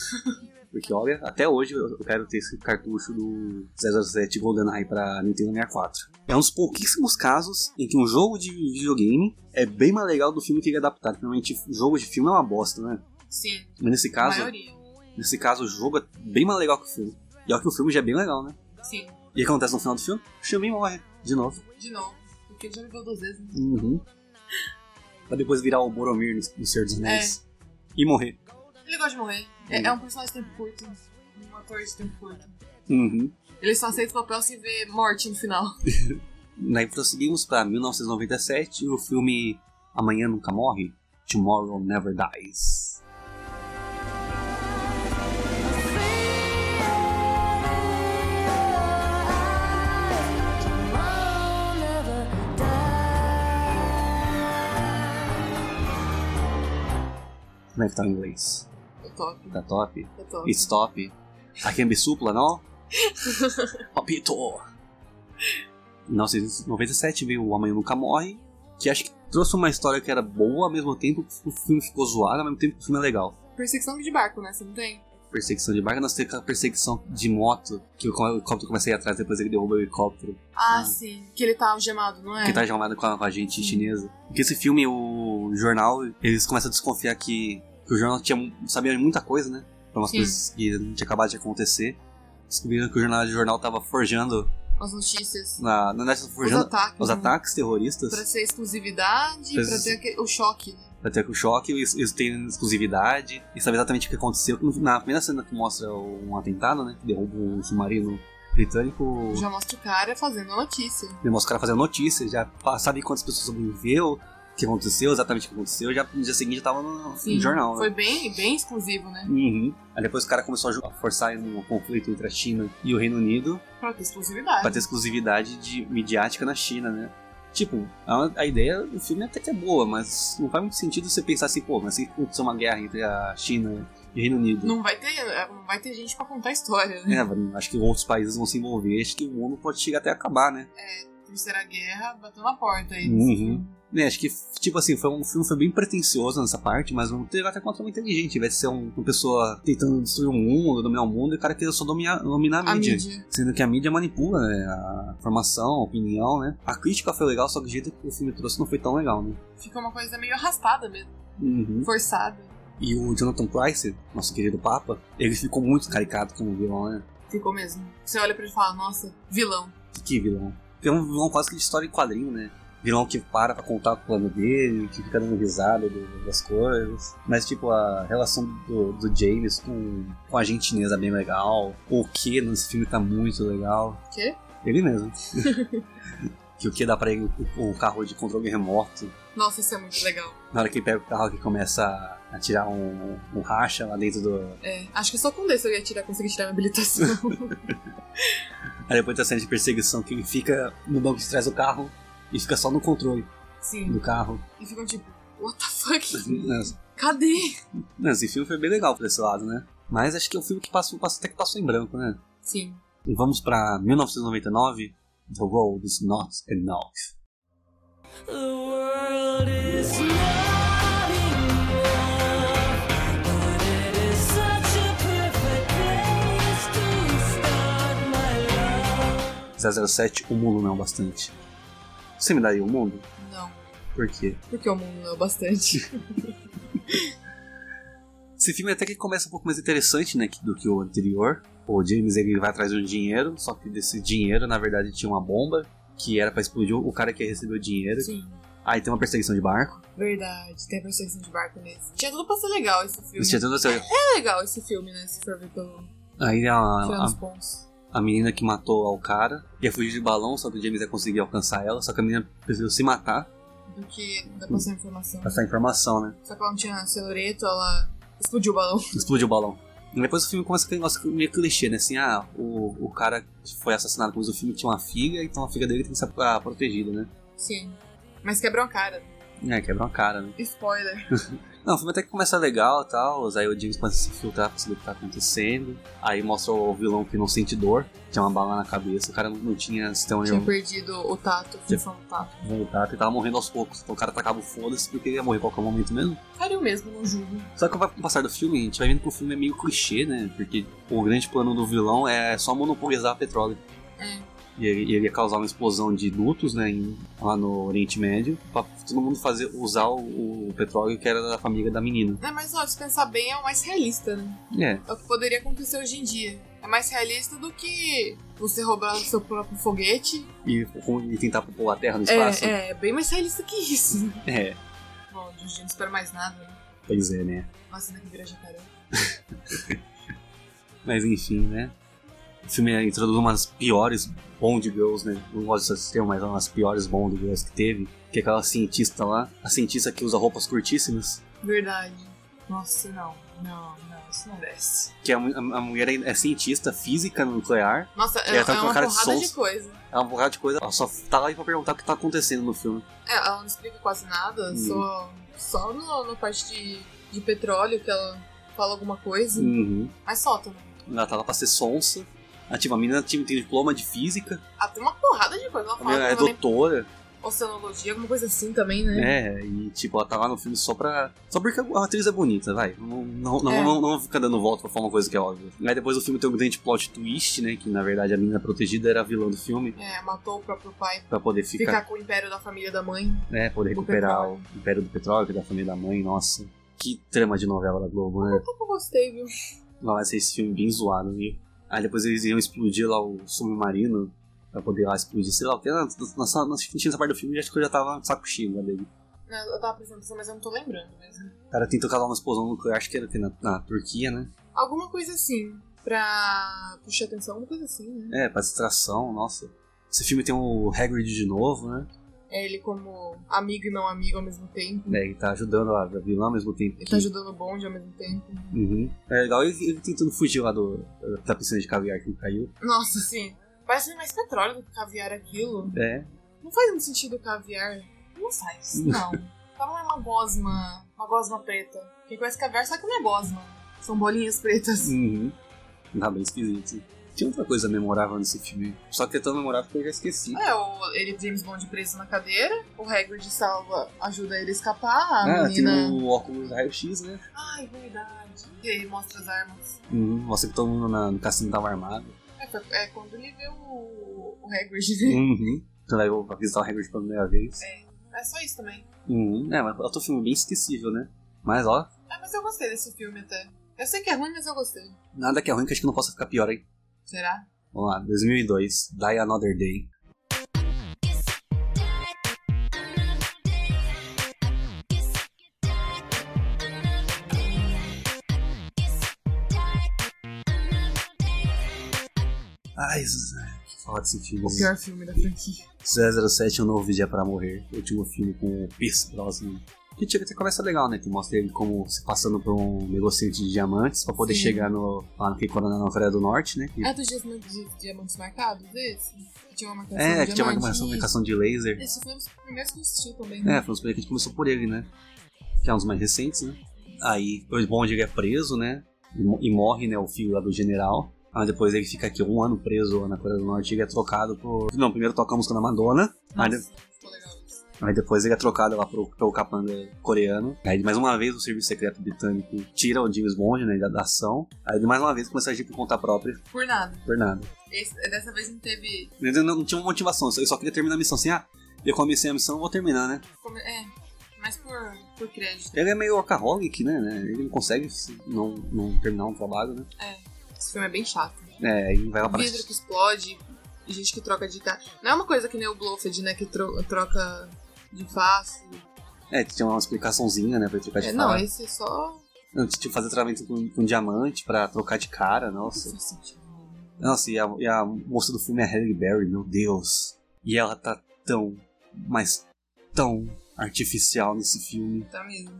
Porque, olha, até hoje eu eu quero ter esse cartucho do 007 GoldenEye pra Nintendo 64. É um dos pouquíssimos casos em que um jogo de videogame é bem mais legal do filme que ele é adaptado. Normalmente, jogo de filme é uma bosta, né?
Sim.
Mas nesse
A
caso,
maioria.
nesse caso o jogo é bem mais legal que o filme. E olha que o filme já é bem legal, né?
Sim.
E o que acontece no final do filme? O Xiaomi morre, de novo.
De novo. Porque ele já levou duas vezes. né?
Uhum. Pra depois virar o Boromir no, no Senhor dos Anéis. E morrer.
Ele gosta de morrer.
Hum.
É, é um personagem de tempo curto. Um ator de tempo curto.
Uhum.
Ele só aceita o papel se vê morte no final.
Daí prosseguimos pra 1997 e o filme Amanhã Nunca Morre, Tomorrow Never Dies. Como é que tá em inglês?
É top.
Tá top?
Tá top.
It's top. I can be supla, não? Papito! Em 1997 veio O Amanhã Nunca Morre, que acho que trouxe uma história que era boa, ao mesmo tempo que o filme ficou zoado, ao mesmo tempo que o filme é legal.
Perseguição de barco, né? Você não tem?
Perseguição de barco, nós temos aquela perseguição de moto, que o helicóptero começa a ir atrás, depois ele derruba o helicóptero.
Ah, sim. Que ele tá algemado, não é?
que tá jornada com a, com a gente chinesa. Porque esse filme, o jornal, eles começam a desconfiar que, que o jornal tinha, mu- sabia muita coisa, né? Foi umas
Sim.
coisas que não tinha acabado de acontecer. Descobriram que o jornal, o jornal tava forjando,
As notícias.
na, na verdade, forjando
ataques,
os
né?
ataques terroristas.
Pra ser exclusivididade,
Pra
pra,
ser-
ter aquele- o choque, né?
Pra ter o choque, eles, eles têm exclusividade, e sabe exatamente o que aconteceu. Na primeira cena que mostra um atentado, né? Que derruba um submarino britânico.
Já mostra o cara fazendo a notícia.
Já mostra o cara fazendo notícia, já pa- sabe quantas pessoas sobreviveu, o que aconteceu, exatamente o que aconteceu, já no dia seguinte já tava no, no
Sim,
jornal. né?
Foi bem, bem exclusivo, né?
Uhum. Aí depois o cara começou a ju- a forçar um conflito entre a China e o Reino Unido
Pra ter exclusividade.
pra ter exclusividade de midiática na China, né? Tipo, a, a ideia do filme até que é boa, mas não faz muito sentido você pensar assim, pô, mas se acontecer uma guerra entre a China e o Reino Unido.
Não vai ter, é, não vai ter gente pra contar a história, né?
É, mano, acho que outros países vão se envolver, acho que o mundo pode chegar até a acabar, né?
Terceira guerra bateu na porta aí.
Uhum. Né, acho que, tipo assim, foi um o filme foi bem pretencioso nessa parte, mas não teve até contra uma inteligente. Vai ser um- uma pessoa tentando destruir o mundo, dominar o mundo, e o cara queria só dominar, dominar a,
A
mídia,
mídia.
Sendo que a mídia manipula né, a informação, a opinião, né? A crítica foi legal, só que o jeito que o filme trouxe não foi tão legal, né?
Fica uma coisa meio arrastada mesmo,
Uhum.
forçada.
E o Jonathan Price, nosso querido Papa, ele ficou muito caricato como vilão, né?
Ficou mesmo. Você olha pra ele e fala, nossa, vilão.
Que, que vilão? Porque é um vilão quase que de história em quadrinho, né? Vilão que para pra contar o plano dele, que fica dando risada do- das coisas. Mas, tipo, a relação do, do James com, com a gente chinesa é bem legal. O que nesse filme tá muito legal.
Quê?
Ele mesmo. [LAUGHS] que o que dá pra ele o, o carro de controle remoto.
Nossa, isso é muito legal.
Na hora que ele pega o carro que começa a, a tirar um, um racha lá dentro do.
É, acho que só com desse eu ia tirar, conseguir tirar minha habilitação.
Aí depois tem a cena de perseguição que ele fica no banco de trás do carro e fica só no controle
Sim.
do carro.
E ficam tipo, what the fuck?
Né?
Cadê?
Não, esse filme foi bem legal por esse lado, né? Mas acho que é um filme que passou, passou- até que passou em branco, né?
Sim.
E vamos pra 1999, The Road is Not Enough.
The world is not enough, but it is such a perfect place to start my love.
007, O Mundo Não é o Bastante. Você me daria o mundo?
Não.
Por quê?
Porque o mundo não é o bastante.
Esse filme até que começa um pouco mais interessante né, que- do que o anterior. O James ele vai atrás de um dinheiro, só que desse dinheiro, na verdade, tinha uma bomba que era pra explodir o cara que recebeu o dinheiro.
Sim.
Aí tem uma perseguição de barco.
Verdade, tem a perseguição de barco nesse. Tinha tudo pra ser legal esse filme.
Isso tinha tudo a ser-
É legal esse filme, né? Se for ver pelo.
Aí a,
Tirando
a,
os pontos.
a menina que matou ao cara ia fugir de balão, só que o James ia conseguir alcançar ela, só que a menina precisou se matar
Do que dá pra ser informação.
pra essa informação, né?
Só que ela não tinha celureto, ela explodiu o balão.
Explodiu o balão. E depois o filme começa aquele negócio meio clichê, né? Assim, ah, o, o cara que foi assassinado com o filme tinha uma filha, então a filha dele tem que ser ah, protegida, né?
Sim. Mas quebrou a cara.
É, quebra uma cara, né?
Spoiler.
Não, o filme até que começa legal e tal, aí o James começa a se filtrar pra saber o que tá acontecendo, aí mostra o vilão que não sente dor, tinha uma bala na cabeça, o cara não, não tinha sistema
Tinha
nenhum.
perdido o tato, a função do tato.
voltar, que ele tava morrendo aos poucos. Então o cara tacava o foda-se porque ele ia morrer a qualquer momento mesmo.
Cara, eu mesmo não julgo.
Só que com o passar do filme, a gente vai vendo que o filme é meio clichê, né? Porque o grande plano do vilão é só monopolizar petróleo.
É.
E ele, ele ia causar uma explosão de dutos, né? em- lá no Oriente Médio, pra todo mundo fazer, usar o, o petróleo que era da família da menina.
É, mas ó, se pensar bem, é o mais realista, né?
É,
É o que poderia acontecer hoje em dia. É mais realista do que você roubar o seu próprio foguete.
e, com- e tentar popular a Terra no espaço.
É, é, bem mais realista que isso.
É,
Bom, hoje em dia não espero mais nada, né?
pois é, né?
Nossa, né, que vira jacaré.
Mas enfim, né? O filme é, introduz umas piores Bond Girls, né? Não gosto desse termo, mas é umas piores Bond Girls que teve. Que é aquela cientista lá, a cientista que usa roupas curtíssimas.
Verdade. Nossa, não. Não, não, isso não desce.
Que a, mu- a- a mulher é cientista física nuclear.
Nossa,
E
é,
ela tá
é
com
uma
cara de
porrada de,
sonsa.
coisa.
É uma porrada de coisa. Ela só tá lá pra perguntar o que tá acontecendo no filme.
É, ela não explica quase nada,
Hum.
só, só no- na parte de, de petróleo que ela fala alguma coisa.
Uhum.
Mas só também.
Ela tá lá pra ser sonsa. A, tipo, a menina tem tem diploma de física.
Ah, tem uma porrada de coisa. Ela
A
fala
menina é
também
doutora.
oceanologia, alguma coisa assim também, né?
É, e tipo, ela tá lá no filme só pra. Só porque a atriz é bonita, vai. Não, não, não,
É.
não, não fica dando volta pra falar uma coisa que é óbvia. Aí depois o filme tem um grande plot twist, né? Que na verdade a menina protegida era a vilã do filme.
É, matou o próprio pai.
Pra poder
Ficar
ficar,
com o império da família da mãe.
né? Poder
do
recuperar o
petróleo.
Império do Petróleo, que é da família da mãe, nossa. Que trama de novela da Globo, né?
Pouco eu gostei, viu?
Lá vai ser esse filme bem zoado, viu? Aí depois eles iam explodir lá o submarino pra poder lá explodir, sei lá, o que na, na, na, nessa parte do filme acho que eu já tava de saco cheio né, dele.
Não, Eu tava prestando atenção, mas eu não tô lembrando mesmo.
O cara tentou causar uma explosão nuclear, acho que era aqui na, na Turquia, né?
Alguma coisa assim. pra puxar atenção, alguma coisa assim, né?
É, pra distração, nossa. Esse filme tem o Hagrid de novo, né?
É ele como amigo e não amigo ao mesmo tempo.
É, ele tá ajudando a a vilã ao mesmo tempo.
Ele
que-
tá ajudando o bonde ao mesmo tempo.
Uhum. É legal ele, ele tentando fugir lá do, da piscina de caviar que caiu.
Nossa, sim. Parece mais petróleo do que caviar aquilo.
É.
Não faz muito sentido caviar. Não faz, não. Tava lá uma gosma, uma gosma preta. Quem conhece caviar sabe que não é gosma. São bolinhas pretas.
Uhum. Tá bem esquisito. Tinha outra coisa memorável nesse filme. Só que é tão memorável que eu já esqueci.
É, o, ele James Bond preso na cadeira, o Hagrid salva, ajuda ele a escapar, a
ah, tem
menina...
o óculos raio-x, né?
Ai, verdade. E aí ele mostra as armas.
Uhum. Mostra que todo mundo na- no cassino tava armado.
É, foi- é quando ele vê o, o Hagrid, né?
Uhum. Então levou pra visitar o Hagrid pela primeira vez.
[LAUGHS] É só isso também.
Uhum. É, mas é outro filme bem esquecível, né? Mas ó,
Ah, mas eu gostei desse filme até. Eu sei que é ruim, mas eu gostei.
nada que é ruim que acho que não possa ficar pior, hein?
Será?
Vamos lá, 2002, Die Another Day. Ai, Suzana, que foda esse filme.
O pior filme da franquia.
007, um novo vídeo é pra morrer. Último filme com o Pierce Brosnan. Que chega até começa legal, né? Que mostra ele como se passando por um negociante de diamantes pra poder
Sim.
chegar no, lá no que na na Coreia do Norte, né? Que-
É dos dias de diamantes marcados, esse? Que tinha uma marcação
é,
de
que tinha uma
diamante.
comunicação de laser.
Esse foi um dos primeiros que eu assisti também.
É,
né?
foi um super que a gente começou por ele, né? Que é um dos mais recentes, né? Aí o Bond ele é preso, né? E mo- E morre, né? O filho lá do general. Aí depois ele fica aqui um ano preso na Coreia do Norte. Ele é trocado por. Não, primeiro toca a música da Madonna. Aí, de- aí depois ele é trocado lá pro, pelo capanga coreano. Aí mais uma vez o serviço secreto britânico tira o James Bond, né? Da, da ação. Aí ele, mais uma vez começa a agir por conta própria,
Por nada.
por nada.
Esse- dessa vez não teve.
Ele não, não tinha uma motivação, só- ele só queria terminar a missão assim, ah, eu comecei a missão, vou terminar, né?
como- É, mas por, por crédito.
Ele é meio workaholic, né? né? Ele não consegue se- não, não terminar um trabalho, né?
É. Esse filme é bem chato.
É, aí vai lá pra...
Vidro que explode, gente que troca de cara. Não é uma coisa que nem o Blofeld, né? Que tro- troca de face.
É, tinha uma explicaçãozinha, né? Pra ele trocar de
É,
cara.
não, esse é só.
Não, tinha que fazer tratamento com, com diamante pra trocar de cara, nossa. Nossa, e a, e a moça do filme é a Halle Berry, meu Deus. E ela tá tão, mas tão artificial nesse filme.
Tá mesmo.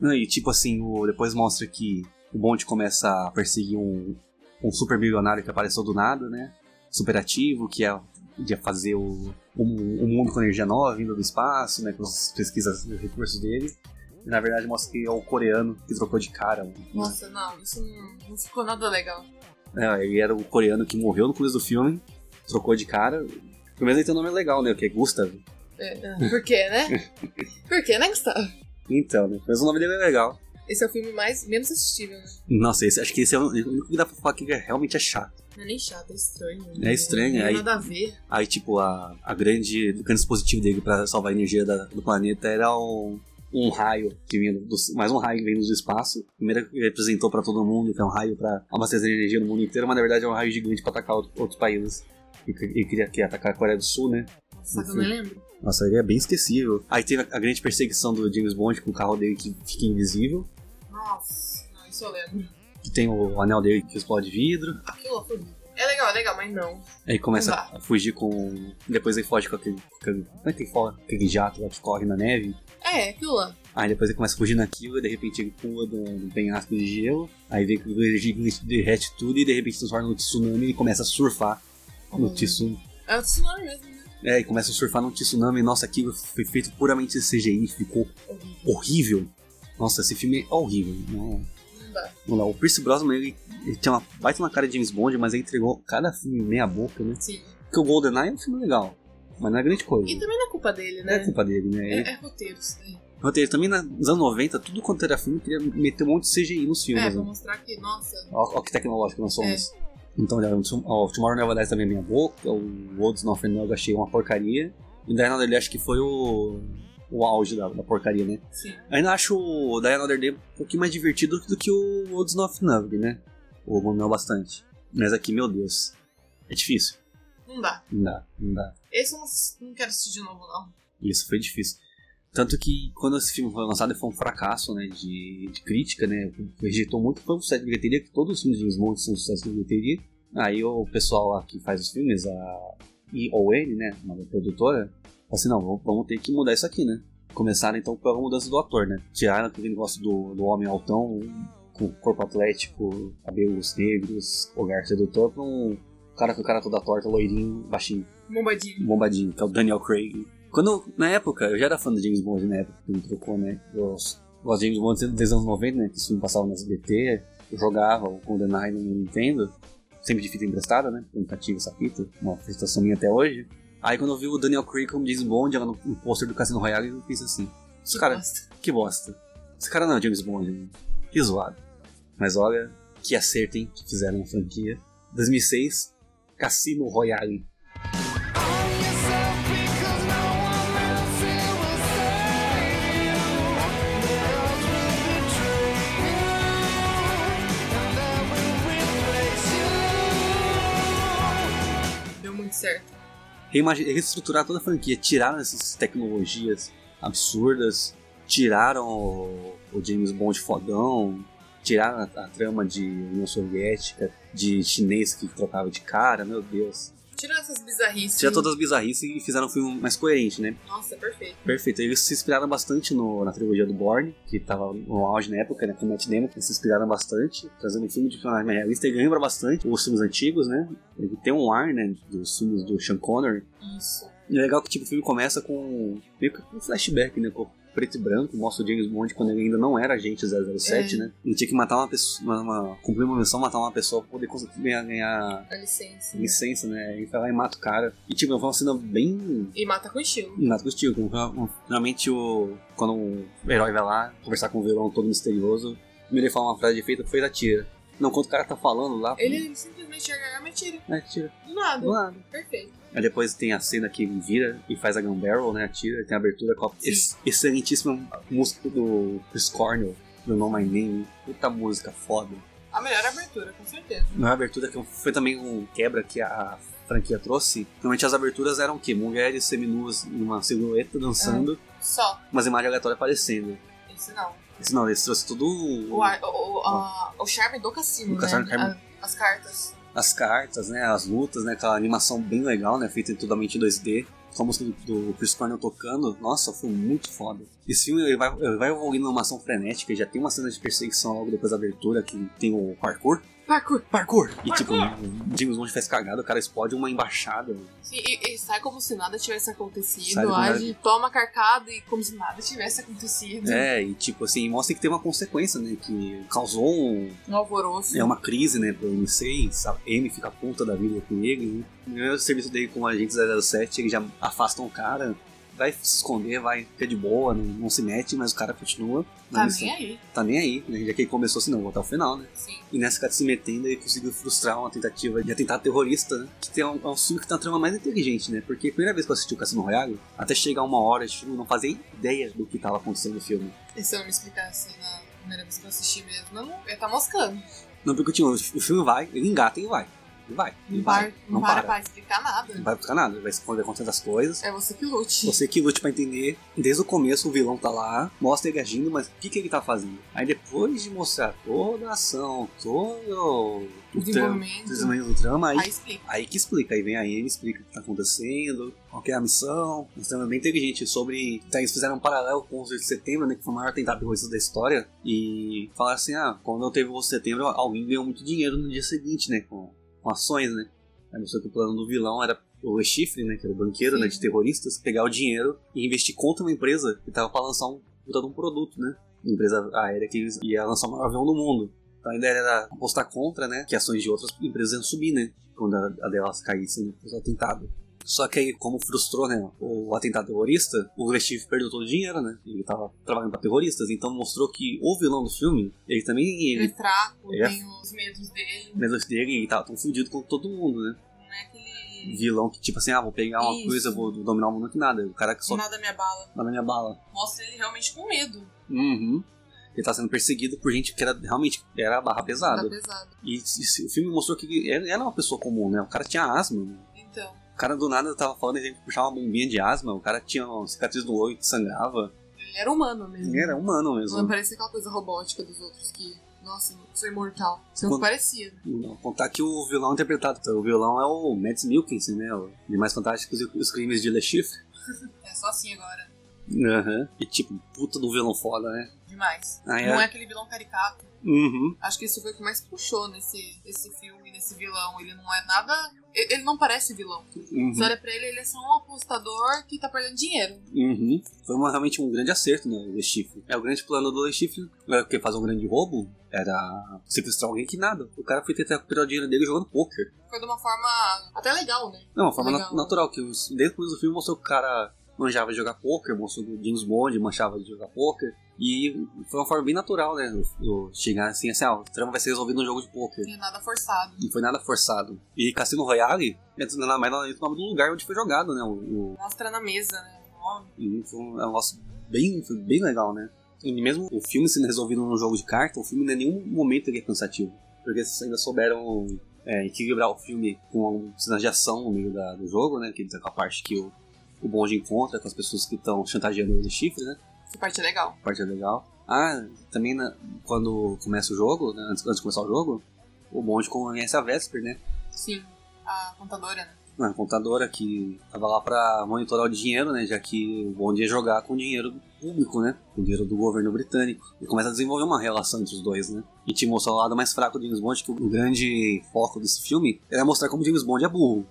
Não, E tipo assim, o, depois mostra que o Bond começa a perseguir um, um super milionário que apareceu do nada, né? Super ativo, que ia, ia fazer o, o, mu- o mundo com energia nova, vindo do espaço, né? Com as pesquisas e os recursos dele. E na verdade mostra que é o coreano que trocou de cara. um
Nossa, não, isso não, não ficou
[LAUGHS]
nada legal.
É, ele era o coreano que morreu no começo do filme, trocou de cara. Pelo menos ele tem um nome legal, né? Que é Gustav.
É, por quê, né? Por quê, né, Gustavo?
Então, né? Mas o nome dele é legal.
Esse é o filme mais menos assistível, né?
Nossa, esse, acho que esse é o único que dá pra falar que realmente é chato.
Não é nem chato, é estranho.
É estranho,
Não tem
aí-
nada a ver.
Aí, tipo, a, a grande, o grande dispositivo dele pra salvar a energia da- do planeta era um, um raio que vinha do, mais um raio que vem do espaço. Primeiro que ele apresentou pra todo mundo, que é um raio pra abastecer energia no mundo inteiro, mas na verdade é um raio gigante pra atacar outro- outros países. E, que- e queria que ia atacar a Coreia do Sul, né?
Só que eu não lembro.
Nossa, ele é bem esquecível. Aí teve a, a grande perseguição do James Bond com o carro dele que fica invisível.
Nossa, não, isso eu lembro.
Que tem o anel dele que explode vidro.
Aquilo foi É legal, é legal, mas não.
Aí começa
Não
a fugir com. Depois ele foge com aquele. com aquele- Como é que ele foge? Aquele jato lá que corre na neve.
É, aquilo lá.
Aí depois ele começa a fugir naquilo e de repente ele pula de um de um penhasco de gelo. Aí vê que o gelo gigante derrete tudo e de repente transforma no tsunami e começa a surfar no tsunami.
É o tsunami mesmo, né?
É, e começa a surfar num tsunami. Nossa, aquilo foi feito puramente em CGI, ficou horrível. Nossa, esse filme é horrível. Não,
Não dá.
Vamos lá, o Pierce Brosnan, ele, ele tem uma baita na cara de James Bond, mas ele entregou cada filme meia boca, né?
Sim.
Porque o GoldenEye é um filme legal, mas não é grande coisa.
E também não é culpa dele,
Não
né?
é culpa dele, né?
É,
Ele-
é roteiro isso daí.
Roteiro, também na- nos anos 90, tudo quanto era filme, queria meter um monte de CGI nos filmes.
É,
né?
pra mostrar que, nossa,
Olha que tecnológico nós somos. Então, olha, o Tom- ó, o Tomorrow Never Dies também é minha boca, o World's Not Enough eu achei uma porcaria. E o Die Another Day acho que foi o, o auge da, da porcaria, né?
Sim.
Ainda acho o Die Another Day um pouquinho mais divertido do que o World's Not Enough, né? O Romeu bastante. Mas aqui, meu Deus, é difícil.
não dá.
Não dá, não dá.
Esse eu não, não quero assistir de novo, não.
Isso foi difícil. Tanto que quando esse filme foi lançado foi um fracasso né, de, de crítica, né? Rejeitou muito, foi um sucesso de bilheteria, que todos os filmes de James Bond são um sucesso de bilheteria. Aí o pessoal lá que faz os filmes, a EON, né? Uma produtora, falou assim, não, vamos, vamos ter que mudar isso aqui, né? Começaram então pela mudança do ator, né? Tiraram aquele negócio do, do homem altão, com corpo atlético, cabelos negros, olhar sedutor, pra um cara com a cara toda torta, loirinho, baixinho.
Bombadinho.
Bombadinho, que é o Daniel Craig. Quando, na época, eu já era fã do James Bond na época que ele trocou, né? Eu gosto de James Bond desde os anos 90, né? Que esse filme passava no SBT, eu jogava o GoldenEye no Nintendo, sempre de fita emprestada, né? Nunca tive essa fita, uma frustração minha até hoje. Aí quando eu vi o Daniel Craig como James Bond, ela no, no pôster do Cassino Royale, eu pensei assim, esse cara, que bosta. Esse cara não é James Bond, né? que zoado. Mas olha, que acerto, hein, que fizeram na franquia. 2006, Cassino Royale.
Deu muito certo.
reimagi- reestruturar toda a franquia. Tiraram essas tecnologias absurdas, tiraram o, o James Bond fodão, tiraram a, a trama de União Soviética, de chinês que trocava de cara, meu Deus.
Tirando essas bizarrices.
Tiraram todas as bizarrices e fizeram um filme mais coerente, né?
Nossa, perfeito.
Perfeito. Eles se inspiraram bastante no- na trilogia do Bourne, que tava no auge na época, né? Com o Matt Damon, eles se inspiraram bastante, trazendo um filme de personagem mais realista. Ele lembra bastante os filmes antigos, né? Ele tem um ar, né? Dos filmes do Sean Connery.
Isso.
E é legal que tipo, o filme começa com meio que um flashback, né? Com preto e branco, mostra o James Bond quando ele ainda não era agente 007,
É.
né? Ele tinha que matar uma pessoa, uma, uma- cumprir uma missão, matar uma pessoa pra poder conseguir ganhar, ganhar
Dá licença.
licença, né? Ele vai lá e mata o cara. E tipo, foi uma cena bem
E mata com estilo.
Nada contigo. é Realmente, o, quando o herói vai lá conversar com o vilão todo misterioso, primeiro ele fala uma frase de efeito que foi da tira. Não, quando o cara tá falando lá.
Ele simplesmente erga a arma e tira.
É, tira.
Do nada.
Do nada.
Perfeito.
Aí depois tem a cena que ele vira e faz a gun barrel, né? Atira, tem a abertura com a ex- excelentíssima música do Chris Cornell, do No My Name. Puta música foda.
A melhor abertura, com certeza.
Na abertura, que foi também um quebra que a franquia trouxe. Normalmente as aberturas eram o quê? Mulheres seminuas numa silhueta dançando,
Só.
umas imagens aleatórias aparecendo.
Esse não.
Esse não, esse trouxe tudo
O, ar- o, o, a- o charme do cassino,
O
né?
charme- charme.
A- as cartas.
as cartas, né? As lutas, né? Aquela animação bem legal, né? Feita totalmente em 2D. Com a música do, do Chris Cornell tocando. Nossa, foi muito foda. Esse filme ele vai, ele vai evoluindo numa ação frenética. Já tem uma cena de perseguição logo depois da abertura que tem o parkour.
Parkour.
Parkour! E tipo, o James Bond faz cagada, o cara explode uma embaixada.
E, e- e sai como se nada tivesse
Sai
acontecido.
como
Age,
nada-
toma carcada e como se nada tivesse acontecido.
É, e tipo assim, mostra que tem uma consequência, né? Que causou um,
Um alvoroço.
É uma crise, né, pro M6, a M fica puta da vida com ele, né? No primeiro serviço dele com o agente 007, ele já afasta um cara, vai se esconder, vai ficar de boa, não, não se mete, mas o cara continua. na
Tá
missão.
nem aí.
Tá nem aí, né? Já que ele começou assim, não, vou até o final, né?
Sim.
E nessa cara se metendo, ele conseguiu frustrar uma tentativa de atentado terrorista, né? Que tem um, é um filme que tem uma trama mais inteligente, né? Porque a primeira vez que eu assisti o Cassino Royale, até chegar uma hora de filme, eu não fazia ideia do que tava acontecendo no filme.
E se eu não me explicasse na primeira vez que eu assisti mesmo, eu, não, eu ia tá moscando.
Não, porque tipo, o filme vai, ele engata e vai. Ele vai. Ele
Não,
vai.
para, não para pra explicar nada.
Não vai buscar nada, vai esconder acontecendo as coisas.
É você que lute.
Você que lute pra entender. Desde o começo o vilão tá lá, mostra ele agindo, mas o que, que ele tá fazendo? Aí depois de mostrar toda a ação, todo o tra-
Desenvolvimento.
desenvolvimento do trama, aí,
Aí explica.
aí que explica. Aí vem a ele, explica o que tá acontecendo, qual que é a missão. Um trama bem inteligente sobre. Então, eles fizeram um paralelo com o 11 de setembro, né? Que foi o maior atentado terrorista da história. E falaram assim: ah, quando eu teve o 11 de setembro, alguém ganhou muito dinheiro no dia seguinte, né? Com, com ações, né? Aí mostrou que o plano do vilão era o chifre, né? Que era o banqueiro, né? De terroristas, pegar o dinheiro e investir contra uma empresa que tava pra lançar um puta de um produto, né? Uma empresa aérea que eles- ia lançar o maior avião do mundo. Então a ideia era apostar contra, né? Que ações de outras empresas iam subir, né? Quando a, a delas caísse né, os atentados. Só que aí, como frustrou, né, o atentado terrorista, o Lestiff perdeu todo o dinheiro, né? Ele tava trabalhando pra terroristas, então mostrou que o vilão do filme, ele também.
Ele é
Ele,
fraco,
ele é-
tem os medos dele. é
menos dele, ele tava tão fudido com todo mundo, né? Vilão que, tipo assim, ah, vou pegar uma
Isso.
coisa, vou dominar o mundo que nada. O cara que só
Nada me abala.
dá na minha bala.
Mostra ele realmente com medo.
Uhum. Ele tá sendo perseguido por gente que era realmente era a barra pesada.
Tá pesado.
E, e- e o filme mostrou que ele era uma pessoa comum, né? O cara tinha asma. né?
Então,
O cara do nada tava falando que ele puxava uma bombinha de asma, o cara tinha uma cicatriz no olho que sangrava.
Ele era humano mesmo.
Ele era humano mesmo.
Não parecia aquela coisa robótica dos outros que, nossa, sou imortal. Não
Quando-
parecia.
Não, contar que o vilão é interpretado. O vilão é o Mads Mikkelsen, né? O Demais Fantásticos e os Crimes de Le Chiffre.
É só assim agora.
Aham. E tipo, puta do vilão foda, né?
Demais.
Ah, é?
Não é aquele vilão caricato.
Uhum.
Acho que isso foi o que mais puxou nesse, nesse filme, nesse vilão. Ele não é nada. Ele ele não parece vilão.
Uhum.
Você olha pra ele, ele é só um apostador que tá perdendo dinheiro.
Uhum. Foi uma- realmente um grande acerto, né? O Le Chiffre. É o grande plano do Le Chiffre. Era que fazer um grande roubo. Era sequestrar alguém que nada. O cara foi tentar recuperar o dinheiro dele jogando poker.
Foi de uma forma até legal, né?
Não, uma forma
Legal.
na- natural. Que os, desde o começo do filme mostrou que o cara manjava de jogar poker, mostrou que o James Bond manchava de jogar poker. E foi uma forma bem natural, né? O, o chegar assim, assim, ah, o trama vai ser resolvido no jogo de poker.
Não é nada forçado.
Não foi nada forçado. E Cassino Royale é nada mais nada menos o nome do lugar onde foi jogado, né? O, o,
Mostra na mesa, né? O nome.
e foi um negócio bem, foi bem legal, né? E mesmo o filme sendo resolvido num jogo de carta, o filme em nenhum momento ele é cansativo. Porque vocês ainda souberam é, equilibrar o filme com algum cenas de ação no meio da- do jogo, né? Que tem aquela parte que o, o Bond encontra com as pessoas que estão chantageando ele de chifre, né?
Essa parte é legal.
parte é legal. Ah, também na- quando começa o jogo, né, antes, antes de começar o jogo, o Bond conhece a Vesper, né?
Sim. A contadora, né?
uma contadora que Ah, tava lá pra monitorar o dinheiro, né? Já que o Bond ia jogar com dinheiro público, né? Com dinheiro do governo britânico. E começa a desenvolver uma relação entre os dois, né? E te mostra o lado mais fraco do James Bond, que o grande foco desse filme era mostrar como James Bond é burro.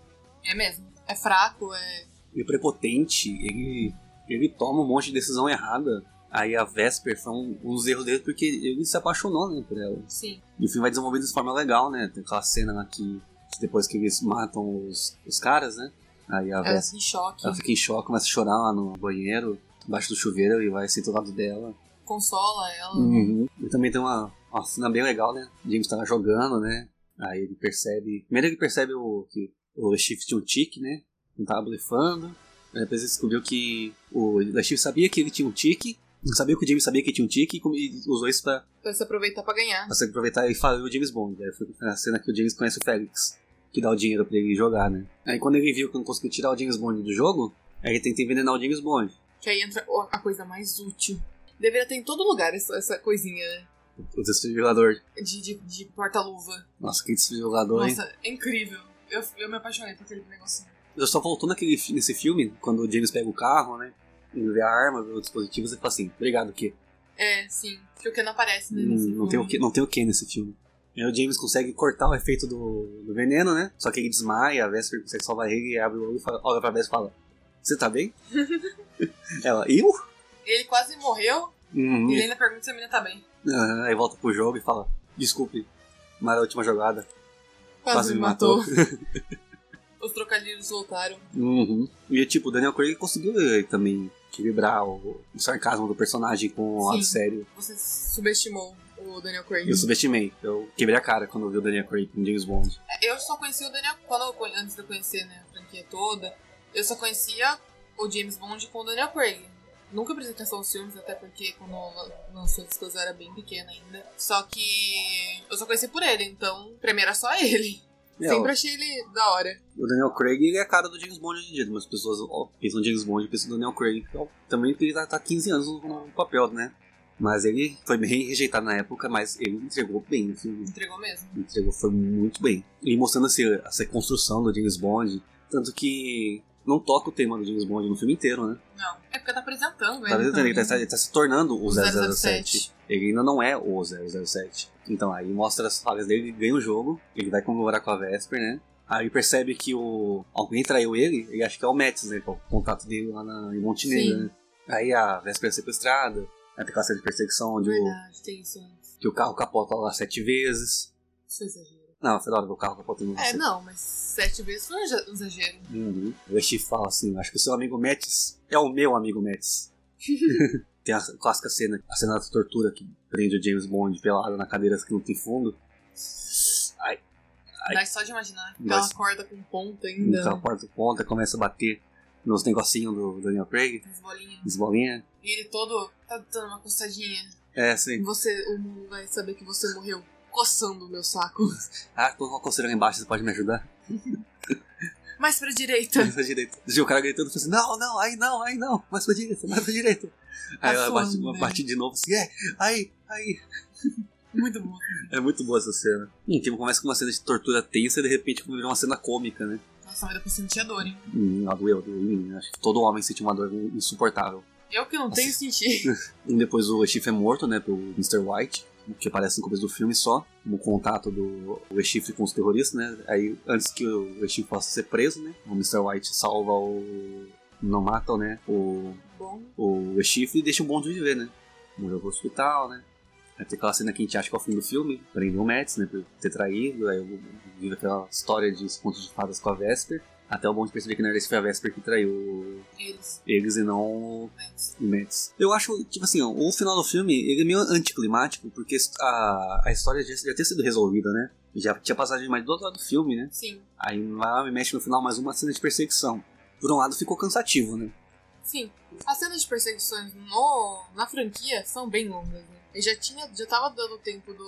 É mesmo. É fraco, é.
Ele é prepotente, ele, ele toma um monte de decisão errada. Aí a Vesper foi um, um dos erros dele porque ele se apaixonou, né, por ela.
Sim.
E o filme vai desenvolvendo de forma legal, né? Tem aquela cena lá que depois que eles matam os, os caras, né? Aí a
Ela
Vesper
fica em choque,
ela fica em choque, começa a chorar lá no banheiro, embaixo do chuveiro, e vai sentar do lado dela.
consola ela.
Uhum. E também tem uma, uma cena bem legal, né? James tá lá jogando, né? Aí ele percebe. Primeiro ele percebe o, que o Chief tinha um tique, né? Não tava blefando. Aí depois ele descobriu que o o Chief sabia que ele tinha um tique. Não sabia que o James sabia que tinha um tique e com- e usou isso pra,
Pra se aproveitar pra ganhar.
pra se aproveitar e fazer o James Bond. Aí foi a cena que o James conhece o Félix, que dá o dinheiro pra ele jogar, né? Aí quando ele viu que não conseguiu tirar o James Bond do jogo, aí ele tenta envenenar o James Bond.
Que aí entra o- a coisa mais útil. Deveria ter em todo lugar essa, essa coisinha né?
O desfibrilador.
de, de, de porta-luva.
Nossa, que desfibrilador, hein?
Nossa, é incrível. Eu, eu me apaixonei por aquele negocinho.
Eu só voltou naquele, fi- nesse filme, quando o James pega o carro, né? Ele vê a arma, vê os dispositivos e fala assim, obrigado, Q.
É, sim. Porque o Ken aparece, né?
Hum,
nesse
não, tem o
filme.
que, não tem o que nesse filme. Aí o James consegue cortar o efeito do, do veneno, né? Só que ele desmaia, a Vesper consegue salvar ele, e abre o olho e fala, olha pra Vesper e fala, você tá
[LAUGHS]
bem? Ela, eu?
Ele quase morreu
Uhum.
e ele ainda pergunta se a menina tá bem.
Aham, Aí volta pro jogo e fala, desculpe, mas a última jogada
Quase, me matou.
matou.
[LAUGHS] Os trocadilhos voltaram.
Uhum. E tipo, o Daniel Craig conseguiu eh, também equilibrar o, o sarcasmo do personagem com o lado
Sim.
sério.
Você subestimou o Daniel Craig.
Eu subestimei. Eu quebrei a cara quando eu vi o Daniel Craig com James Bond.
Eu só conhecia o Daniel quando eu, conhe- antes de eu conhecer né, a franquia toda. Eu só conhecia o James Bond com o Daniel Craig. Nunca prestei atenção aos filmes, até porque quando eu lançou as coisas eu era bem pequena ainda. Só que eu só conheci por ele, então pra mim era só ele.
É,
Sempre
ó.
achei ele da hora.
O Daniel Craig ele é a cara do James Bond hoje em dia. Mas as pessoas ó, pensam em James Bond e pensam em Daniel Craig. Então, também porque ele tá, tá 15 anos no, no papel, né? Mas ele foi bem rejeitado na época, mas ele entregou bem o filme.
Entregou mesmo.
entregou foi muito bem. E mostrando esse, essa construção do James Bond. Tanto que não toca o tema do James Bond no filme inteiro, né?
Não. É porque tá apresentando,
Tá vendo? Ele tá,
também.
ele tá se tornando o 007.
007.
Ele ainda não é o 007. Então aí mostra as falhas dele, ele ganha o jogo, ele vai comemorar com a Vesper, né? Aí ele percebe que o alguém traiu ele, ele acha que é o Metz, né? Que é o contato dele lá na, em Montenegro,
Sim.
né? Aí a Vesper é sequestrada, aí tem aquela cena de perseguição onde o,
Verdade, tem isso. antes.
que o carro capota lá sete vezes.
Isso é exagero.
Não, foi da hora que o carro capota em
É, não, mas sete vezes foi um exa- um exagero.
Uhum. O Steve fala assim, acho que o seu amigo Metz é o meu amigo Metz. tem a clássica cena, a cena da tortura que prende o James Bond pelado na cadeira que não tem fundo. Ai,
Dá só de imaginar. Aquela
Nossa.
corda com ponta ainda.
então a porta ponta começa a bater nos negocinhos do Daniel Craig,
As bolinhas.
as bolinhas.
E ele todo tá dando uma coçadinha.
É assim,
Você, o mundo vai saber que você morreu coçando o meu saco. [LAUGHS]
ah, tô com uma coceira lá embaixo, você pode me ajudar?
Mais pra direita.
Mais pra direita. E o cara gritando falou assim: não, não, aí não, aí não, mais pra direita, mais pra direita. Aí
Tá
ela bate,
fome, né?
bate de novo assim, é, aí, aí.
Muito bom.
É muito boa essa cena. Hum, tipo, começa com uma cena de tortura tensa e de repente vira uma cena cômica, né?
Nossa, mas depois sentia dor, hein?
Hum, ela doeu, doeu em mim, né? Acho que todo homem sente uma dor insuportável.
Eu que não tenho sentido.
E depois o Chief é morto, né, pelo Mr. White, que aparece no começo do filme só, no contato do Chief com os terroristas, né? Aí, antes que o Chief possa ser preso, né, o Mr. White salva o... não matam, né, o,
Bom.
o Chief e deixa o Bond viver, né? Morreu no hospital, né? Aí tem aquela cena que a gente acha que é o fim do filme, prendeu o Mads, né, por ter traído, aí o- vive aquela história de contos de fadas com a Vesper, até o Bond perceber que na verdade foi a Vesper que traiu o-
Eles.
eles e não o Mets. Eu acho, tipo assim, ó, o final do filme ele é meio anticlimático, porque a, a história já, já tinha sido resolvida, né? Já tinha passado de mais duas horas do filme, né?
Sim.
Aí lá me mexe no final mais uma cena de perseguição. Por um lado ficou cansativo, né?
Sim. As cenas de perseguições no, na franquia são bem longas, né? Eu já tinha. Já tava dando o tempo do,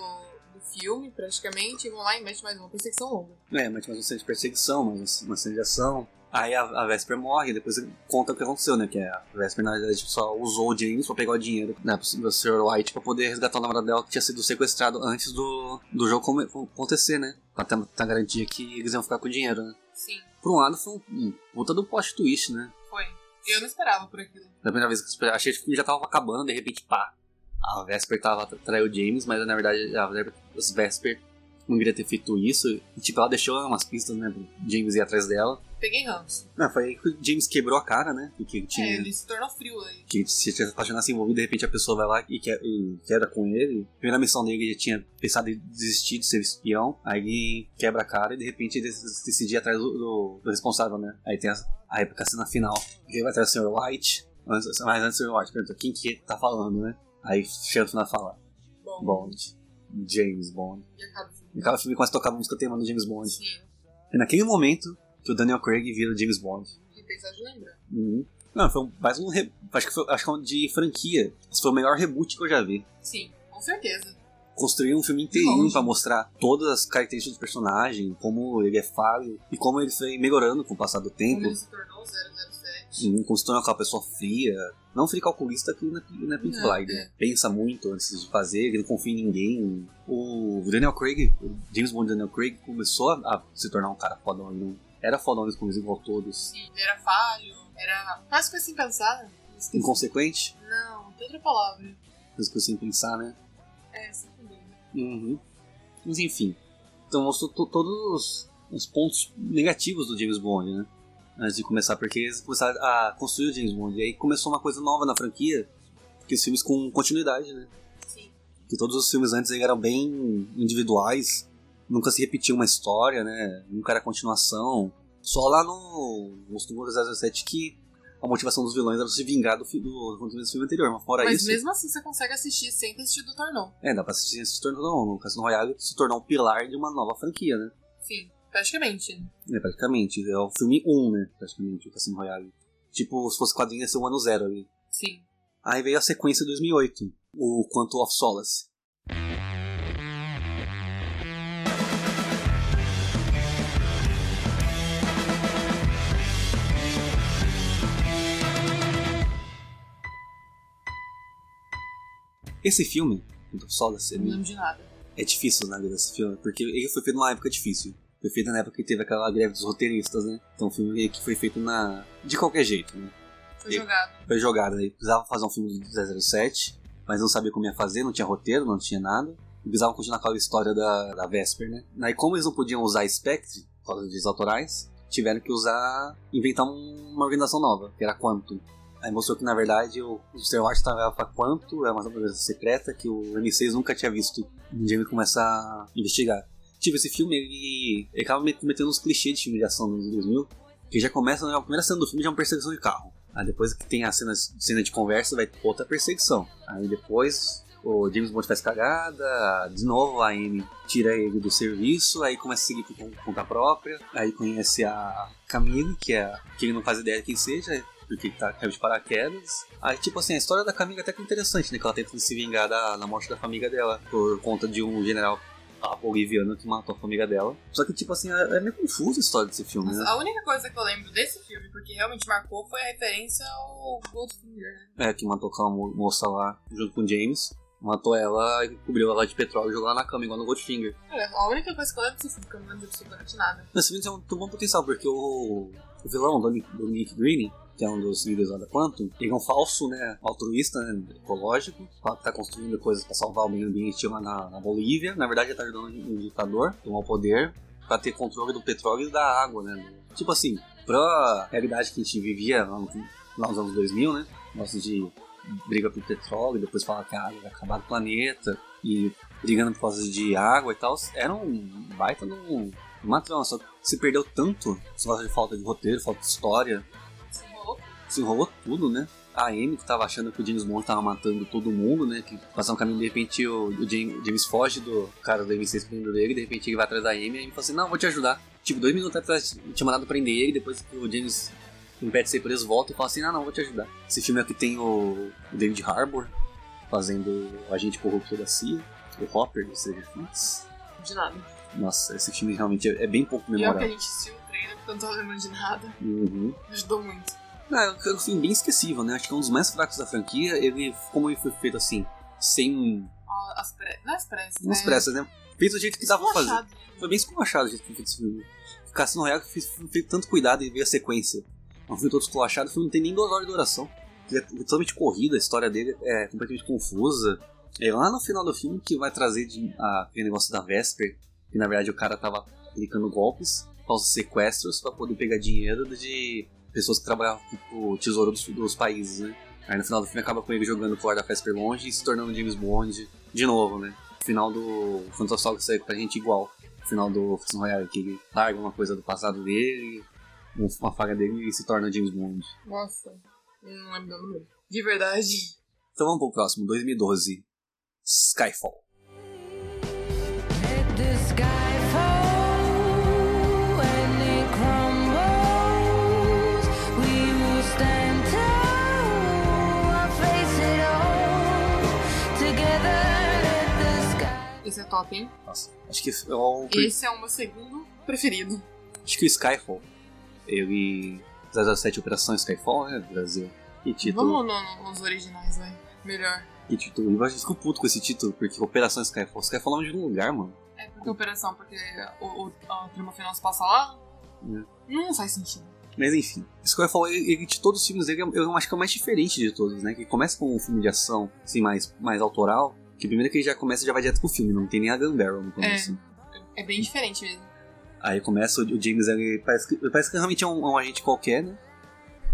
do filme, praticamente, e vão lá e mete mais uma perseguição longa.
É, mas tinha mais uma cena de perseguição, mais uma- uma cena de ação. Aí a, a Vesper morre, depois ele conta o que aconteceu, né? Que a Vesper, na verdade, só usou o James pra pegar o dinheiro né, do Sr. White pra poder resgatar o namorado dela que tinha sido sequestrado antes do, do jogo come- acontecer, né? Pra ter, ter a garantia que eles iam ficar com o dinheiro, né?
Sim,
Por um lado, foi um, um puta do plot twist, né?
foi. Eu não esperava por aquilo.
Da primeira vez que eu esperava, achei que o filme já tava acabando, de repente, pá. A Vesper tava, traiu o James, mas na verdade a Vesper, as Vesper não queria ter feito isso. E, tipo, ela deixou umas pistas, né? pro James ir atrás dela.
Peguei ranço.
Não, foi aí que o James quebrou a cara, né? Porque tinha.
É, ele se tornou frio aí.
Que se tinha se apaixonado se envolvido, de repente a pessoa vai lá e, quer, e quebra com ele. Primeira missão dele, ele já tinha pensado em desistir de ser espião. Aí ele quebra a cara e de repente ele dec- decide ir atrás do, do- do responsável, né? Aí tem a, aí fica a cena final. Ele vai atrás do Sr. White. Antes- Mas antes do Sr. White pergunta quem que tá falando, né? Aí chega no final e fala:
Bom.
Bond. James Bond.
E acaba o filme.
E acaba o filme começa a tocar a música tema do James Bond.
Sim.
É naquele momento que o Daniel Craig vira o James Bond.
E pensar de lembrar.
Uhum. Não, foi um- mais um. re- Acho que foi acho que é um de franquia. Esse foi o melhor reboot que eu já vi.
Sim, com certeza.
Construir um filme inteirinho
Longe.
pra mostrar todas as características do personagem, como ele é falho e como ele foi melhorando com o passar do tempo.
Como ele se tornou 007.
Sim, como se tornou aquela pessoa fria. Não fria calculista que na, na Pink
Não, é.
Floyd. né? Pensa muito antes de fazer, ele não confia em ninguém. O Daniel Craig, o James Bond Daniel Craig, começou a, a se tornar um cara fodão. Ele não era fodão nesse começo igual todos.
Sim, ele era falho, era. Mas coisa assim pensada. Esqueci.
Inconsequente,
Não, tem outra palavra.
coisa que eu sem pensar, né?
É, sem dúvida.
Uhum. Mas enfim. Então mostrou to- todos os, os pontos negativos do James Bond, né? Antes de começar, porque eles começaram a construir o James Bond. E aí começou uma coisa nova na franquia, que os filmes com continuidade, né?
Sim.
Que todos os filmes antes eram bem individuais, nunca se repetia uma história, né? Nunca era continuação. Só lá no Os 007 que a motivação dos vilões era se vingar do, fi- do, do filme anterior, mas fora
Mas
isso.
mesmo assim você consegue assistir sem ter assistido o Tornou.
É, dá pra assistir se tornou, no Casino Royale se tornar um pilar de uma nova franquia, né?
Sim, praticamente. né?
É, praticamente. É o filme 1, um, né? Praticamente, o Cassino Royale. Tipo, se fosse quadrinho, ia ser o ano zero ali.
Sim.
Aí veio a sequência de 2008, o Quanto of Solace. Esse filme, Quanto of Solace,
Não
ele
lembro de nada.
é difícil na vida esse filme, porque ele foi feito numa época difícil. Foi feito na época que teve aquela greve dos roteiristas, né? Então o filme que foi feito na. de qualquer jeito, né?
Foi
E-
jogado.
Foi jogado, né? Precisava fazer um filme do 007, mas não sabia como ia fazer, não tinha roteiro, não tinha nada. E precisava continuar aquela história da, da Vesper, né? Aí como eles não podiam usar Spectre, por causa dos direitos autorais, tiveram que usar. inventar um- uma organização nova, que era Quantum. Aí mostrou que, na verdade, o o Star Wars trabalhava pra Quanto, é uma coisa secreta que o M6 nunca tinha visto. um O Jamie começa a investigar. Tipo, esse filme, ele, ele acaba me- cometendo uns clichês de filme de ação dos anos 2000, que já começa, né, a primeira cena do filme já é uma perseguição de carro. Aí depois que tem a cena, cena de conversa, vai outra perseguição. Aí depois o James Bond faz cagada, de novo a Amy tira ele do serviço, aí começa a seguir por con- conta própria, aí conhece a Camille, que é a- que ele não faz ideia de quem seja, porque ele tá caiu de paraquedas. Aí, tipo assim, a história da Camille é até que interessante, né? Que ela tenta se vingar da, da morte da família dela por conta de um general a boliviana que matou a família dela. Só que, tipo assim, é é meio confusa a história desse filme, né?
A única coisa que eu lembro desse filme, porque realmente marcou, foi a referência ao Goldfinger. né?
É, que matou aquela mo- moça lá, junto com o James. Matou ela, e cobriu ela de petróleo e jogou ela na cama, igual no Goldfinger.
É, a única coisa que eu lembro desse filme, porque eu não lembro absolutamente nada.
Mas esse filme tem um, tem um bom potencial, porque o, o vilão do, Nick- do Nick Green, que é um dos líderes lá da Quantum, ele é um falso, né, altruísta, né, ecológico, fala que tá construindo coisas pra salvar o meio ambiente lá na, na Bolívia. Na verdade, ele tá ajudando um ditador, tomar o poder, pra ter controle do petróleo e da água, né. Tipo assim, pra realidade que a gente vivia lá, no- lá nos anos 2000, né, nossa de briga por petróleo, depois fala que a água vai acabar do planeta, e brigando por causa de água e tal, era um baita de um uma trama, só que se perdeu tanto, se fala de falta de roteiro, falta de história,
Se enrolou.
se enrolou tudo, né? A Amy que tava achando que o James Bond tava matando todo mundo, né? Que passar um caminho, de repente o, o James, James foge do cara do M6 prendendo ele, de repente ele vai atrás da Amy, e a Amy fala assim, não, vou te ajudar. Tipo, dois minutos atrás tinha mandado prender ele, depois que o James impede de ser preso, volta e fala assim, ah não, vou te ajudar. Esse filme aqui tem o, o David Harbour fazendo o agente corrupto da CIA, o Hopper do Stranger Things.
De nada.
Nossa, esse filme realmente é, é bem pouco
Pior que a
memorável.
gente assistiu o trailer, porque eu não tava lembrando de nada.
Uhum.
Ajudou muito.
É, é um filme bem esquecível, né? Acho que é um dos mais fracos da franquia. Ele, como ele foi feito assim, sem
Ó, As pre... Não é as pressas,
umas
né?
pressas, né? Fez do jeito que dava pra fazer.
Esculachado.
Foi bem esculachado o jeito que foi feito esse filme. O Cassino Royale fez, foi feito tanto cuidado e veio a sequência. É um filme todo esculachado, o filme não tem nem duas horas de duração. Ele é totalmente corrido, a história dele é completamente confusa. É lá no final do filme que vai trazer de- a- aquele negócio da Vesper, que na verdade o cara tava aplicando golpes, falsos sequestros, pra poder pegar dinheiro de pessoas que trabalhavam com o tesouro dos, dos países, né? Aí no final do filme acaba com ele jogando fora da Vesper longe e se tornando James Bond de novo, né? Final do Fantasol que saiu pra gente igual. Final do Fashion Royale, que ele larga uma coisa do passado dele, um- uma faga dele e se torna James Bond.
Nossa, eu não lembro o nome. De verdade.
Então vamos pro próximo, 2012. Skyfall.
Let the sky fall when it crumbles. We will stand tall and face it all. Together, let the sky.
Esse é top, hein?
Nossa, acho que é o,
Esse é o meu segundo preferido.
acho que o Skyfall. Ele. 007 Operação Skyfall, né? Brasil. Que título.
Vamos no- nos originais, vai. Melhor.
Que título. Eu acho que eu fico puto com esse título, porque Operação Skyfall. Skyfall é o nome de um lugar, mano.
É porque a operação, porque o, o, a trama final se passa lá.
Né?
Não faz sentido.
Mas enfim, Skyfall, ele, ele, de todos os filmes dele, eu eu acho que é o mais diferente de todos, né? Que começa com um filme de ação, assim, mais, mais autoral. Que primeiro que ele já começa, já vai direto pro filme, não tem nem a Gun Barrel no começo.
É bem diferente mesmo.
Aí começa o, o James, ele parece que, parece que realmente é um, um agente qualquer, né?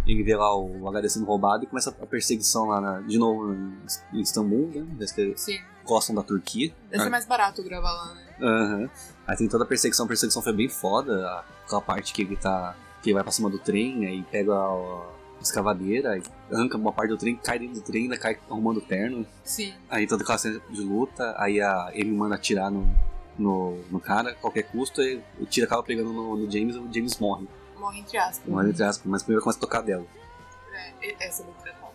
Ele vê lá o, o HD sendo roubado e começa a perseguição lá, na- de novo, em, em Istambul, né? Parece que eles
Sim.
gostam da Turquia.
Deve ser mais barato gravar lá, né?
Aham. Aí tem toda a perseguição, a perseguição foi bem foda. Aquela parte que ele tá. que ele vai pra cima do trem, aí pega a, a escavadeira, aí arranca uma parte do trem, cai dentro do trem, ainda cai arrumando o terno.
Sim.
Aí toda aquela cena de luta, aí a, ele manda atirar no, no, no cara, a qualquer custo, aí o tiro acaba pegando no, no James e o James morre.
Morre entre aspas.
Morre entre aspas, mas primeiro começa a tocar dela.
É, essa é muito legal.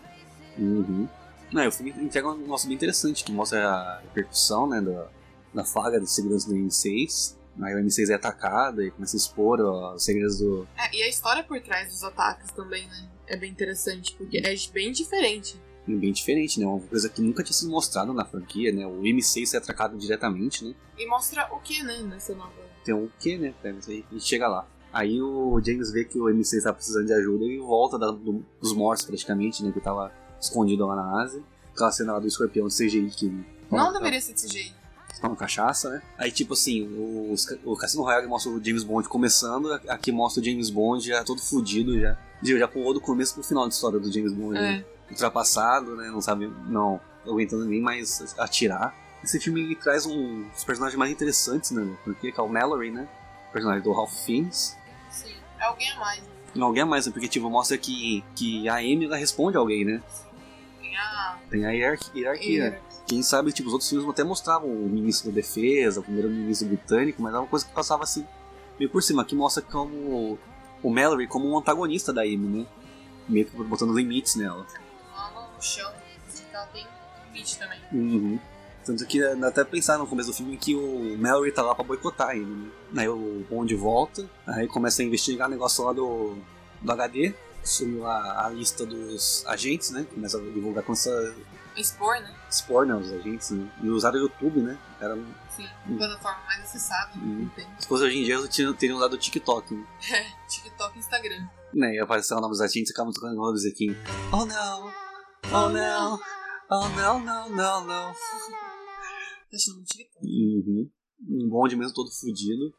Uhum. Não, o filme entrega um negócio bem interessante, que mostra a repercussão, né, da, da faga de segurança do M6. Aí o M6 é atacado e começa a expor ó, os segredos do...
É, e a história por trás dos ataques também, né? É bem interessante, porque é bem diferente.
Bem diferente, né? Uma coisa que nunca tinha sido mostrada na franquia, né? O M6 é atacado diretamente, né?
E mostra o que, né, nessa nova.
Tem um quê, né? Pera, mas aí A gente chega lá. Aí o James vê que o M6 tá precisando de ajuda e volta da- do- dos mortos, praticamente, né? Que tava escondido lá na Ásia. Aquela cena lá do escorpião CGI que...
Não
tá.
deveria ser desse jeito.
tomando cachaça, né? Aí, tipo assim, os, o Cassino Royale mostra o James Bond começando, aqui mostra o James Bond já todo fudido, já. Já já pulou do começo pro final da história do James Bond. né?
É.
Ultrapassado, né? Não sabe, não aguentando nem mais atirar. Esse filme ele traz um dos personagens mais interessantes, né? Porque que é o Mallory, né? O personagem do Ralph Fiennes.
Sim. É alguém a mais. né?
Não, Alguém a mais, né? Porque, tipo, mostra que, que a Amy, ela responde a alguém, né?
Tem a.
Tem a hierarqui- hierarquia.
Hierarquia.
Quem sabe, tipo, os outros filmes até mostravam o ministro da defesa, o primeiro-ministro britânico, mas era uma coisa que passava assim, meio por cima, que mostra como o Mallory como um antagonista da Amy, né? Meio que botando limites nela.
Lá no chão, que ela tem tá limite também.
Uhum. Tanto que eh, até pensaram no começo do filme que o Mallory tá lá pra boicotar ele, né? Aí o Bond volta, aí começa a investigar o negócio lá do, do HD, sumiu a, a lista dos agentes, né? Começa a divulgar, começa a
Expor, né?
expor né, os agentes, né? E usaram o YouTube, né? Era,
Sim, a plataforma mais acessada.
Hum. se fosse hoje em dia, eu tinha- teria usado o TikTok, né?
É, TikTok e Instagram.
né? E apareceu o nome dos agentes e acabam tocando o nome dos aqui. Oh não! Oh não! Oh não, não, não, não!
Tá achando um TikTok?
Uhum. Um bonde mesmo todo fudido.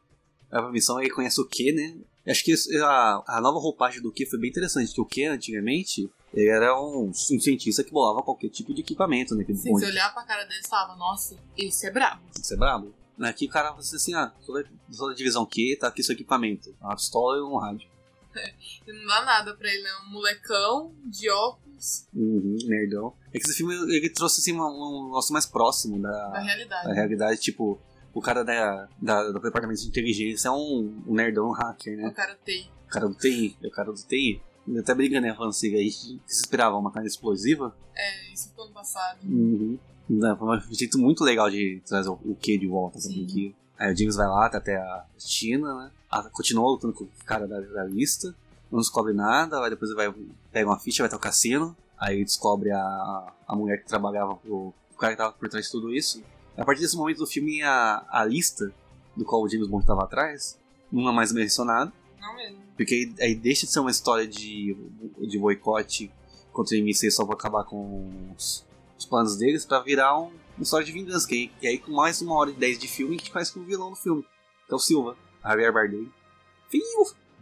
A missão aí conhece o Q, né? Acho que isso- a, a nova roupagem do Q foi bem interessante, que o Q antigamente ele era um, um cientista que bolava qualquer tipo de equipamento, né? Aquele
Sim,
bonde.
se olhar pra cara dele, você falava, nossa, esse é brabo.
Você é brabo? Aqui o cara fala assim, ah, toda, toda divisão Q tá aqui seu equipamento. Uma pistola e um rádio.
E não dá nada pra ele, é um molecão de óculos
Uhum, nerdão. É que esse filme ele trouxe assim, um, um negócio mais próximo da,
da realidade.
A realidade, tipo, o cara da, da- do departamento de inteligência é um, um nerdão um hacker, né?
O cara tem.
O cara do TI, é o cara do TI. Ele até briga, né? Falando assim, aí se esperava uma carne explosiva.
É, isso foi ano passado.
Uhum. Não, foi um jeito muito legal de trazer o, o Q de volta, essa franquia. Aí o James vai lá tá até a China, né? Ah, continua lutando com o cara da, da lista. Não descobre nada, aí depois ele vai, pega uma ficha, vai até o cassino. Aí descobre a, a mulher que trabalhava pro. O cara que tava por trás de tudo isso. A partir desse momento do filme, a, a lista do qual o James Bond estava atrás não é mais mencionada.
Não é, mesmo.
Porque aí, aí deixa de ser uma história de, de boicote contra o MC só pra acabar com os, os planos deles, pra virar um, uma história de vingança. Que, aí- que aí com mais uma hora e dez de filme, a gente faz com o vilão do filme. Que é o Silva, Javier Bardem. Fio!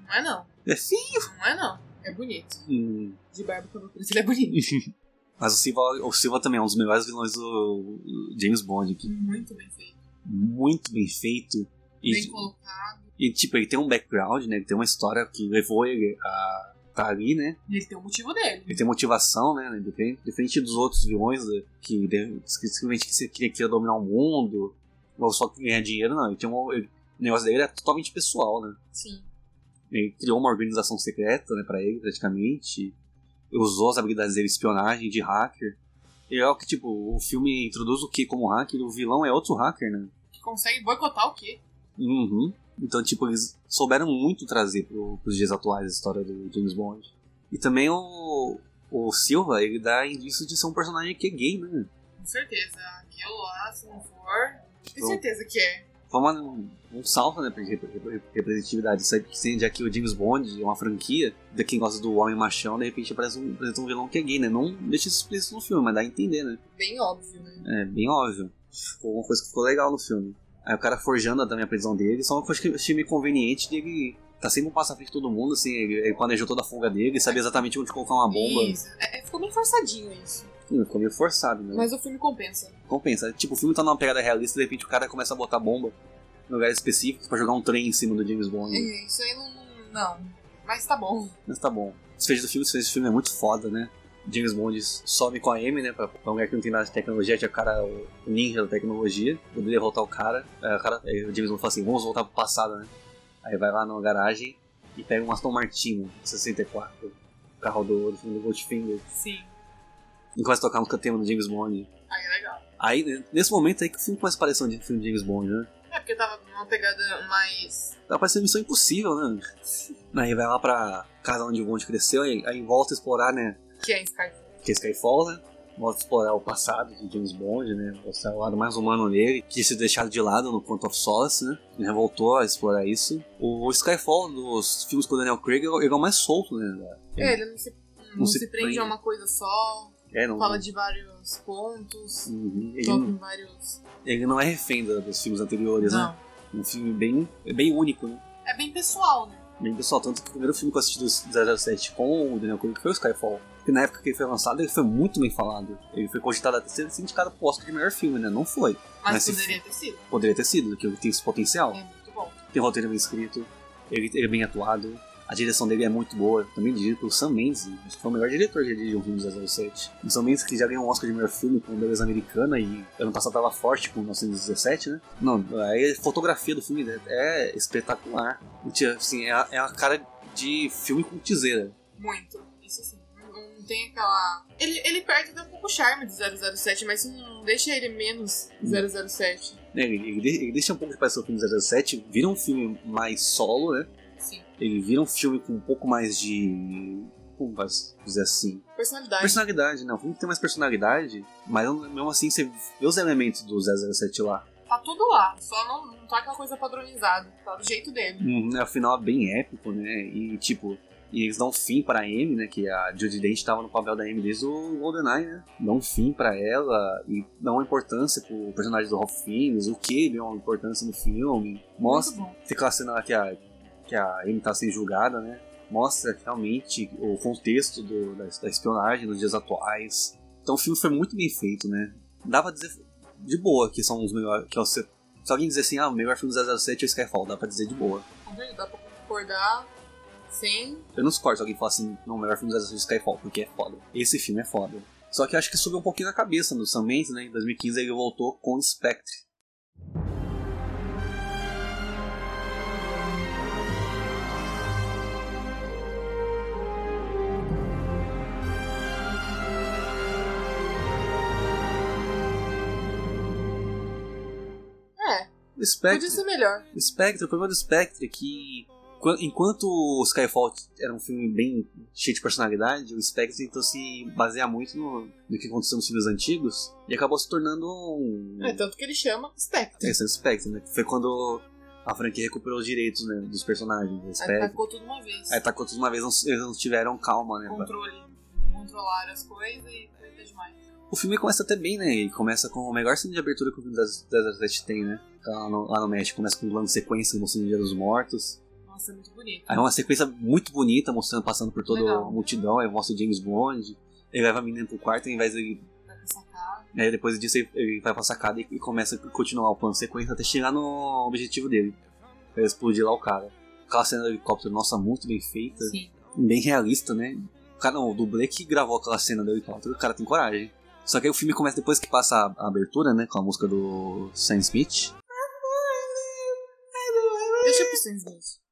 Não é não.
É fio!
Não é não. É bonito.
Hum.
De barba pelo preto, ele é bonito.
Mas o Silva, o Silva também é um dos melhores vilões do James Bond. Que
Muito bem feito.
muito bem feito. E-
Bem colocado.
E, tipo, ele tem um background, né? Ele tem uma história que levou ele a tá ali, né?
E ele tem o motivo dele.
Ele tem motivação, né? né, Diferente, diferente dos outros vilões, né, que de- que simplesmente que você queria, queria dominar o mundo, ou só ganhar dinheiro, não. Ele tem um, ele- o negócio dele é totalmente pessoal, né?
Sim.
Ele criou uma organização secreta, né, pra ele, praticamente. Ele usou as habilidades dele de espionagem, de hacker. E é o que, tipo, o filme introduz o que como hacker, e o vilão é outro hacker, né?
Que consegue boicotar o quê?
Uhum. Então, tipo, eles souberam muito trazer pro, pros dias atuais a história do James Bond. E também o, o Silva, ele dá indício de ser um personagem que é gay, né?
Com certeza. Aquilo lá, se não for. Tenho
Bom.
certeza que é.
Foi uma- um, um salto, né, pra rep- rep- representatividade. Sabe que sim, já que o James Bond é uma franquia, de quem gosta do homem machão, de repente aparece um, apresenta um vilão que é gay, né? Não deixa isso explícito no filme, mas dá a entender, né?
Bem óbvio, né?
É, bem óbvio. Ficou uma coisa que ficou legal no filme. Aí o cara forjando também a prisão dele, só uma coisa que eu achei meio conveniente dele. Tá sempre um passo à frente de todo mundo, assim, ele, ele planejou toda a fuga dele, sabe exatamente onde colocar uma bomba.
Isso. É, é, ficou meio forçadinho isso.
Hum, ficou meio forçado, né?
Mas o filme compensa.
Compensa. Tipo, o filme tá numa pegada realista, de repente o cara começa a botar bomba em lugares específicos pra jogar um trem em cima do James Bond.
É, Isso aí não. Não. Mas tá bom.
Mas tá bom. O desfecho do filme, o desfecho do filme é muito foda, né? James Bond some com a M, né? Pra pra um lugar que não tem nada de tecnologia, tinha o cara, o ninja da tecnologia, poder derrotar o cara. Aí o cara, aí o James Bond fala assim, vamos voltar pro passado, né? Aí vai lá na garagem e pega um Aston Martin 64, o carro do, do filme do Goldfinger,
Sim.
e começa a tocar um tema do James Bond.
Aí é legal.
Aí, né, nesse momento aí que o filme começa a parecer um filme de James Bond, né?
É porque tava numa pegada mais.
Tá parecendo missão impossível, né? Aí vai lá pra casa onde o Bond cresceu, aí, aí volta a explorar, né?
Que é Skyfall.
que é Skyfall, né? Mostra explorar o passado de James Bond, né? Mostrar o lado mais humano dele, que tinha sido deixado de lado no Quantum of Solace, né? Ele já voltou a explorar isso. O Skyfall dos filmes com o Daniel Craig ele é o mais solto, né?
É, ele não se, não
Não
se,
se
prende
prende.
a uma coisa só.
É, não.
Fala de vários pontos.
Uhum. Ele,
Toca em
não,
vários.
ele não é refém da- dos filmes anteriores,
Não.
né? Um filme bem, bem único, né?
É bem pessoal, né?
Bem pessoal, tanto que o primeiro filme que eu assisti do 007 com o Daniel Craig foi o Skyfall. Que na época que ele foi lançado, ele foi muito bem falado. Ele foi cogitado a ser indicado pro Oscar de melhor filme, né? Não foi.
Mas,
Mas se
poderia ter sido.
Poderia ter sido, que ele tem esse potencial.
É muito bom.
tem um roteiro bem escrito, ele, ele é bem atuado, a direção dele é muito boa, também dirigido pelo Sam Mendes, né? acho que foi o melhor diretor que dirigiu o filme do 007. O Sam Mendes que já ganhou um Oscar de melhor filme com Beleza Americana e ano passado tava forte tipo, com 1917, né? Não, aí a fotografia do filme é- é espetacular. Assim, é, a- é uma cara de filme com tiseira.
Muito. Isso sim. Um um Não tem aquela. Ele, ele perde até um pouco o charme de 007, mas isso não deixa ele menos 007.
Né, Ele, ele de- ele deixa um pouco de parecer o filme 007, vira um filme mais solo, né?
Sim.
Ele vira um filme com um pouco mais de. Como vai dizer assim?
Personalidade.
Personalidade, né? O filme tem mais personalidade, mas mesmo assim você vê os elementos do 007 lá.
Tá tudo lá, só não, não tá aquela coisa padronizada. Tá do jeito dele.
Uhum, é um final bem épico, né? E tipo, e eles dão fim pra Amy, né? Que a Judy Dench tava no papel da Amy desde o GoldenEye, né? Dão fim pra ela e dão uma importância pro personagem do Ralph Fiennes, o que deu uma importância no filme. Mostra,
Muito
fica a cena que a, que a Amy tá sendo julgada, né? Mostra realmente o contexto do- da, da espionagem nos dias atuais. Então o filme foi muito bem feito, né? Dá pra dizer de boa que são os melhores. Que é o se- se alguém dizer assim, ah, o melhor filme do 007 é o Skyfall, dá pra dizer de boa.
bom. Tá Dá pra concordar. Sim.
Eu não suporto se alguém falar assim, não, o melhor filme das ações de Skyfall, porque é foda. Esse filme é foda. Só que eu acho que subiu um pouquinho na cabeça do Sam Mendes, né? Em 2015 ele voltou com Spectre.
É.
Spectre.
Podia ser melhor.
Spectre, o problema do Spectre é que quan- enquanto o Skyfall era um filme bem cheio de personalidade, o Spectre tentou se basear muito no, no que aconteceu nos filmes antigos e acabou se tornando um
É tanto que ele chama Spectre.
esse é o Spectre, né? Foi quando a franquia recuperou os direitos né, dos personagens do
Aí
Spectre. É,
tacou tudo uma vez.
Aí tacou tudo de uma vez, não- eles não tiveram calma, né? pra-
Controle. Controlar as coisas e coisa demais.
O filme começa até bem, né? Ele começa com o melhor cena de abertura que o filme das, das, das tem, né? Lá no, lá no México, começa com um plano de sequência mostrando o Dia dos Mortos.
Nossa, é muito bonito.
Aí é uma sequência muito bonita, mostrando, passando por toda a
Legal.
multidão, aí mostra o James Bond, ele leva a menina pro quarto, ao invés de.
Vai pra sacar.
Aí depois disso ele- ele vai pra sacada e e começa a continuar o plano de sequência até chegar no objetivo dele. Pra explodir lá o cara. Aquela cena do helicóptero, nossa, muito bem feita.
Sim.
Bem realista, né? O cara, não, o dublê que gravou aquela cena do helicóptero, o cara tem coragem. Só que aí o filme começa depois que passa a, a abertura, né? Com a música do Sam Smith.
Deixa pro Sam Smith.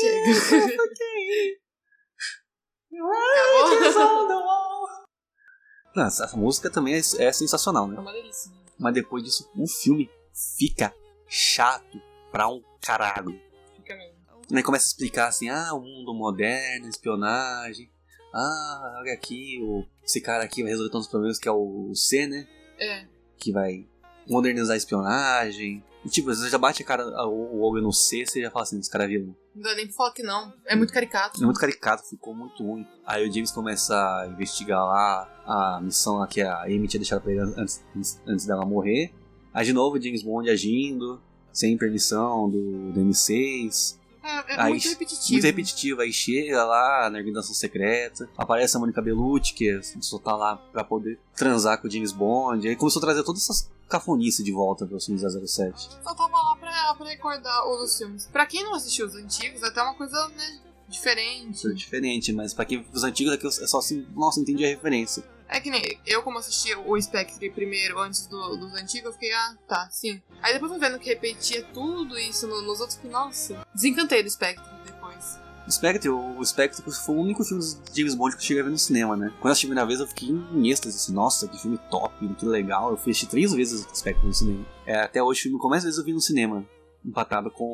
Chega. Acabou.
Não, essa, essa música também é, é sensacional,
É
né?
uma delícia. né?
Mas depois disso, o filme fica chato pra um caralho.
Fica mesmo.
Aí começa a explicar assim, ah, o mundo moderno, espionagem. Ah, olha aqui, o, esse cara aqui vai resolver todos os problemas que é o C, né?
É.
Que vai modernizar a espionagem. E tipo, você já bate a cara, a- o o olho no C, você já fala assim, esse cara é vilão.
Não dá nem pra falar que não. É muito caricato.
É muito caricato, ficou muito ruim. Aí o James começa a investigar lá a missão lá que a Amy tinha deixado pra ele antes, antes- antes dela morrer. Aí de novo o James Bond agindo, sem permissão do, do M6.
É, é
Aí,
muito repetitivo.
Muito repetitivo. Aí chega lá na organização secreta, aparece a Mônica Bellucci, que só tá lá pra poder transar com o James Bond. Aí começou a trazer todas essas cafonices de volta pro filme 007.
Só tava lá pra, pra recordar os filmes. Pra quem não assistiu os antigos, é até uma coisa, né, diferente.
Isso é diferente, mas pra quem os antigos aqui é só assim, nossa, entendi a referência.
É que nem eu, como assisti o Spectre primeiro, antes do- dos antigos, eu fiquei, ah, tá, sim. Aí depois eu vendo que repetia tudo isso no- nos outros, que, nossa, desencantei do Spectre depois.
Spectre, o Spectre foi o único filme do James Bond que eu cheguei a ver no cinema, né? Quando eu assisti a primeira vez, eu fiquei em êxtase, assim, nossa, que filme top, muito legal. Eu fui assistir três vezes o Spectre no cinema. É, até hoje, o filme que eu mais vezes eu vi no cinema, empatado com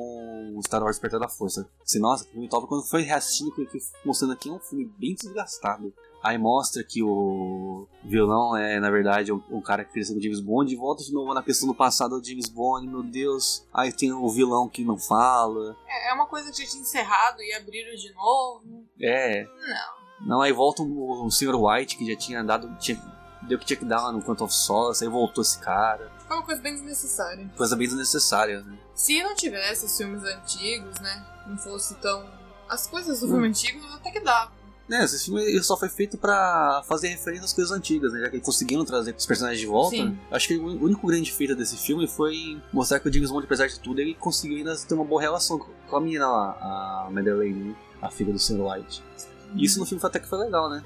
o Star Wars Despertar da Força. Assim, nossa, que filme top. Quando foi reassistindo, eu fiquei mostrando aqui é um filme bem desgastado. Aí mostra que o vilão é, na verdade, um, um cara que cresceu com o James Bond e volta de novo na questão do passado do James Bond, meu Deus. Aí tem o vilão que não fala.
É, é uma coisa que já tinha encerrado e abriram de novo.
É,
Não.
Não, aí volta o, o Sr. White, que já tinha dado. Tinha, deu o que tinha que dar lá no Quantum of Solace, aí voltou esse cara.
Foi uma coisa bem desnecessária.
Coisa bem desnecessária, né?
Se não tivesse os filmes antigos, né? Não fosse tão. As coisas do filme antigo, até que dá.
Né, esse filme ele só foi feito pra fazer referência às coisas antigas, né? Já que eles conseguiram trazer os personagens de volta.
Sim.
Acho que o único grande feito desse filme foi mostrar que o James Bond, apesar de tudo, ele conseguiu ainda ter uma boa relação com com a menina lá, a Madeleine, né? a filha do Sr. White. E isso no filme até que foi legal, né?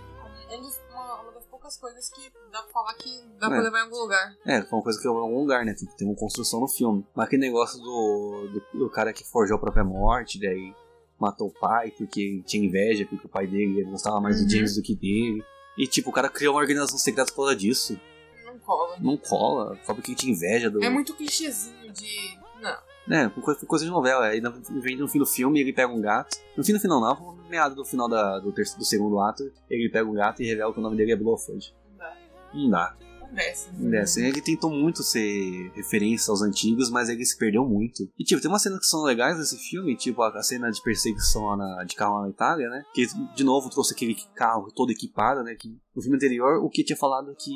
É um dos- uma, uma das poucas coisas que dá pra falar que dá
É.
pra levar em algum lugar.
É, foi uma coisa que eu em algum lugar, né? Tem que ter uma construção no filme. Mas aquele negócio do, do, do cara que forjou a própria morte, daí matou o pai porque tinha inveja, porque o pai dele gostava mais
Uhum.
do James do que dele. E tipo, o cara criou uma organização secreta por causa disso.
Não cola.
Não cola, só porque tinha inveja do.
É muito clichêzinho de. Não.
É, coisa, coisa de novela. Aí no- vem no fim do filme, ele pega um gato. No fim do final, não, na meada do final da- do, terceiro, do segundo ato, ele pega um gato e revela que o nome dele é Blofeld.
Não dá.
Não dá.
Acontece.
não dá. Assim, Ele tentou muito ser referência aos antigos, mas ele se perdeu muito. E, tipo, tem umas cenas que são legais nesse filme, tipo a, a cena de perseguição lá na- de carro lá na Itália, né? Que, de novo, trouxe aquele carro todo equipado, né? Que no filme anterior, o que tinha falado que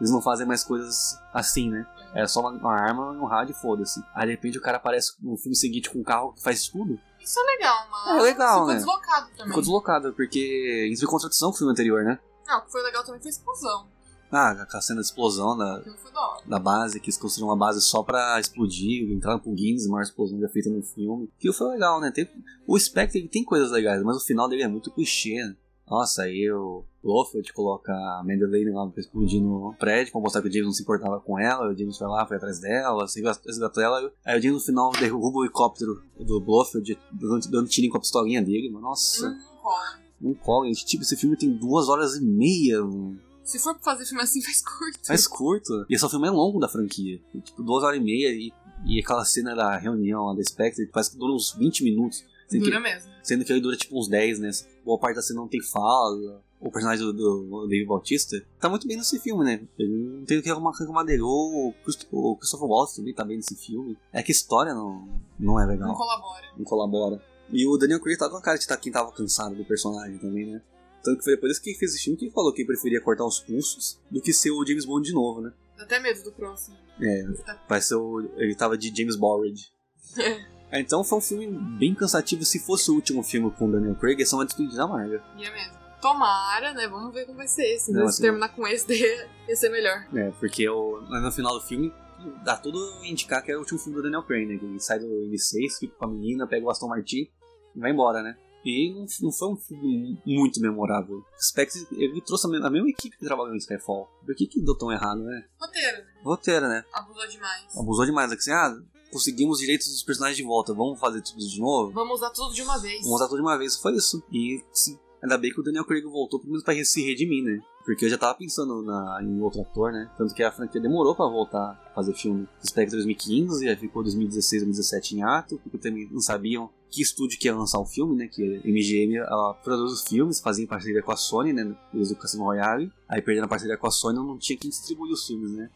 eles não fazem mais coisas assim, né? É só uma, uma arma, um rádio e foda-se. Aí de repente o cara aparece no filme seguinte com um carro que faz tudo.
Isso é legal, mas.
É legal,
ficou
né?
deslocado também.
Ficou deslocado, porque isso foi contradição com o filme anterior, né?
Não, o que foi legal também foi a explosão.
Ah, a cena de explosão na,
Aquilo foi da hora.
da base, que eles construíram uma base só pra explodir, entrar pro Guinness, a maior explosão já feita no filme. Aquilo foi legal, né? Tem- o Spectre ele tem coisas legais, mas o final dele é muito clichê, né? Nossa, aí o Lofeld coloca a Mandalene lá pra explodir no prédio, pra mostrar que o James não se importava com ela, o James foi lá, foi atrás dela, se resgatou ela, aí o James no final derruba o helicóptero do Blofeld, dando, dando tirinho com a pistolinha dele, mano. Nossa,
Não cola.
não cola. gente. Tipo, esse filme tem duas horas e meia, mano.
Se for pra fazer filme assim, [LAUGHS] faz curto.
Mais curto. E esse é o filme mais longo da franquia. Tipo, duas horas e meia e, e aquela cena da reunião lá da Spectre parece que dura uns 20 minutos. Sendo
Dura
que,
mesmo.
Sendo que ele dura tipo uns 10, né? Boa parte da cena não tem fala. O personagem do, do David Bautista tá muito bem nesse filme, né? Ele não tem o que arrumar com o dele. Ou o Christ- o Christopher Waltz também tá bem nesse filme. É que a história não, não é legal.
Não colabora.
Não colabora. E o Daniel Craig tava com a cara de tá, quem tava cansado do personagem também, né? Tanto que foi depois que ele fez esse filme que ele falou que ele preferia cortar os pulsos do que ser o James Bond de novo, né?
Dá até medo do próximo.
É, vai ser o, ele tava de James Borrage. É, Então foi um filme bem cansativo. Se fosse o último filme com o Daniel Craig, ia ser uma despedida amarga.
E é mesmo. Tomara, né? Vamos ver como vai ser esse.
Não,
né? Se
assim-
terminar com esse, [LAUGHS] daí ia ser melhor.
É, porque o, no final do filme dá tudo a indicar que é o último filme do Daniel Craig, né? Que ele sai do M6, fica com a menina, pega o Aston Martin e vai embora, né? E não, não foi um filme muito memorável. Specs, ele trouxe a me- a mesma equipe que trabalhou em Skyfall. Por que que deu tão errado, né?
Roteiro, né?
Roteiro, né?
Abusou demais.
Abusou demais, né? Que assim, ah, conseguimos os direitos dos personagens de volta, vamos fazer tudo de novo?
Vamos usar tudo de uma vez.
Vamos usar tudo Um de uma vez, foi isso. E sim, ainda bem que o Daniel Craig voltou, pelo menos pra se redimir, né? Porque eu já tava pensando na- em outro ator, né? Tanto que a franquia demorou pra voltar a fazer filme. Spectre 2015, aí ficou 2016, 2017 em ato, porque também não sabiam que estúdio que ia lançar o filme, né? Que a MGM ela produz os filmes, fazia em parceria com a Sony, né? Desde o Cassino Royale. Aí perdendo a parceria com a Sony, não tinha quem distribuir os filmes, né?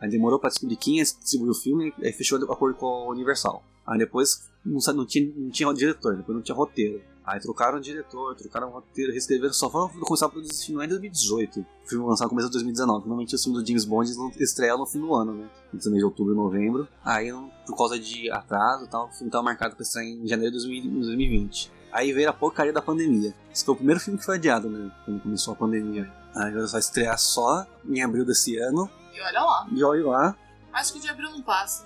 Aí demorou pra descobrir quem ia distribuir o filme, aí fechou o acordo com a Universal. Aí depois não, sa- não tinha, não tinha diretor, depois não tinha roteiro. Aí trocaram o diretor, trocaram o roteiro, reescreveram, só foram começar a produzir esse filme lá em 2018. O filme lançado no começo de 2019. Normalmente o filme do James Bond estreia no fim do ano, né? Entre mês de outubro e novembro. Aí, por causa de atraso e tal, o filme tava marcado pra estrear em janeiro de 2000 2020. Aí veio a porcaria da pandemia. Esse foi o primeiro filme que foi adiado, né? Quando começou a pandemia. Aí agora vai estrear só em abril desse ano.
E olha lá.
E olha lá.
Acho que de abril não passa.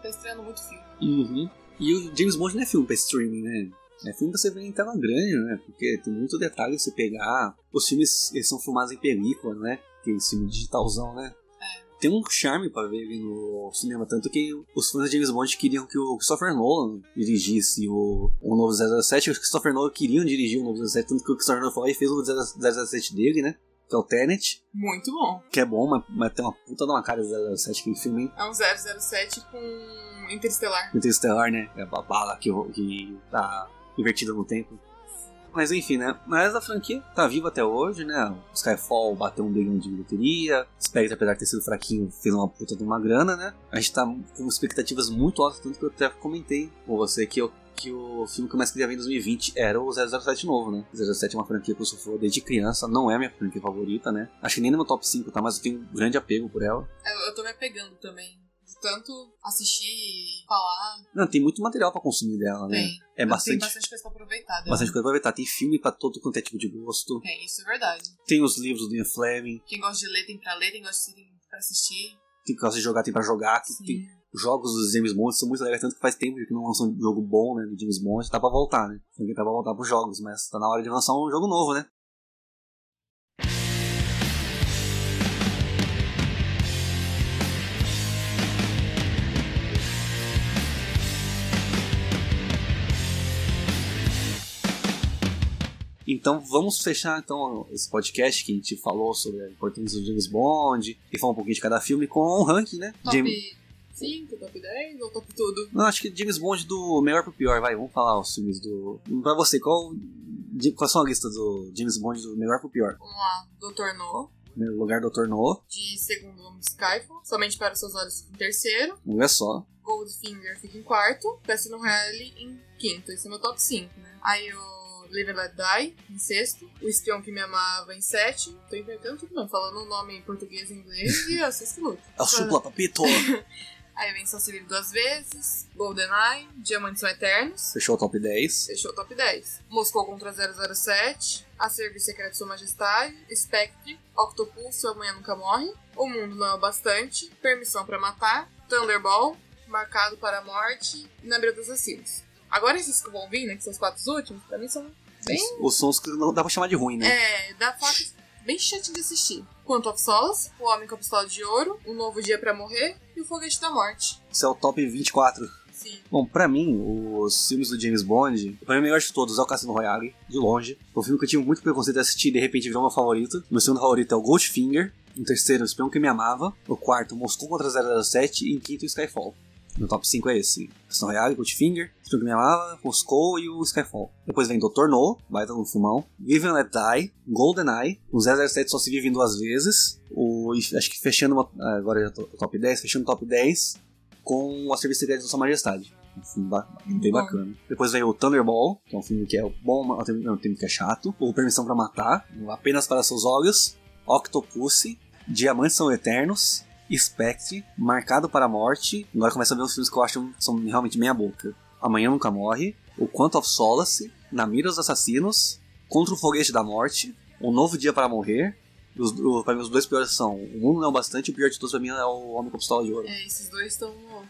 Tá estreando muito filme.
Uhum. E o James Bond não é filme pra streaming, né? É filme pra você ver em tela grande, né? Porque tem muito detalhe você pegar. Os filmes eles são filmados em película, né? Tem filme digitalzão, né? Tem um charme pra ver ele no cinema, tanto que os fãs de James Bond queriam que o Christopher Nolan dirigisse o, o novo 007, os Christopher Nolan queriam dirigir o novo 007, tanto que o Christopher Nolan foi lá e fez o 007 dele, né? Que é o Tenet,
Muito bom.
que é bom, mas, mas tem uma puta de uma cara de 007 que filme, hein?
É um 007 com Interestelar.
Interstellar, né? É a bala que, que tá invertida no tempo. Mas enfim, né? Mas a franquia tá viva até hoje, né? O Skyfall bateu um bilhão de bilheteria. Spectre, apesar de ter sido fraquinho, fez uma puta de uma grana, né? A gente tá com expectativas muito altas, tanto que eu até comentei com você que eu que o filme que eu mais queria ver em 2020 era o 007 novo, né? 007 é uma franquia que eu sofro desde criança, não é a minha franquia favorita, né? Acho que nem no meu top 5, tá? Mas eu tenho um grande apego por ela.
É, Eu, eu tô me apegando também. De tanto assistir e falar.
Não, tem muito material pra consumir dela, né?
Tem.
É
Tem
bastante
bastante coisa pra aproveitar. dela.
Bastante coisa pra aproveitar. Tem filme pra todo quanto é tipo de gosto.
Tem, isso é verdade.
Tem os livros do Ian Fleming.
Quem gosta de ler tem pra ler, quem gosta de assistir tem pra assistir.
Tem que gosta de jogar, tem pra jogar. que Tem jogos dos James Bond são muito legais. Tanto que faz tempo que não lançam um jogo bom, né? Do James Bond. Tá pra voltar, né? Ninguém tá pra voltar pros jogos, mas tá na hora de lançar um jogo novo, né? Então vamos fechar então esse podcast que a gente falou sobre a importância do James Bond e falar um pouquinho de cada filme com um ranking, né?
Top
James-
5, top 10 ou top tudo?
Não, acho que James Bond do melhor pro pior, vai, vamos falar os filmes do. Pra você, qual. de- Qual são a lista do James Bond do melhor pro pior?
Vamos lá, Doutor No.
Primeiro lugar, Dr. No.
De segundo, vamos Skyfall. Somente para os seus olhos fica em terceiro.
Olha um só.
Goldfinger fica em quarto. Casino Royale em quinto. Esse é meu top 5, né? Aí o Live and Let Die em sexto. O Espião que Me Amava em sétimo. Tô inventando tudo não, falando o nome em português e inglês e eu assisto
[LAUGHS]
luta.
É o Supla Papito!
Aí vem Só Se Livre duas vezes. GoldenEye. Diamantes São Eternos.
Fechou o top 10.
Fechou o top 10. Moscou contra 007, A Serviço Secreto de Sua Majestade, Spectre, Octopus, Sua Manhã Nunca Morre, O Mundo Não é o Bastante, Permissão para Matar, Thunderball, Marcado para a Morte, e Na Beira dos Assassinos. Agora esses que vão vir, né, que são os quatro últimos, pra mim são bem...
Os, os sons que não dá pra chamar de ruim, né?
É, dá faca bem chatinho de assistir. Quanto of Solace, O Homem com a Pistola de Ouro, Um Novo Dia para Morrer e O Foguete da Morte.
Isso é o top 24.
Sim.
Bom, pra mim, os filmes do James Bond, pra mim o melhor de todos é o Cassino Royale, de longe. Foi um filme que eu tive muito preconceito de assistir e de repente virou meu favorito. Meu segundo favorito é o Goldfinger. Em terceiro, O Espião que Me Amava. No quarto, Moscou contra 007. E em quinto, Skyfall. Meu top 5 é esse. Cassino Royale, Goldfinger, O Espião que Me Amava, Moscou e o Skyfall. Depois vem Dr. No, Baita no Fumão. Vive and Let Die, GoldenEye. O 007 só se vive em duas vezes. O, acho que fechando, uma- ah, agora já tô top 10, fechando o top 10 com a Serviço Secreto de Sua Majestade. Um filme ba- bem
Bom.
bacana. Depois veio o Thunderball, que é um filme que é bom, mas ao mesmo tempo- ao mesmo tempo que é chato. O Permissão pra Matar, o Apenas para Seus Olhos. Octopussy, Diamantes São Eternos. Spectre, Marcado para a Morte. Agora começa a ver uns filmes que eu acho que são realmente meia boca. Amanhã Nunca Morre. O Quanto of Solace. Na Mira dos Assassinos. Contra o Foguete da Morte. Um Novo Dia para Morrer. E Os, o, pra mim, os dois piores são O Mundo Não é o Bastante e o pior de todos pra mim é o Homem com a Pistola de Ouro.
É, esses dois estão no,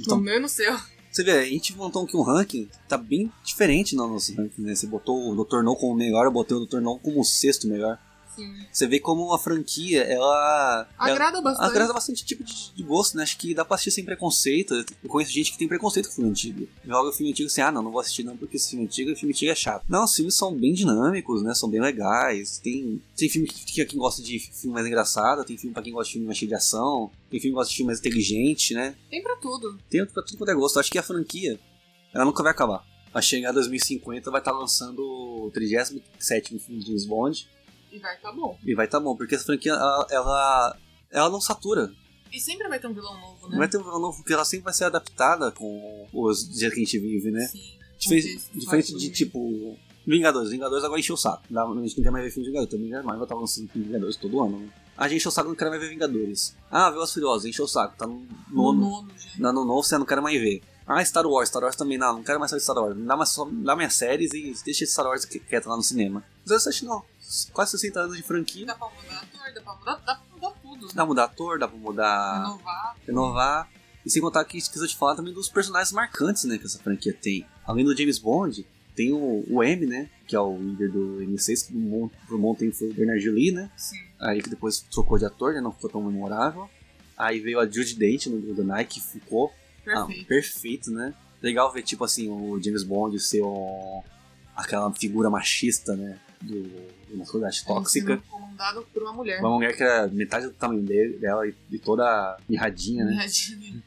Então-
no meu e no seu.
Você vê, a gente montou aqui um ranking, tá bem diferente no nosso ranking, né? Você botou o Dr. No como o melhor, eu botei o Dr. No como o sexto melhor.
Sim.
Você vê como a franquia, ela...
Agrada
ela-
bastante.
Agrada bastante tipo de, de gosto, né? Acho que dá pra assistir sem preconceito. Eu conheço gente que tem preconceito com filme antigo. Joga o filme antigo assim, ah, não, não vou assistir não, porque esse filme antigo, filme antigo é chato. Não, os filmes são bem dinâmicos, né? São bem legais. Tem, tem filme que, que quem gosta de filme mais engraçado, tem filme pra quem gosta de filme mais cheio de ação, tem filme que gosta de filme mais inteligente, né?
Tem pra tudo.
tem pra tudo quanto é gosto. Acho que a franquia, ela nunca vai acabar. Vai chegar em 2050, vai estar lançando o 37 filme de James Bond
E vai tá bom.
e vai estar bom, porque essa franquia, ela, ela, ela não satura.
E sempre vai ter um vilão novo, né?
Não vai ter um vilão novo, porque ela sempre vai ser adaptada com os dias que a gente vive, né?
Sim.
Diferente,
Sim.
diferente de, tipo, Vingadores. Vingadores agora encheu o saco. Dá- A gente não quer mais ver filme de Vingadores. Também Marvel tá lançando filme de Vingadores todo ano, né? A gente encheu o saco, não quer mais ver Vingadores. Ah, Velas Furiosas, encheu o saco. Tá no
No
nono.
Um nono, já.
Não, no novo você não quero mais ver. Ah, Star Wars, Star Wars também, não, não quero mais saber de Star Wars. Me dá, mais, só, me dá minhas séries e deixa Star Wars qui- quieto lá no cinema. 07 não, quase 60 anos de franquia.
Dá pra mudar ator, dá pra mudar, dá pra mudar tudo. né?
Dá pra mudar ator, dá pra mudar,
Renovar.
renovar. E sem contar que esqueci de falar também dos personagens marcantes né, que essa franquia tem. Além do James Bond, tem o, o M, né? Que é o líder do M6, que por um bom- por um bom tempo foi o Bernard Lee, né?
Sim.
Aí que depois trocou de ator, né? Não ficou tão memorável. Aí veio a Judy Dent no GoldenEye, que ficou ah,
Perfeito.
perfeito, né? Legal ver, tipo assim, o James Bond ser um- aquela figura machista, né? Do, de uma
É,
sociedade tóxica.
Sendo comandado por uma mulher.
Uma mulher que era metade do tamanho dele- dela e, e toda mirradinha, né?
Imagina.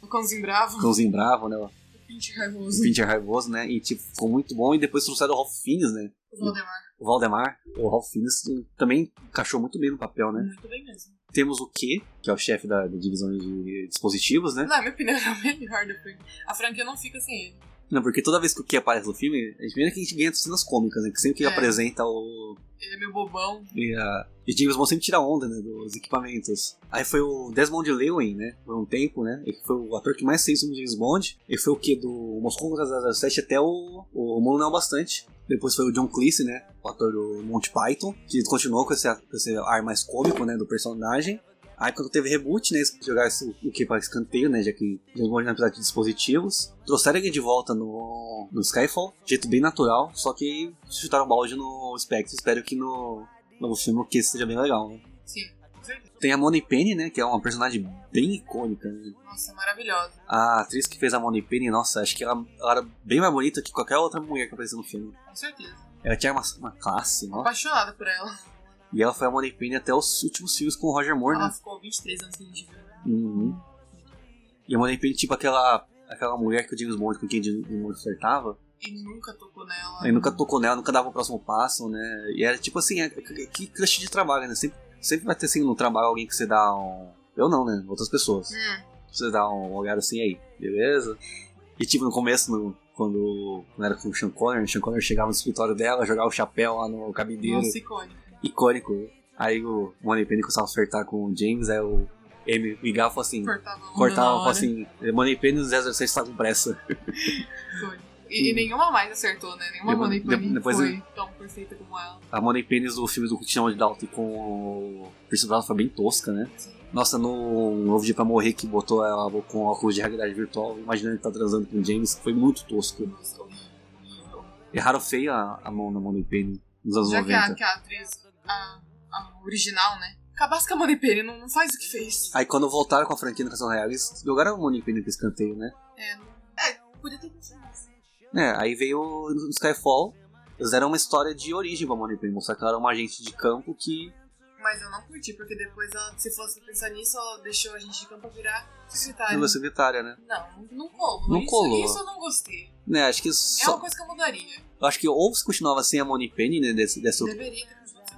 O cãozinho bravo.
Cãozinho bravo, né? O
Pinte raivoso.
Pincher raivoso, né? E tipo, ficou muito bom. E depois trouxeram o Ralph Fiennes, né?
O Valdemar.
O Valdemar. O Ralph Fiennes também encaixou muito bem no papel, né?
Muito bem mesmo.
Temos o Q, que é o chefe da, da divisão de dispositivos, né?
Na minha opinião, é o melhor do filme. A franquia não fica assim, sem ele.
Não, porque toda vez que o Q aparece no filme, a gente vê que a gente ganha cenas cômicas, né? Que sempre que
É.
apresenta o,
Ele é meio bobão.
E, a, e James Bond sempre tira onda, né, dos equipamentos. Aí foi o Desmond Llewellyn, né, por um tempo, né, ele foi o ator que mais fez o James Bond. Ele foi o que do Moscou contra 007 até o, o Mundo Não é o Bastante. Depois foi o John Cleese, né, o ator do Monty Python, que continuou com esse, com esse ar mais cômico, né, do personagem. Aí quando teve reboot, né, eles jogaram esse- o que para escanteio, né, já que James Bond não precisava de dispositivos. Trouxeram ele de volta no, no Skyfall, de jeito bem natural, só que chutaram o balde no Spectre. Espero que no, novo filme o que seja bem legal, né?
Sim.
Tem a Money Penny, né? Que é uma personagem bem icônica. né?
Nossa, maravilhosa.
A atriz que fez a Money Penny, nossa, acho que ela, ela era bem mais bonita que qualquer outra mulher que apareceu no filme.
Com certeza.
Ela tinha uma, uma classe, ó.
Apaixonada por ela.
E ela foi a Money Penny até os últimos filmes com o Roger Moore,
Ela
né?
ficou 23 anos que a gente viu.
Uhum. E a Money Penny, tipo aquela, aquela mulher que o James Bond, com quem o James Bond flertava,
Ele nunca tocou nela.
Aí nunca tocou nela, nunca dava o próximo passo, né? E era tipo assim, é, que que crush de trabalho, né? Sempre, sempre vai ter assim no trabalho alguém que você dá um. Eu não, né? Outras pessoas.
Hum.
Você dá um olhar assim aí, beleza? E tipo, no começo, no- quando, quando era com o Sean Connery, o Sean Connery chegava no escritório dela, jogava o chapéu lá no cabideiro.
Nossa, icônico.
Icônico. Aí o Money Penny começava a ofertar com o James, aí o M ligava e falou assim.
Cortava a onda
Cortava
na
e falou
hora.
assim: Money Penny 006 está com pressa.
E, e nenhuma mais acertou, né? Nenhuma
Hum. Depois-
Money Penny
depois-
foi tão perfeita como ela.
A Money Pennies do filme do Cristiano de Dalton com o Percy Brown foi bem tosca, né? Nossa, no Um Novo Dia Pra Morrer, que botou ela com óculos de realidade virtual, imaginando que tá transando com o James, foi muito tosco. Erraram feio a, a mão da Money Penny nos anos
Já que a,
90.
que a atriz, a, a original, né? Acabasse com a Money Penny, não, não faz o que fez.
Aí quando voltaram com a franquia no Castle Real, eles jogaram a Money Penny pra escanteio, né?
É, não- é podia ter pensado assim.
É, aí veio no Skyfall, eles deram uma história de origem pra Money Penny, mostrar que ela era uma agente de campo que...
Mas eu não curti, porque depois, ela, se fosse pensar nisso, ela deixou a gente de campo virar secretária.
Uma secretária, né?
Não, não colou.
Não
isso,
colou.
Isso eu não gostei.
Né, acho que
É
só...
uma coisa que eu mudaria.
Eu acho que ou se continuava sem a Money Penny, né, desse, dessa
Deveria ter continuado.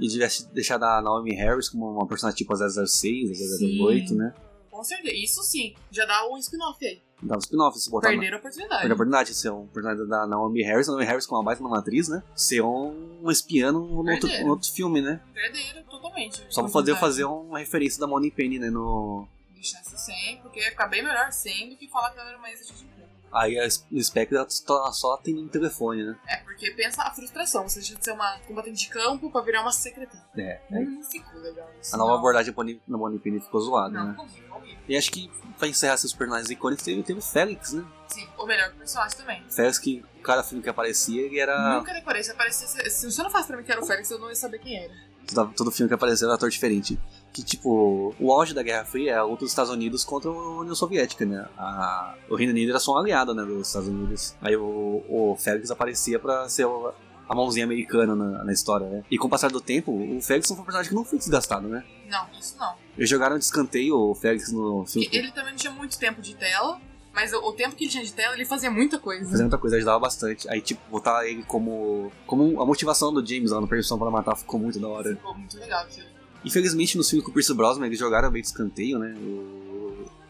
e tivesse deixado a Naomi Harris como uma personagem tipo a 006, a 008,
Sim.
né?
Com certeza. Isso sim. Já dá um spin-off aí.
Dava spin-off, se Então, botar
Perderam a oportunidade.
Perderam a oportunidade, ser um personagem da Naomi Harris, a Naomi Harris com uma baita numa atriz, né? Ser um, um espiã num outro,
Perderam.
num outro filme, né?
Perderam totalmente.
Só pra fazer, fazer uma referência da Money Penny, né? No...
Deixar isso sem, porque ia ficar bem melhor sem do que falar que ela era uma ex de emprego.
Aí a Spectre ela só, só atendendo o telefone, né?
É, porque pensa a frustração. Você deixa de ser uma combatente de campo pra virar uma secretária.
É.
Não,
aí
não ficou legal isso.
a nova
não.
abordagem da Bonnie- da Money Penny ficou zoada,
Não,
né?
ficou horrível, horrível.
E acho que pra encerrar esses personagens icônicos teve, teve o Félix, né?
Sim, ou melhor, que o personagem também.
Félix que cada filme que aparecia ele era.
Nunca decorei. Se aparecesse. Se você não faz pra mim que era o Félix, eu não ia saber quem era.
todo, todo filme que apareceu era um ator diferente. Que, tipo, o auge da Guerra Fria é a luta dos Estados Unidos contra a União Soviética, né? A- o Reino Unido era só um aliado, né, dos Estados Unidos. Aí o, o Félix aparecia pra ser o- a mãozinha americana na, na história, né? E com o passar do tempo, o Félix foi um personagem que não foi desgastado, né?
Não, isso não.
Eles jogaram de escanteio o Félix no filme.
Porque ele também não tinha muito tempo de tela, mas o, o tempo que ele tinha de tela, ele fazia muita coisa.
Fazia muita coisa, ajudava bastante. Aí, tipo, botar ele como. Como a motivação do James lá no Perdição para Matar ficou muito da hora.
Ficou muito legal aquilo.
Infelizmente, nos filmes com o Pierce Brosnan, eles jogaram meio de escanteio, né? O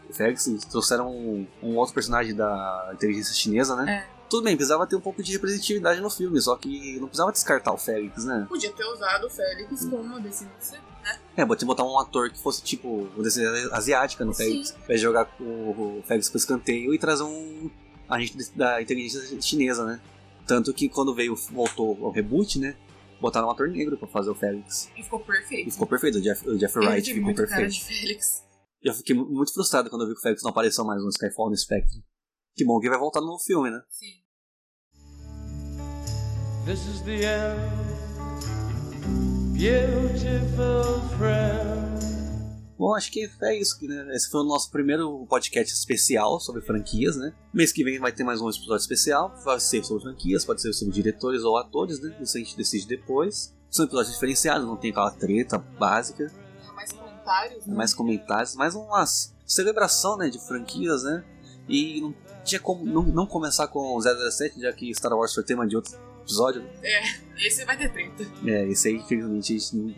o Félix eles trouxeram um, um outro personagem da inteligência chinesa, né?
É.
Tudo bem, precisava ter um pouco de representatividade no filme, só que não precisava descartar o Félix, né?
Podia ter usado o Félix como uma descendência, né?
É, botar botar um ator que fosse, tipo, uma descendência asiática no Félix. Vai jogar com o Félix pro escanteio e trazer um agente de- da inteligência chinesa, né? Tanto que quando veio, voltou ao reboot, né? Botaram um ator negro pra fazer o Félix.
E ficou perfeito.
E ficou perfeito, o Jeff, o Jeff
Ele
Wright
teve
ficou
muito cara
perfeito.
de Félix.
Eu fiquei mu- muito frustrado quando eu vi que o Félix não apareceu mais no Skyfall no Spectre. Que bom que vai voltar no filme, né?
This is the end, beautiful friend.
Bom, acho que é isso, né? Esse foi o nosso primeiro podcast especial sobre franquias, né? Mês que vem vai ter mais um episódio especial. Vai ser sobre franquias, pode ser sobre diretores ou atores, né? Isso a gente decide depois. São episódios diferenciados, não tem aquela treta básica,
Mais comentários, né?
mais comentários, mais uma celebração, né? De franquias, né? E não tinha como não, não começar com o 007, já que Star Wars foi tema de outro episódio, né?
É, esse vai ter treta.
É, esse aí, infelizmente, a gente não-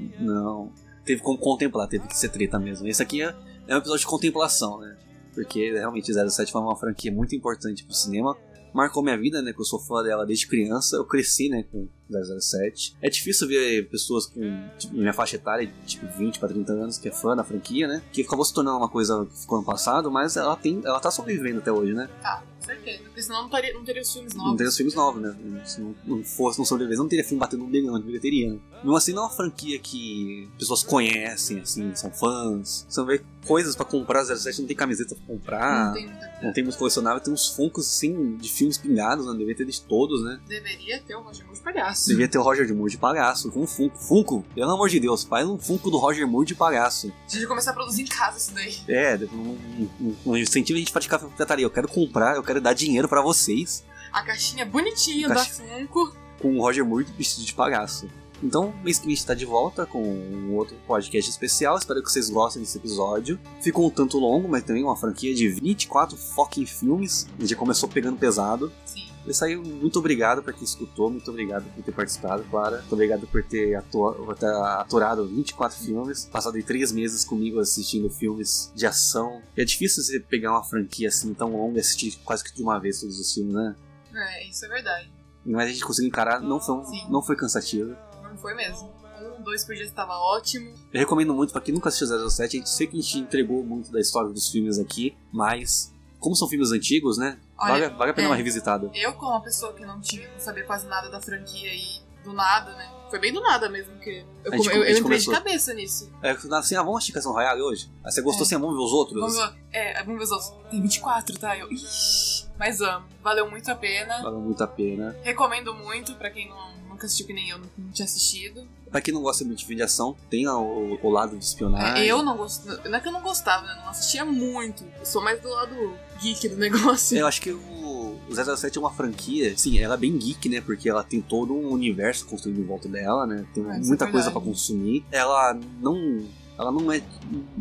não. Teve como contemplar, teve que ser treta mesmo. Esse aqui é, é um episódio de contemplação, né? Porque realmente 07 foi uma franquia muito importante pro cinema. Marcou minha vida, né? Que eu sou fã dela desde criança. Eu cresci, né? Com 007. É difícil ver pessoas com tipo, minha faixa etária, tipo 20 pra 30 anos, que é fã da franquia, né? Que acabou se tornando uma coisa que ficou no passado, mas ela, tem, ela tá sobrevivendo até hoje, né?
Tá, com certeza. Porque senão não teria, não teria os filmes
Não
novos.
teria os filmes novos, né? Se não, não fosse, não sobrevivesse, não teria filme batendo um bilhão de bilheteria, né? Mesmo assim, não é uma franquia que pessoas conhecem, assim, são fãs. Você não vê coisas pra comprar, 07 não tem camiseta pra comprar.
Não tem muita
Não tem muito colecionável, tem uns funcos, assim, de filmes pingados, né? Devia ter de todos, né?
Deveria ter o Roger Moore de palhaço.
Devia ter o Roger Moore de palhaço, com um funko. Funko, pelo amor de Deus, faz um funko do Roger Moore de palhaço.
A gente vai começar a produzir em casa isso daí.
É, não, não, não incentiva um a gente a praticar pirataria. Eu quero comprar, eu quero dar dinheiro pra vocês.
A caixinha bonitinha
Caixa-
da Funko.
com com o Roger Moore vestido de palhaço. Então, mês que vem a gente tá de volta com um outro podcast especial. Espero que vocês gostem desse episódio. Ficou um tanto longo, mas também uma franquia de 24 fucking filmes. A gente já começou pegando pesado.
Sim.
É isso aí, muito obrigado pra quem escutou, muito obrigado por ter participado, Clara. Muito obrigado por ter, atua por ter aturado 24 filmes, passado aí 3 meses comigo assistindo filmes de ação. E é difícil você pegar uma franquia assim tão longa e assistir quase que de uma vez todos os filmes, né?
É, isso é verdade.
Mas a gente conseguiu encarar, não foi, um-
Sim.
não foi cansativo.
Não foi mesmo. Um, dois por dia estava ótimo.
Eu recomendo muito pra quem nunca assistiu 007. A gente sei que a gente entregou muito da história dos filmes aqui, mas como são filmes antigos, né?
Olha,
vale, vale a pena
é.
uma revisitada.
Eu, como uma pessoa que não tinha, não sabia quase nada da franquia e do nada, né? Foi bem do nada mesmo, que eu,
A gente
come-
com-
eu,
a
eu
gente
entrei
começou.
de cabeça nisso.
É, assim, ah, vamos assistir Casino Royale hoje? Ah, você gostou,
É.
assim, ah, vamos ver os outros?
Vamos, lá. é, vamos ver os outros. Tem 24, tá? Eu, ixi, mas amo. Valeu muito a pena.
Vale muito a pena.
Recomendo muito pra quem não, nunca assistiu, que nem eu não tinha assistido.
Pra quem não gosta muito de filme de ação, tem o, o lado de espionagem.
Eu não gostava. Não é que eu não gostava, né? Eu Não assistia muito. Eu sou mais do lado geek do negócio.
Eu acho que o, o 007 é uma franquia, sim, ela é bem geek, né? Porque ela tem todo um universo construído em volta dela, né? Tem
Ah, isso
muita
é
coisa
verdade.
pra consumir. Ela não. Ela não é,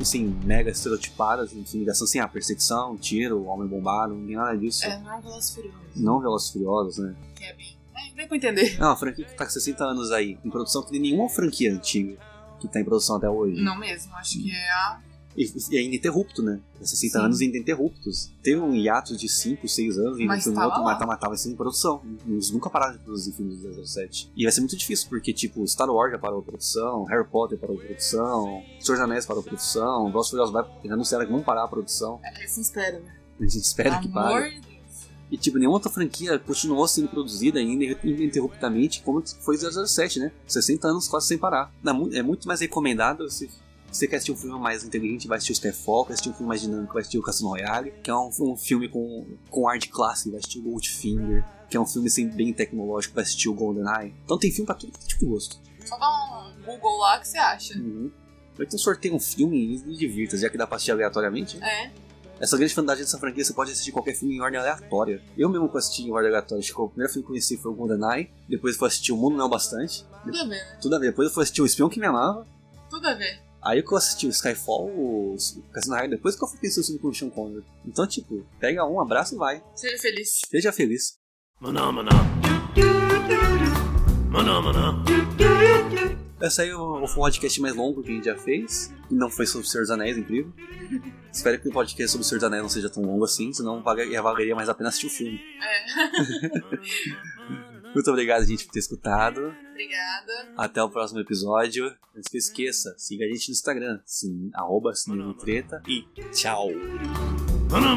assim, mega estereotipada, assim, de ligação assim, ah, perseguição, tiro, homem bombado, não tem nada disso.
É, não é um Velozes e Furiosos,
Não Velozes e Furiosos, né?
que é bem. É, deu pra entender.
É uma franquia que tá com 60 anos aí, em produção que nem nenhuma franquia antiga que tá em produção até hoje.
Não mesmo, acho que é a.
E, e é ininterrupto, né? Há 60
Sim.
anos ainda interruptos. Teve um hiato de 5, 6 anos e
Mas
um
tava
outro
lá.
mata matava sem produção. Eles nunca pararam de produzir filmes do 007. E vai ser muito difícil, porque, tipo, Star Wars já parou a produção, Harry Potter parou a produção, Senhor dos Anéis parou a produção, Velozes e Furiosos vai eles anunciaram que vão parar a produção.
É, se espera, né?
A gente espera que pare.
Amor de Deus.
E, tipo, nenhuma outra franquia continuou sendo produzida ainda ininterruptamente como foi 007, né? 60 anos quase sem parar. Dá mu- É muito mais recomendado se você quer assistir um filme mais inteligente, vai assistir o Skyfall, quer assistir um filme mais dinâmico, vai assistir o Cassino Royale, que é um, um filme com, com ar de classe, vai assistir o Goldfinger, que é um filme assim, bem tecnológico, vai assistir o GoldenEye. Então tem filme pra tudo que é tipo de gosto.
Só dá um Google lá que você acha.
Uhum. Então sorteia um filme e se divirta, já que dá pra assistir aleatoriamente, né?
É.
Essa grande vantagem dessa franquia, você pode assistir qualquer filme em ordem aleatória. Eu mesmo que assisti em ordem aleatória, acho que o primeiro filme que eu conheci foi o GoldenEye, depois eu fui assistir O Mundo Não é o Bastante,
Tudo a ver, né?
tudo a ver, depois eu fui assistir O Espião Que Me Amava,
Tudo a ver.
aí que eu assisti o Skyfall, o Casino Royale, depois que eu fui pensar sobre o Sean Connery. Então, tipo, pega um, abraço e vai.
Seja feliz.
Seja feliz. Essa aí é o- foi um podcast mais longo que a gente já fez, e não foi sobre o Senhor dos Anéis, incrível. Espero que o podcast sobre o Senhor dos Anéis não seja tão longo assim, senão vaga- valeria mais a pena assistir o filme. [LAUGHS] Muito obrigado, gente, por ter escutado.
Obrigada.
Até o próximo episódio. Não se esqueça, siga a gente no Instagram, sim, arroba Cinema e Treta. E tchau!
Manamana.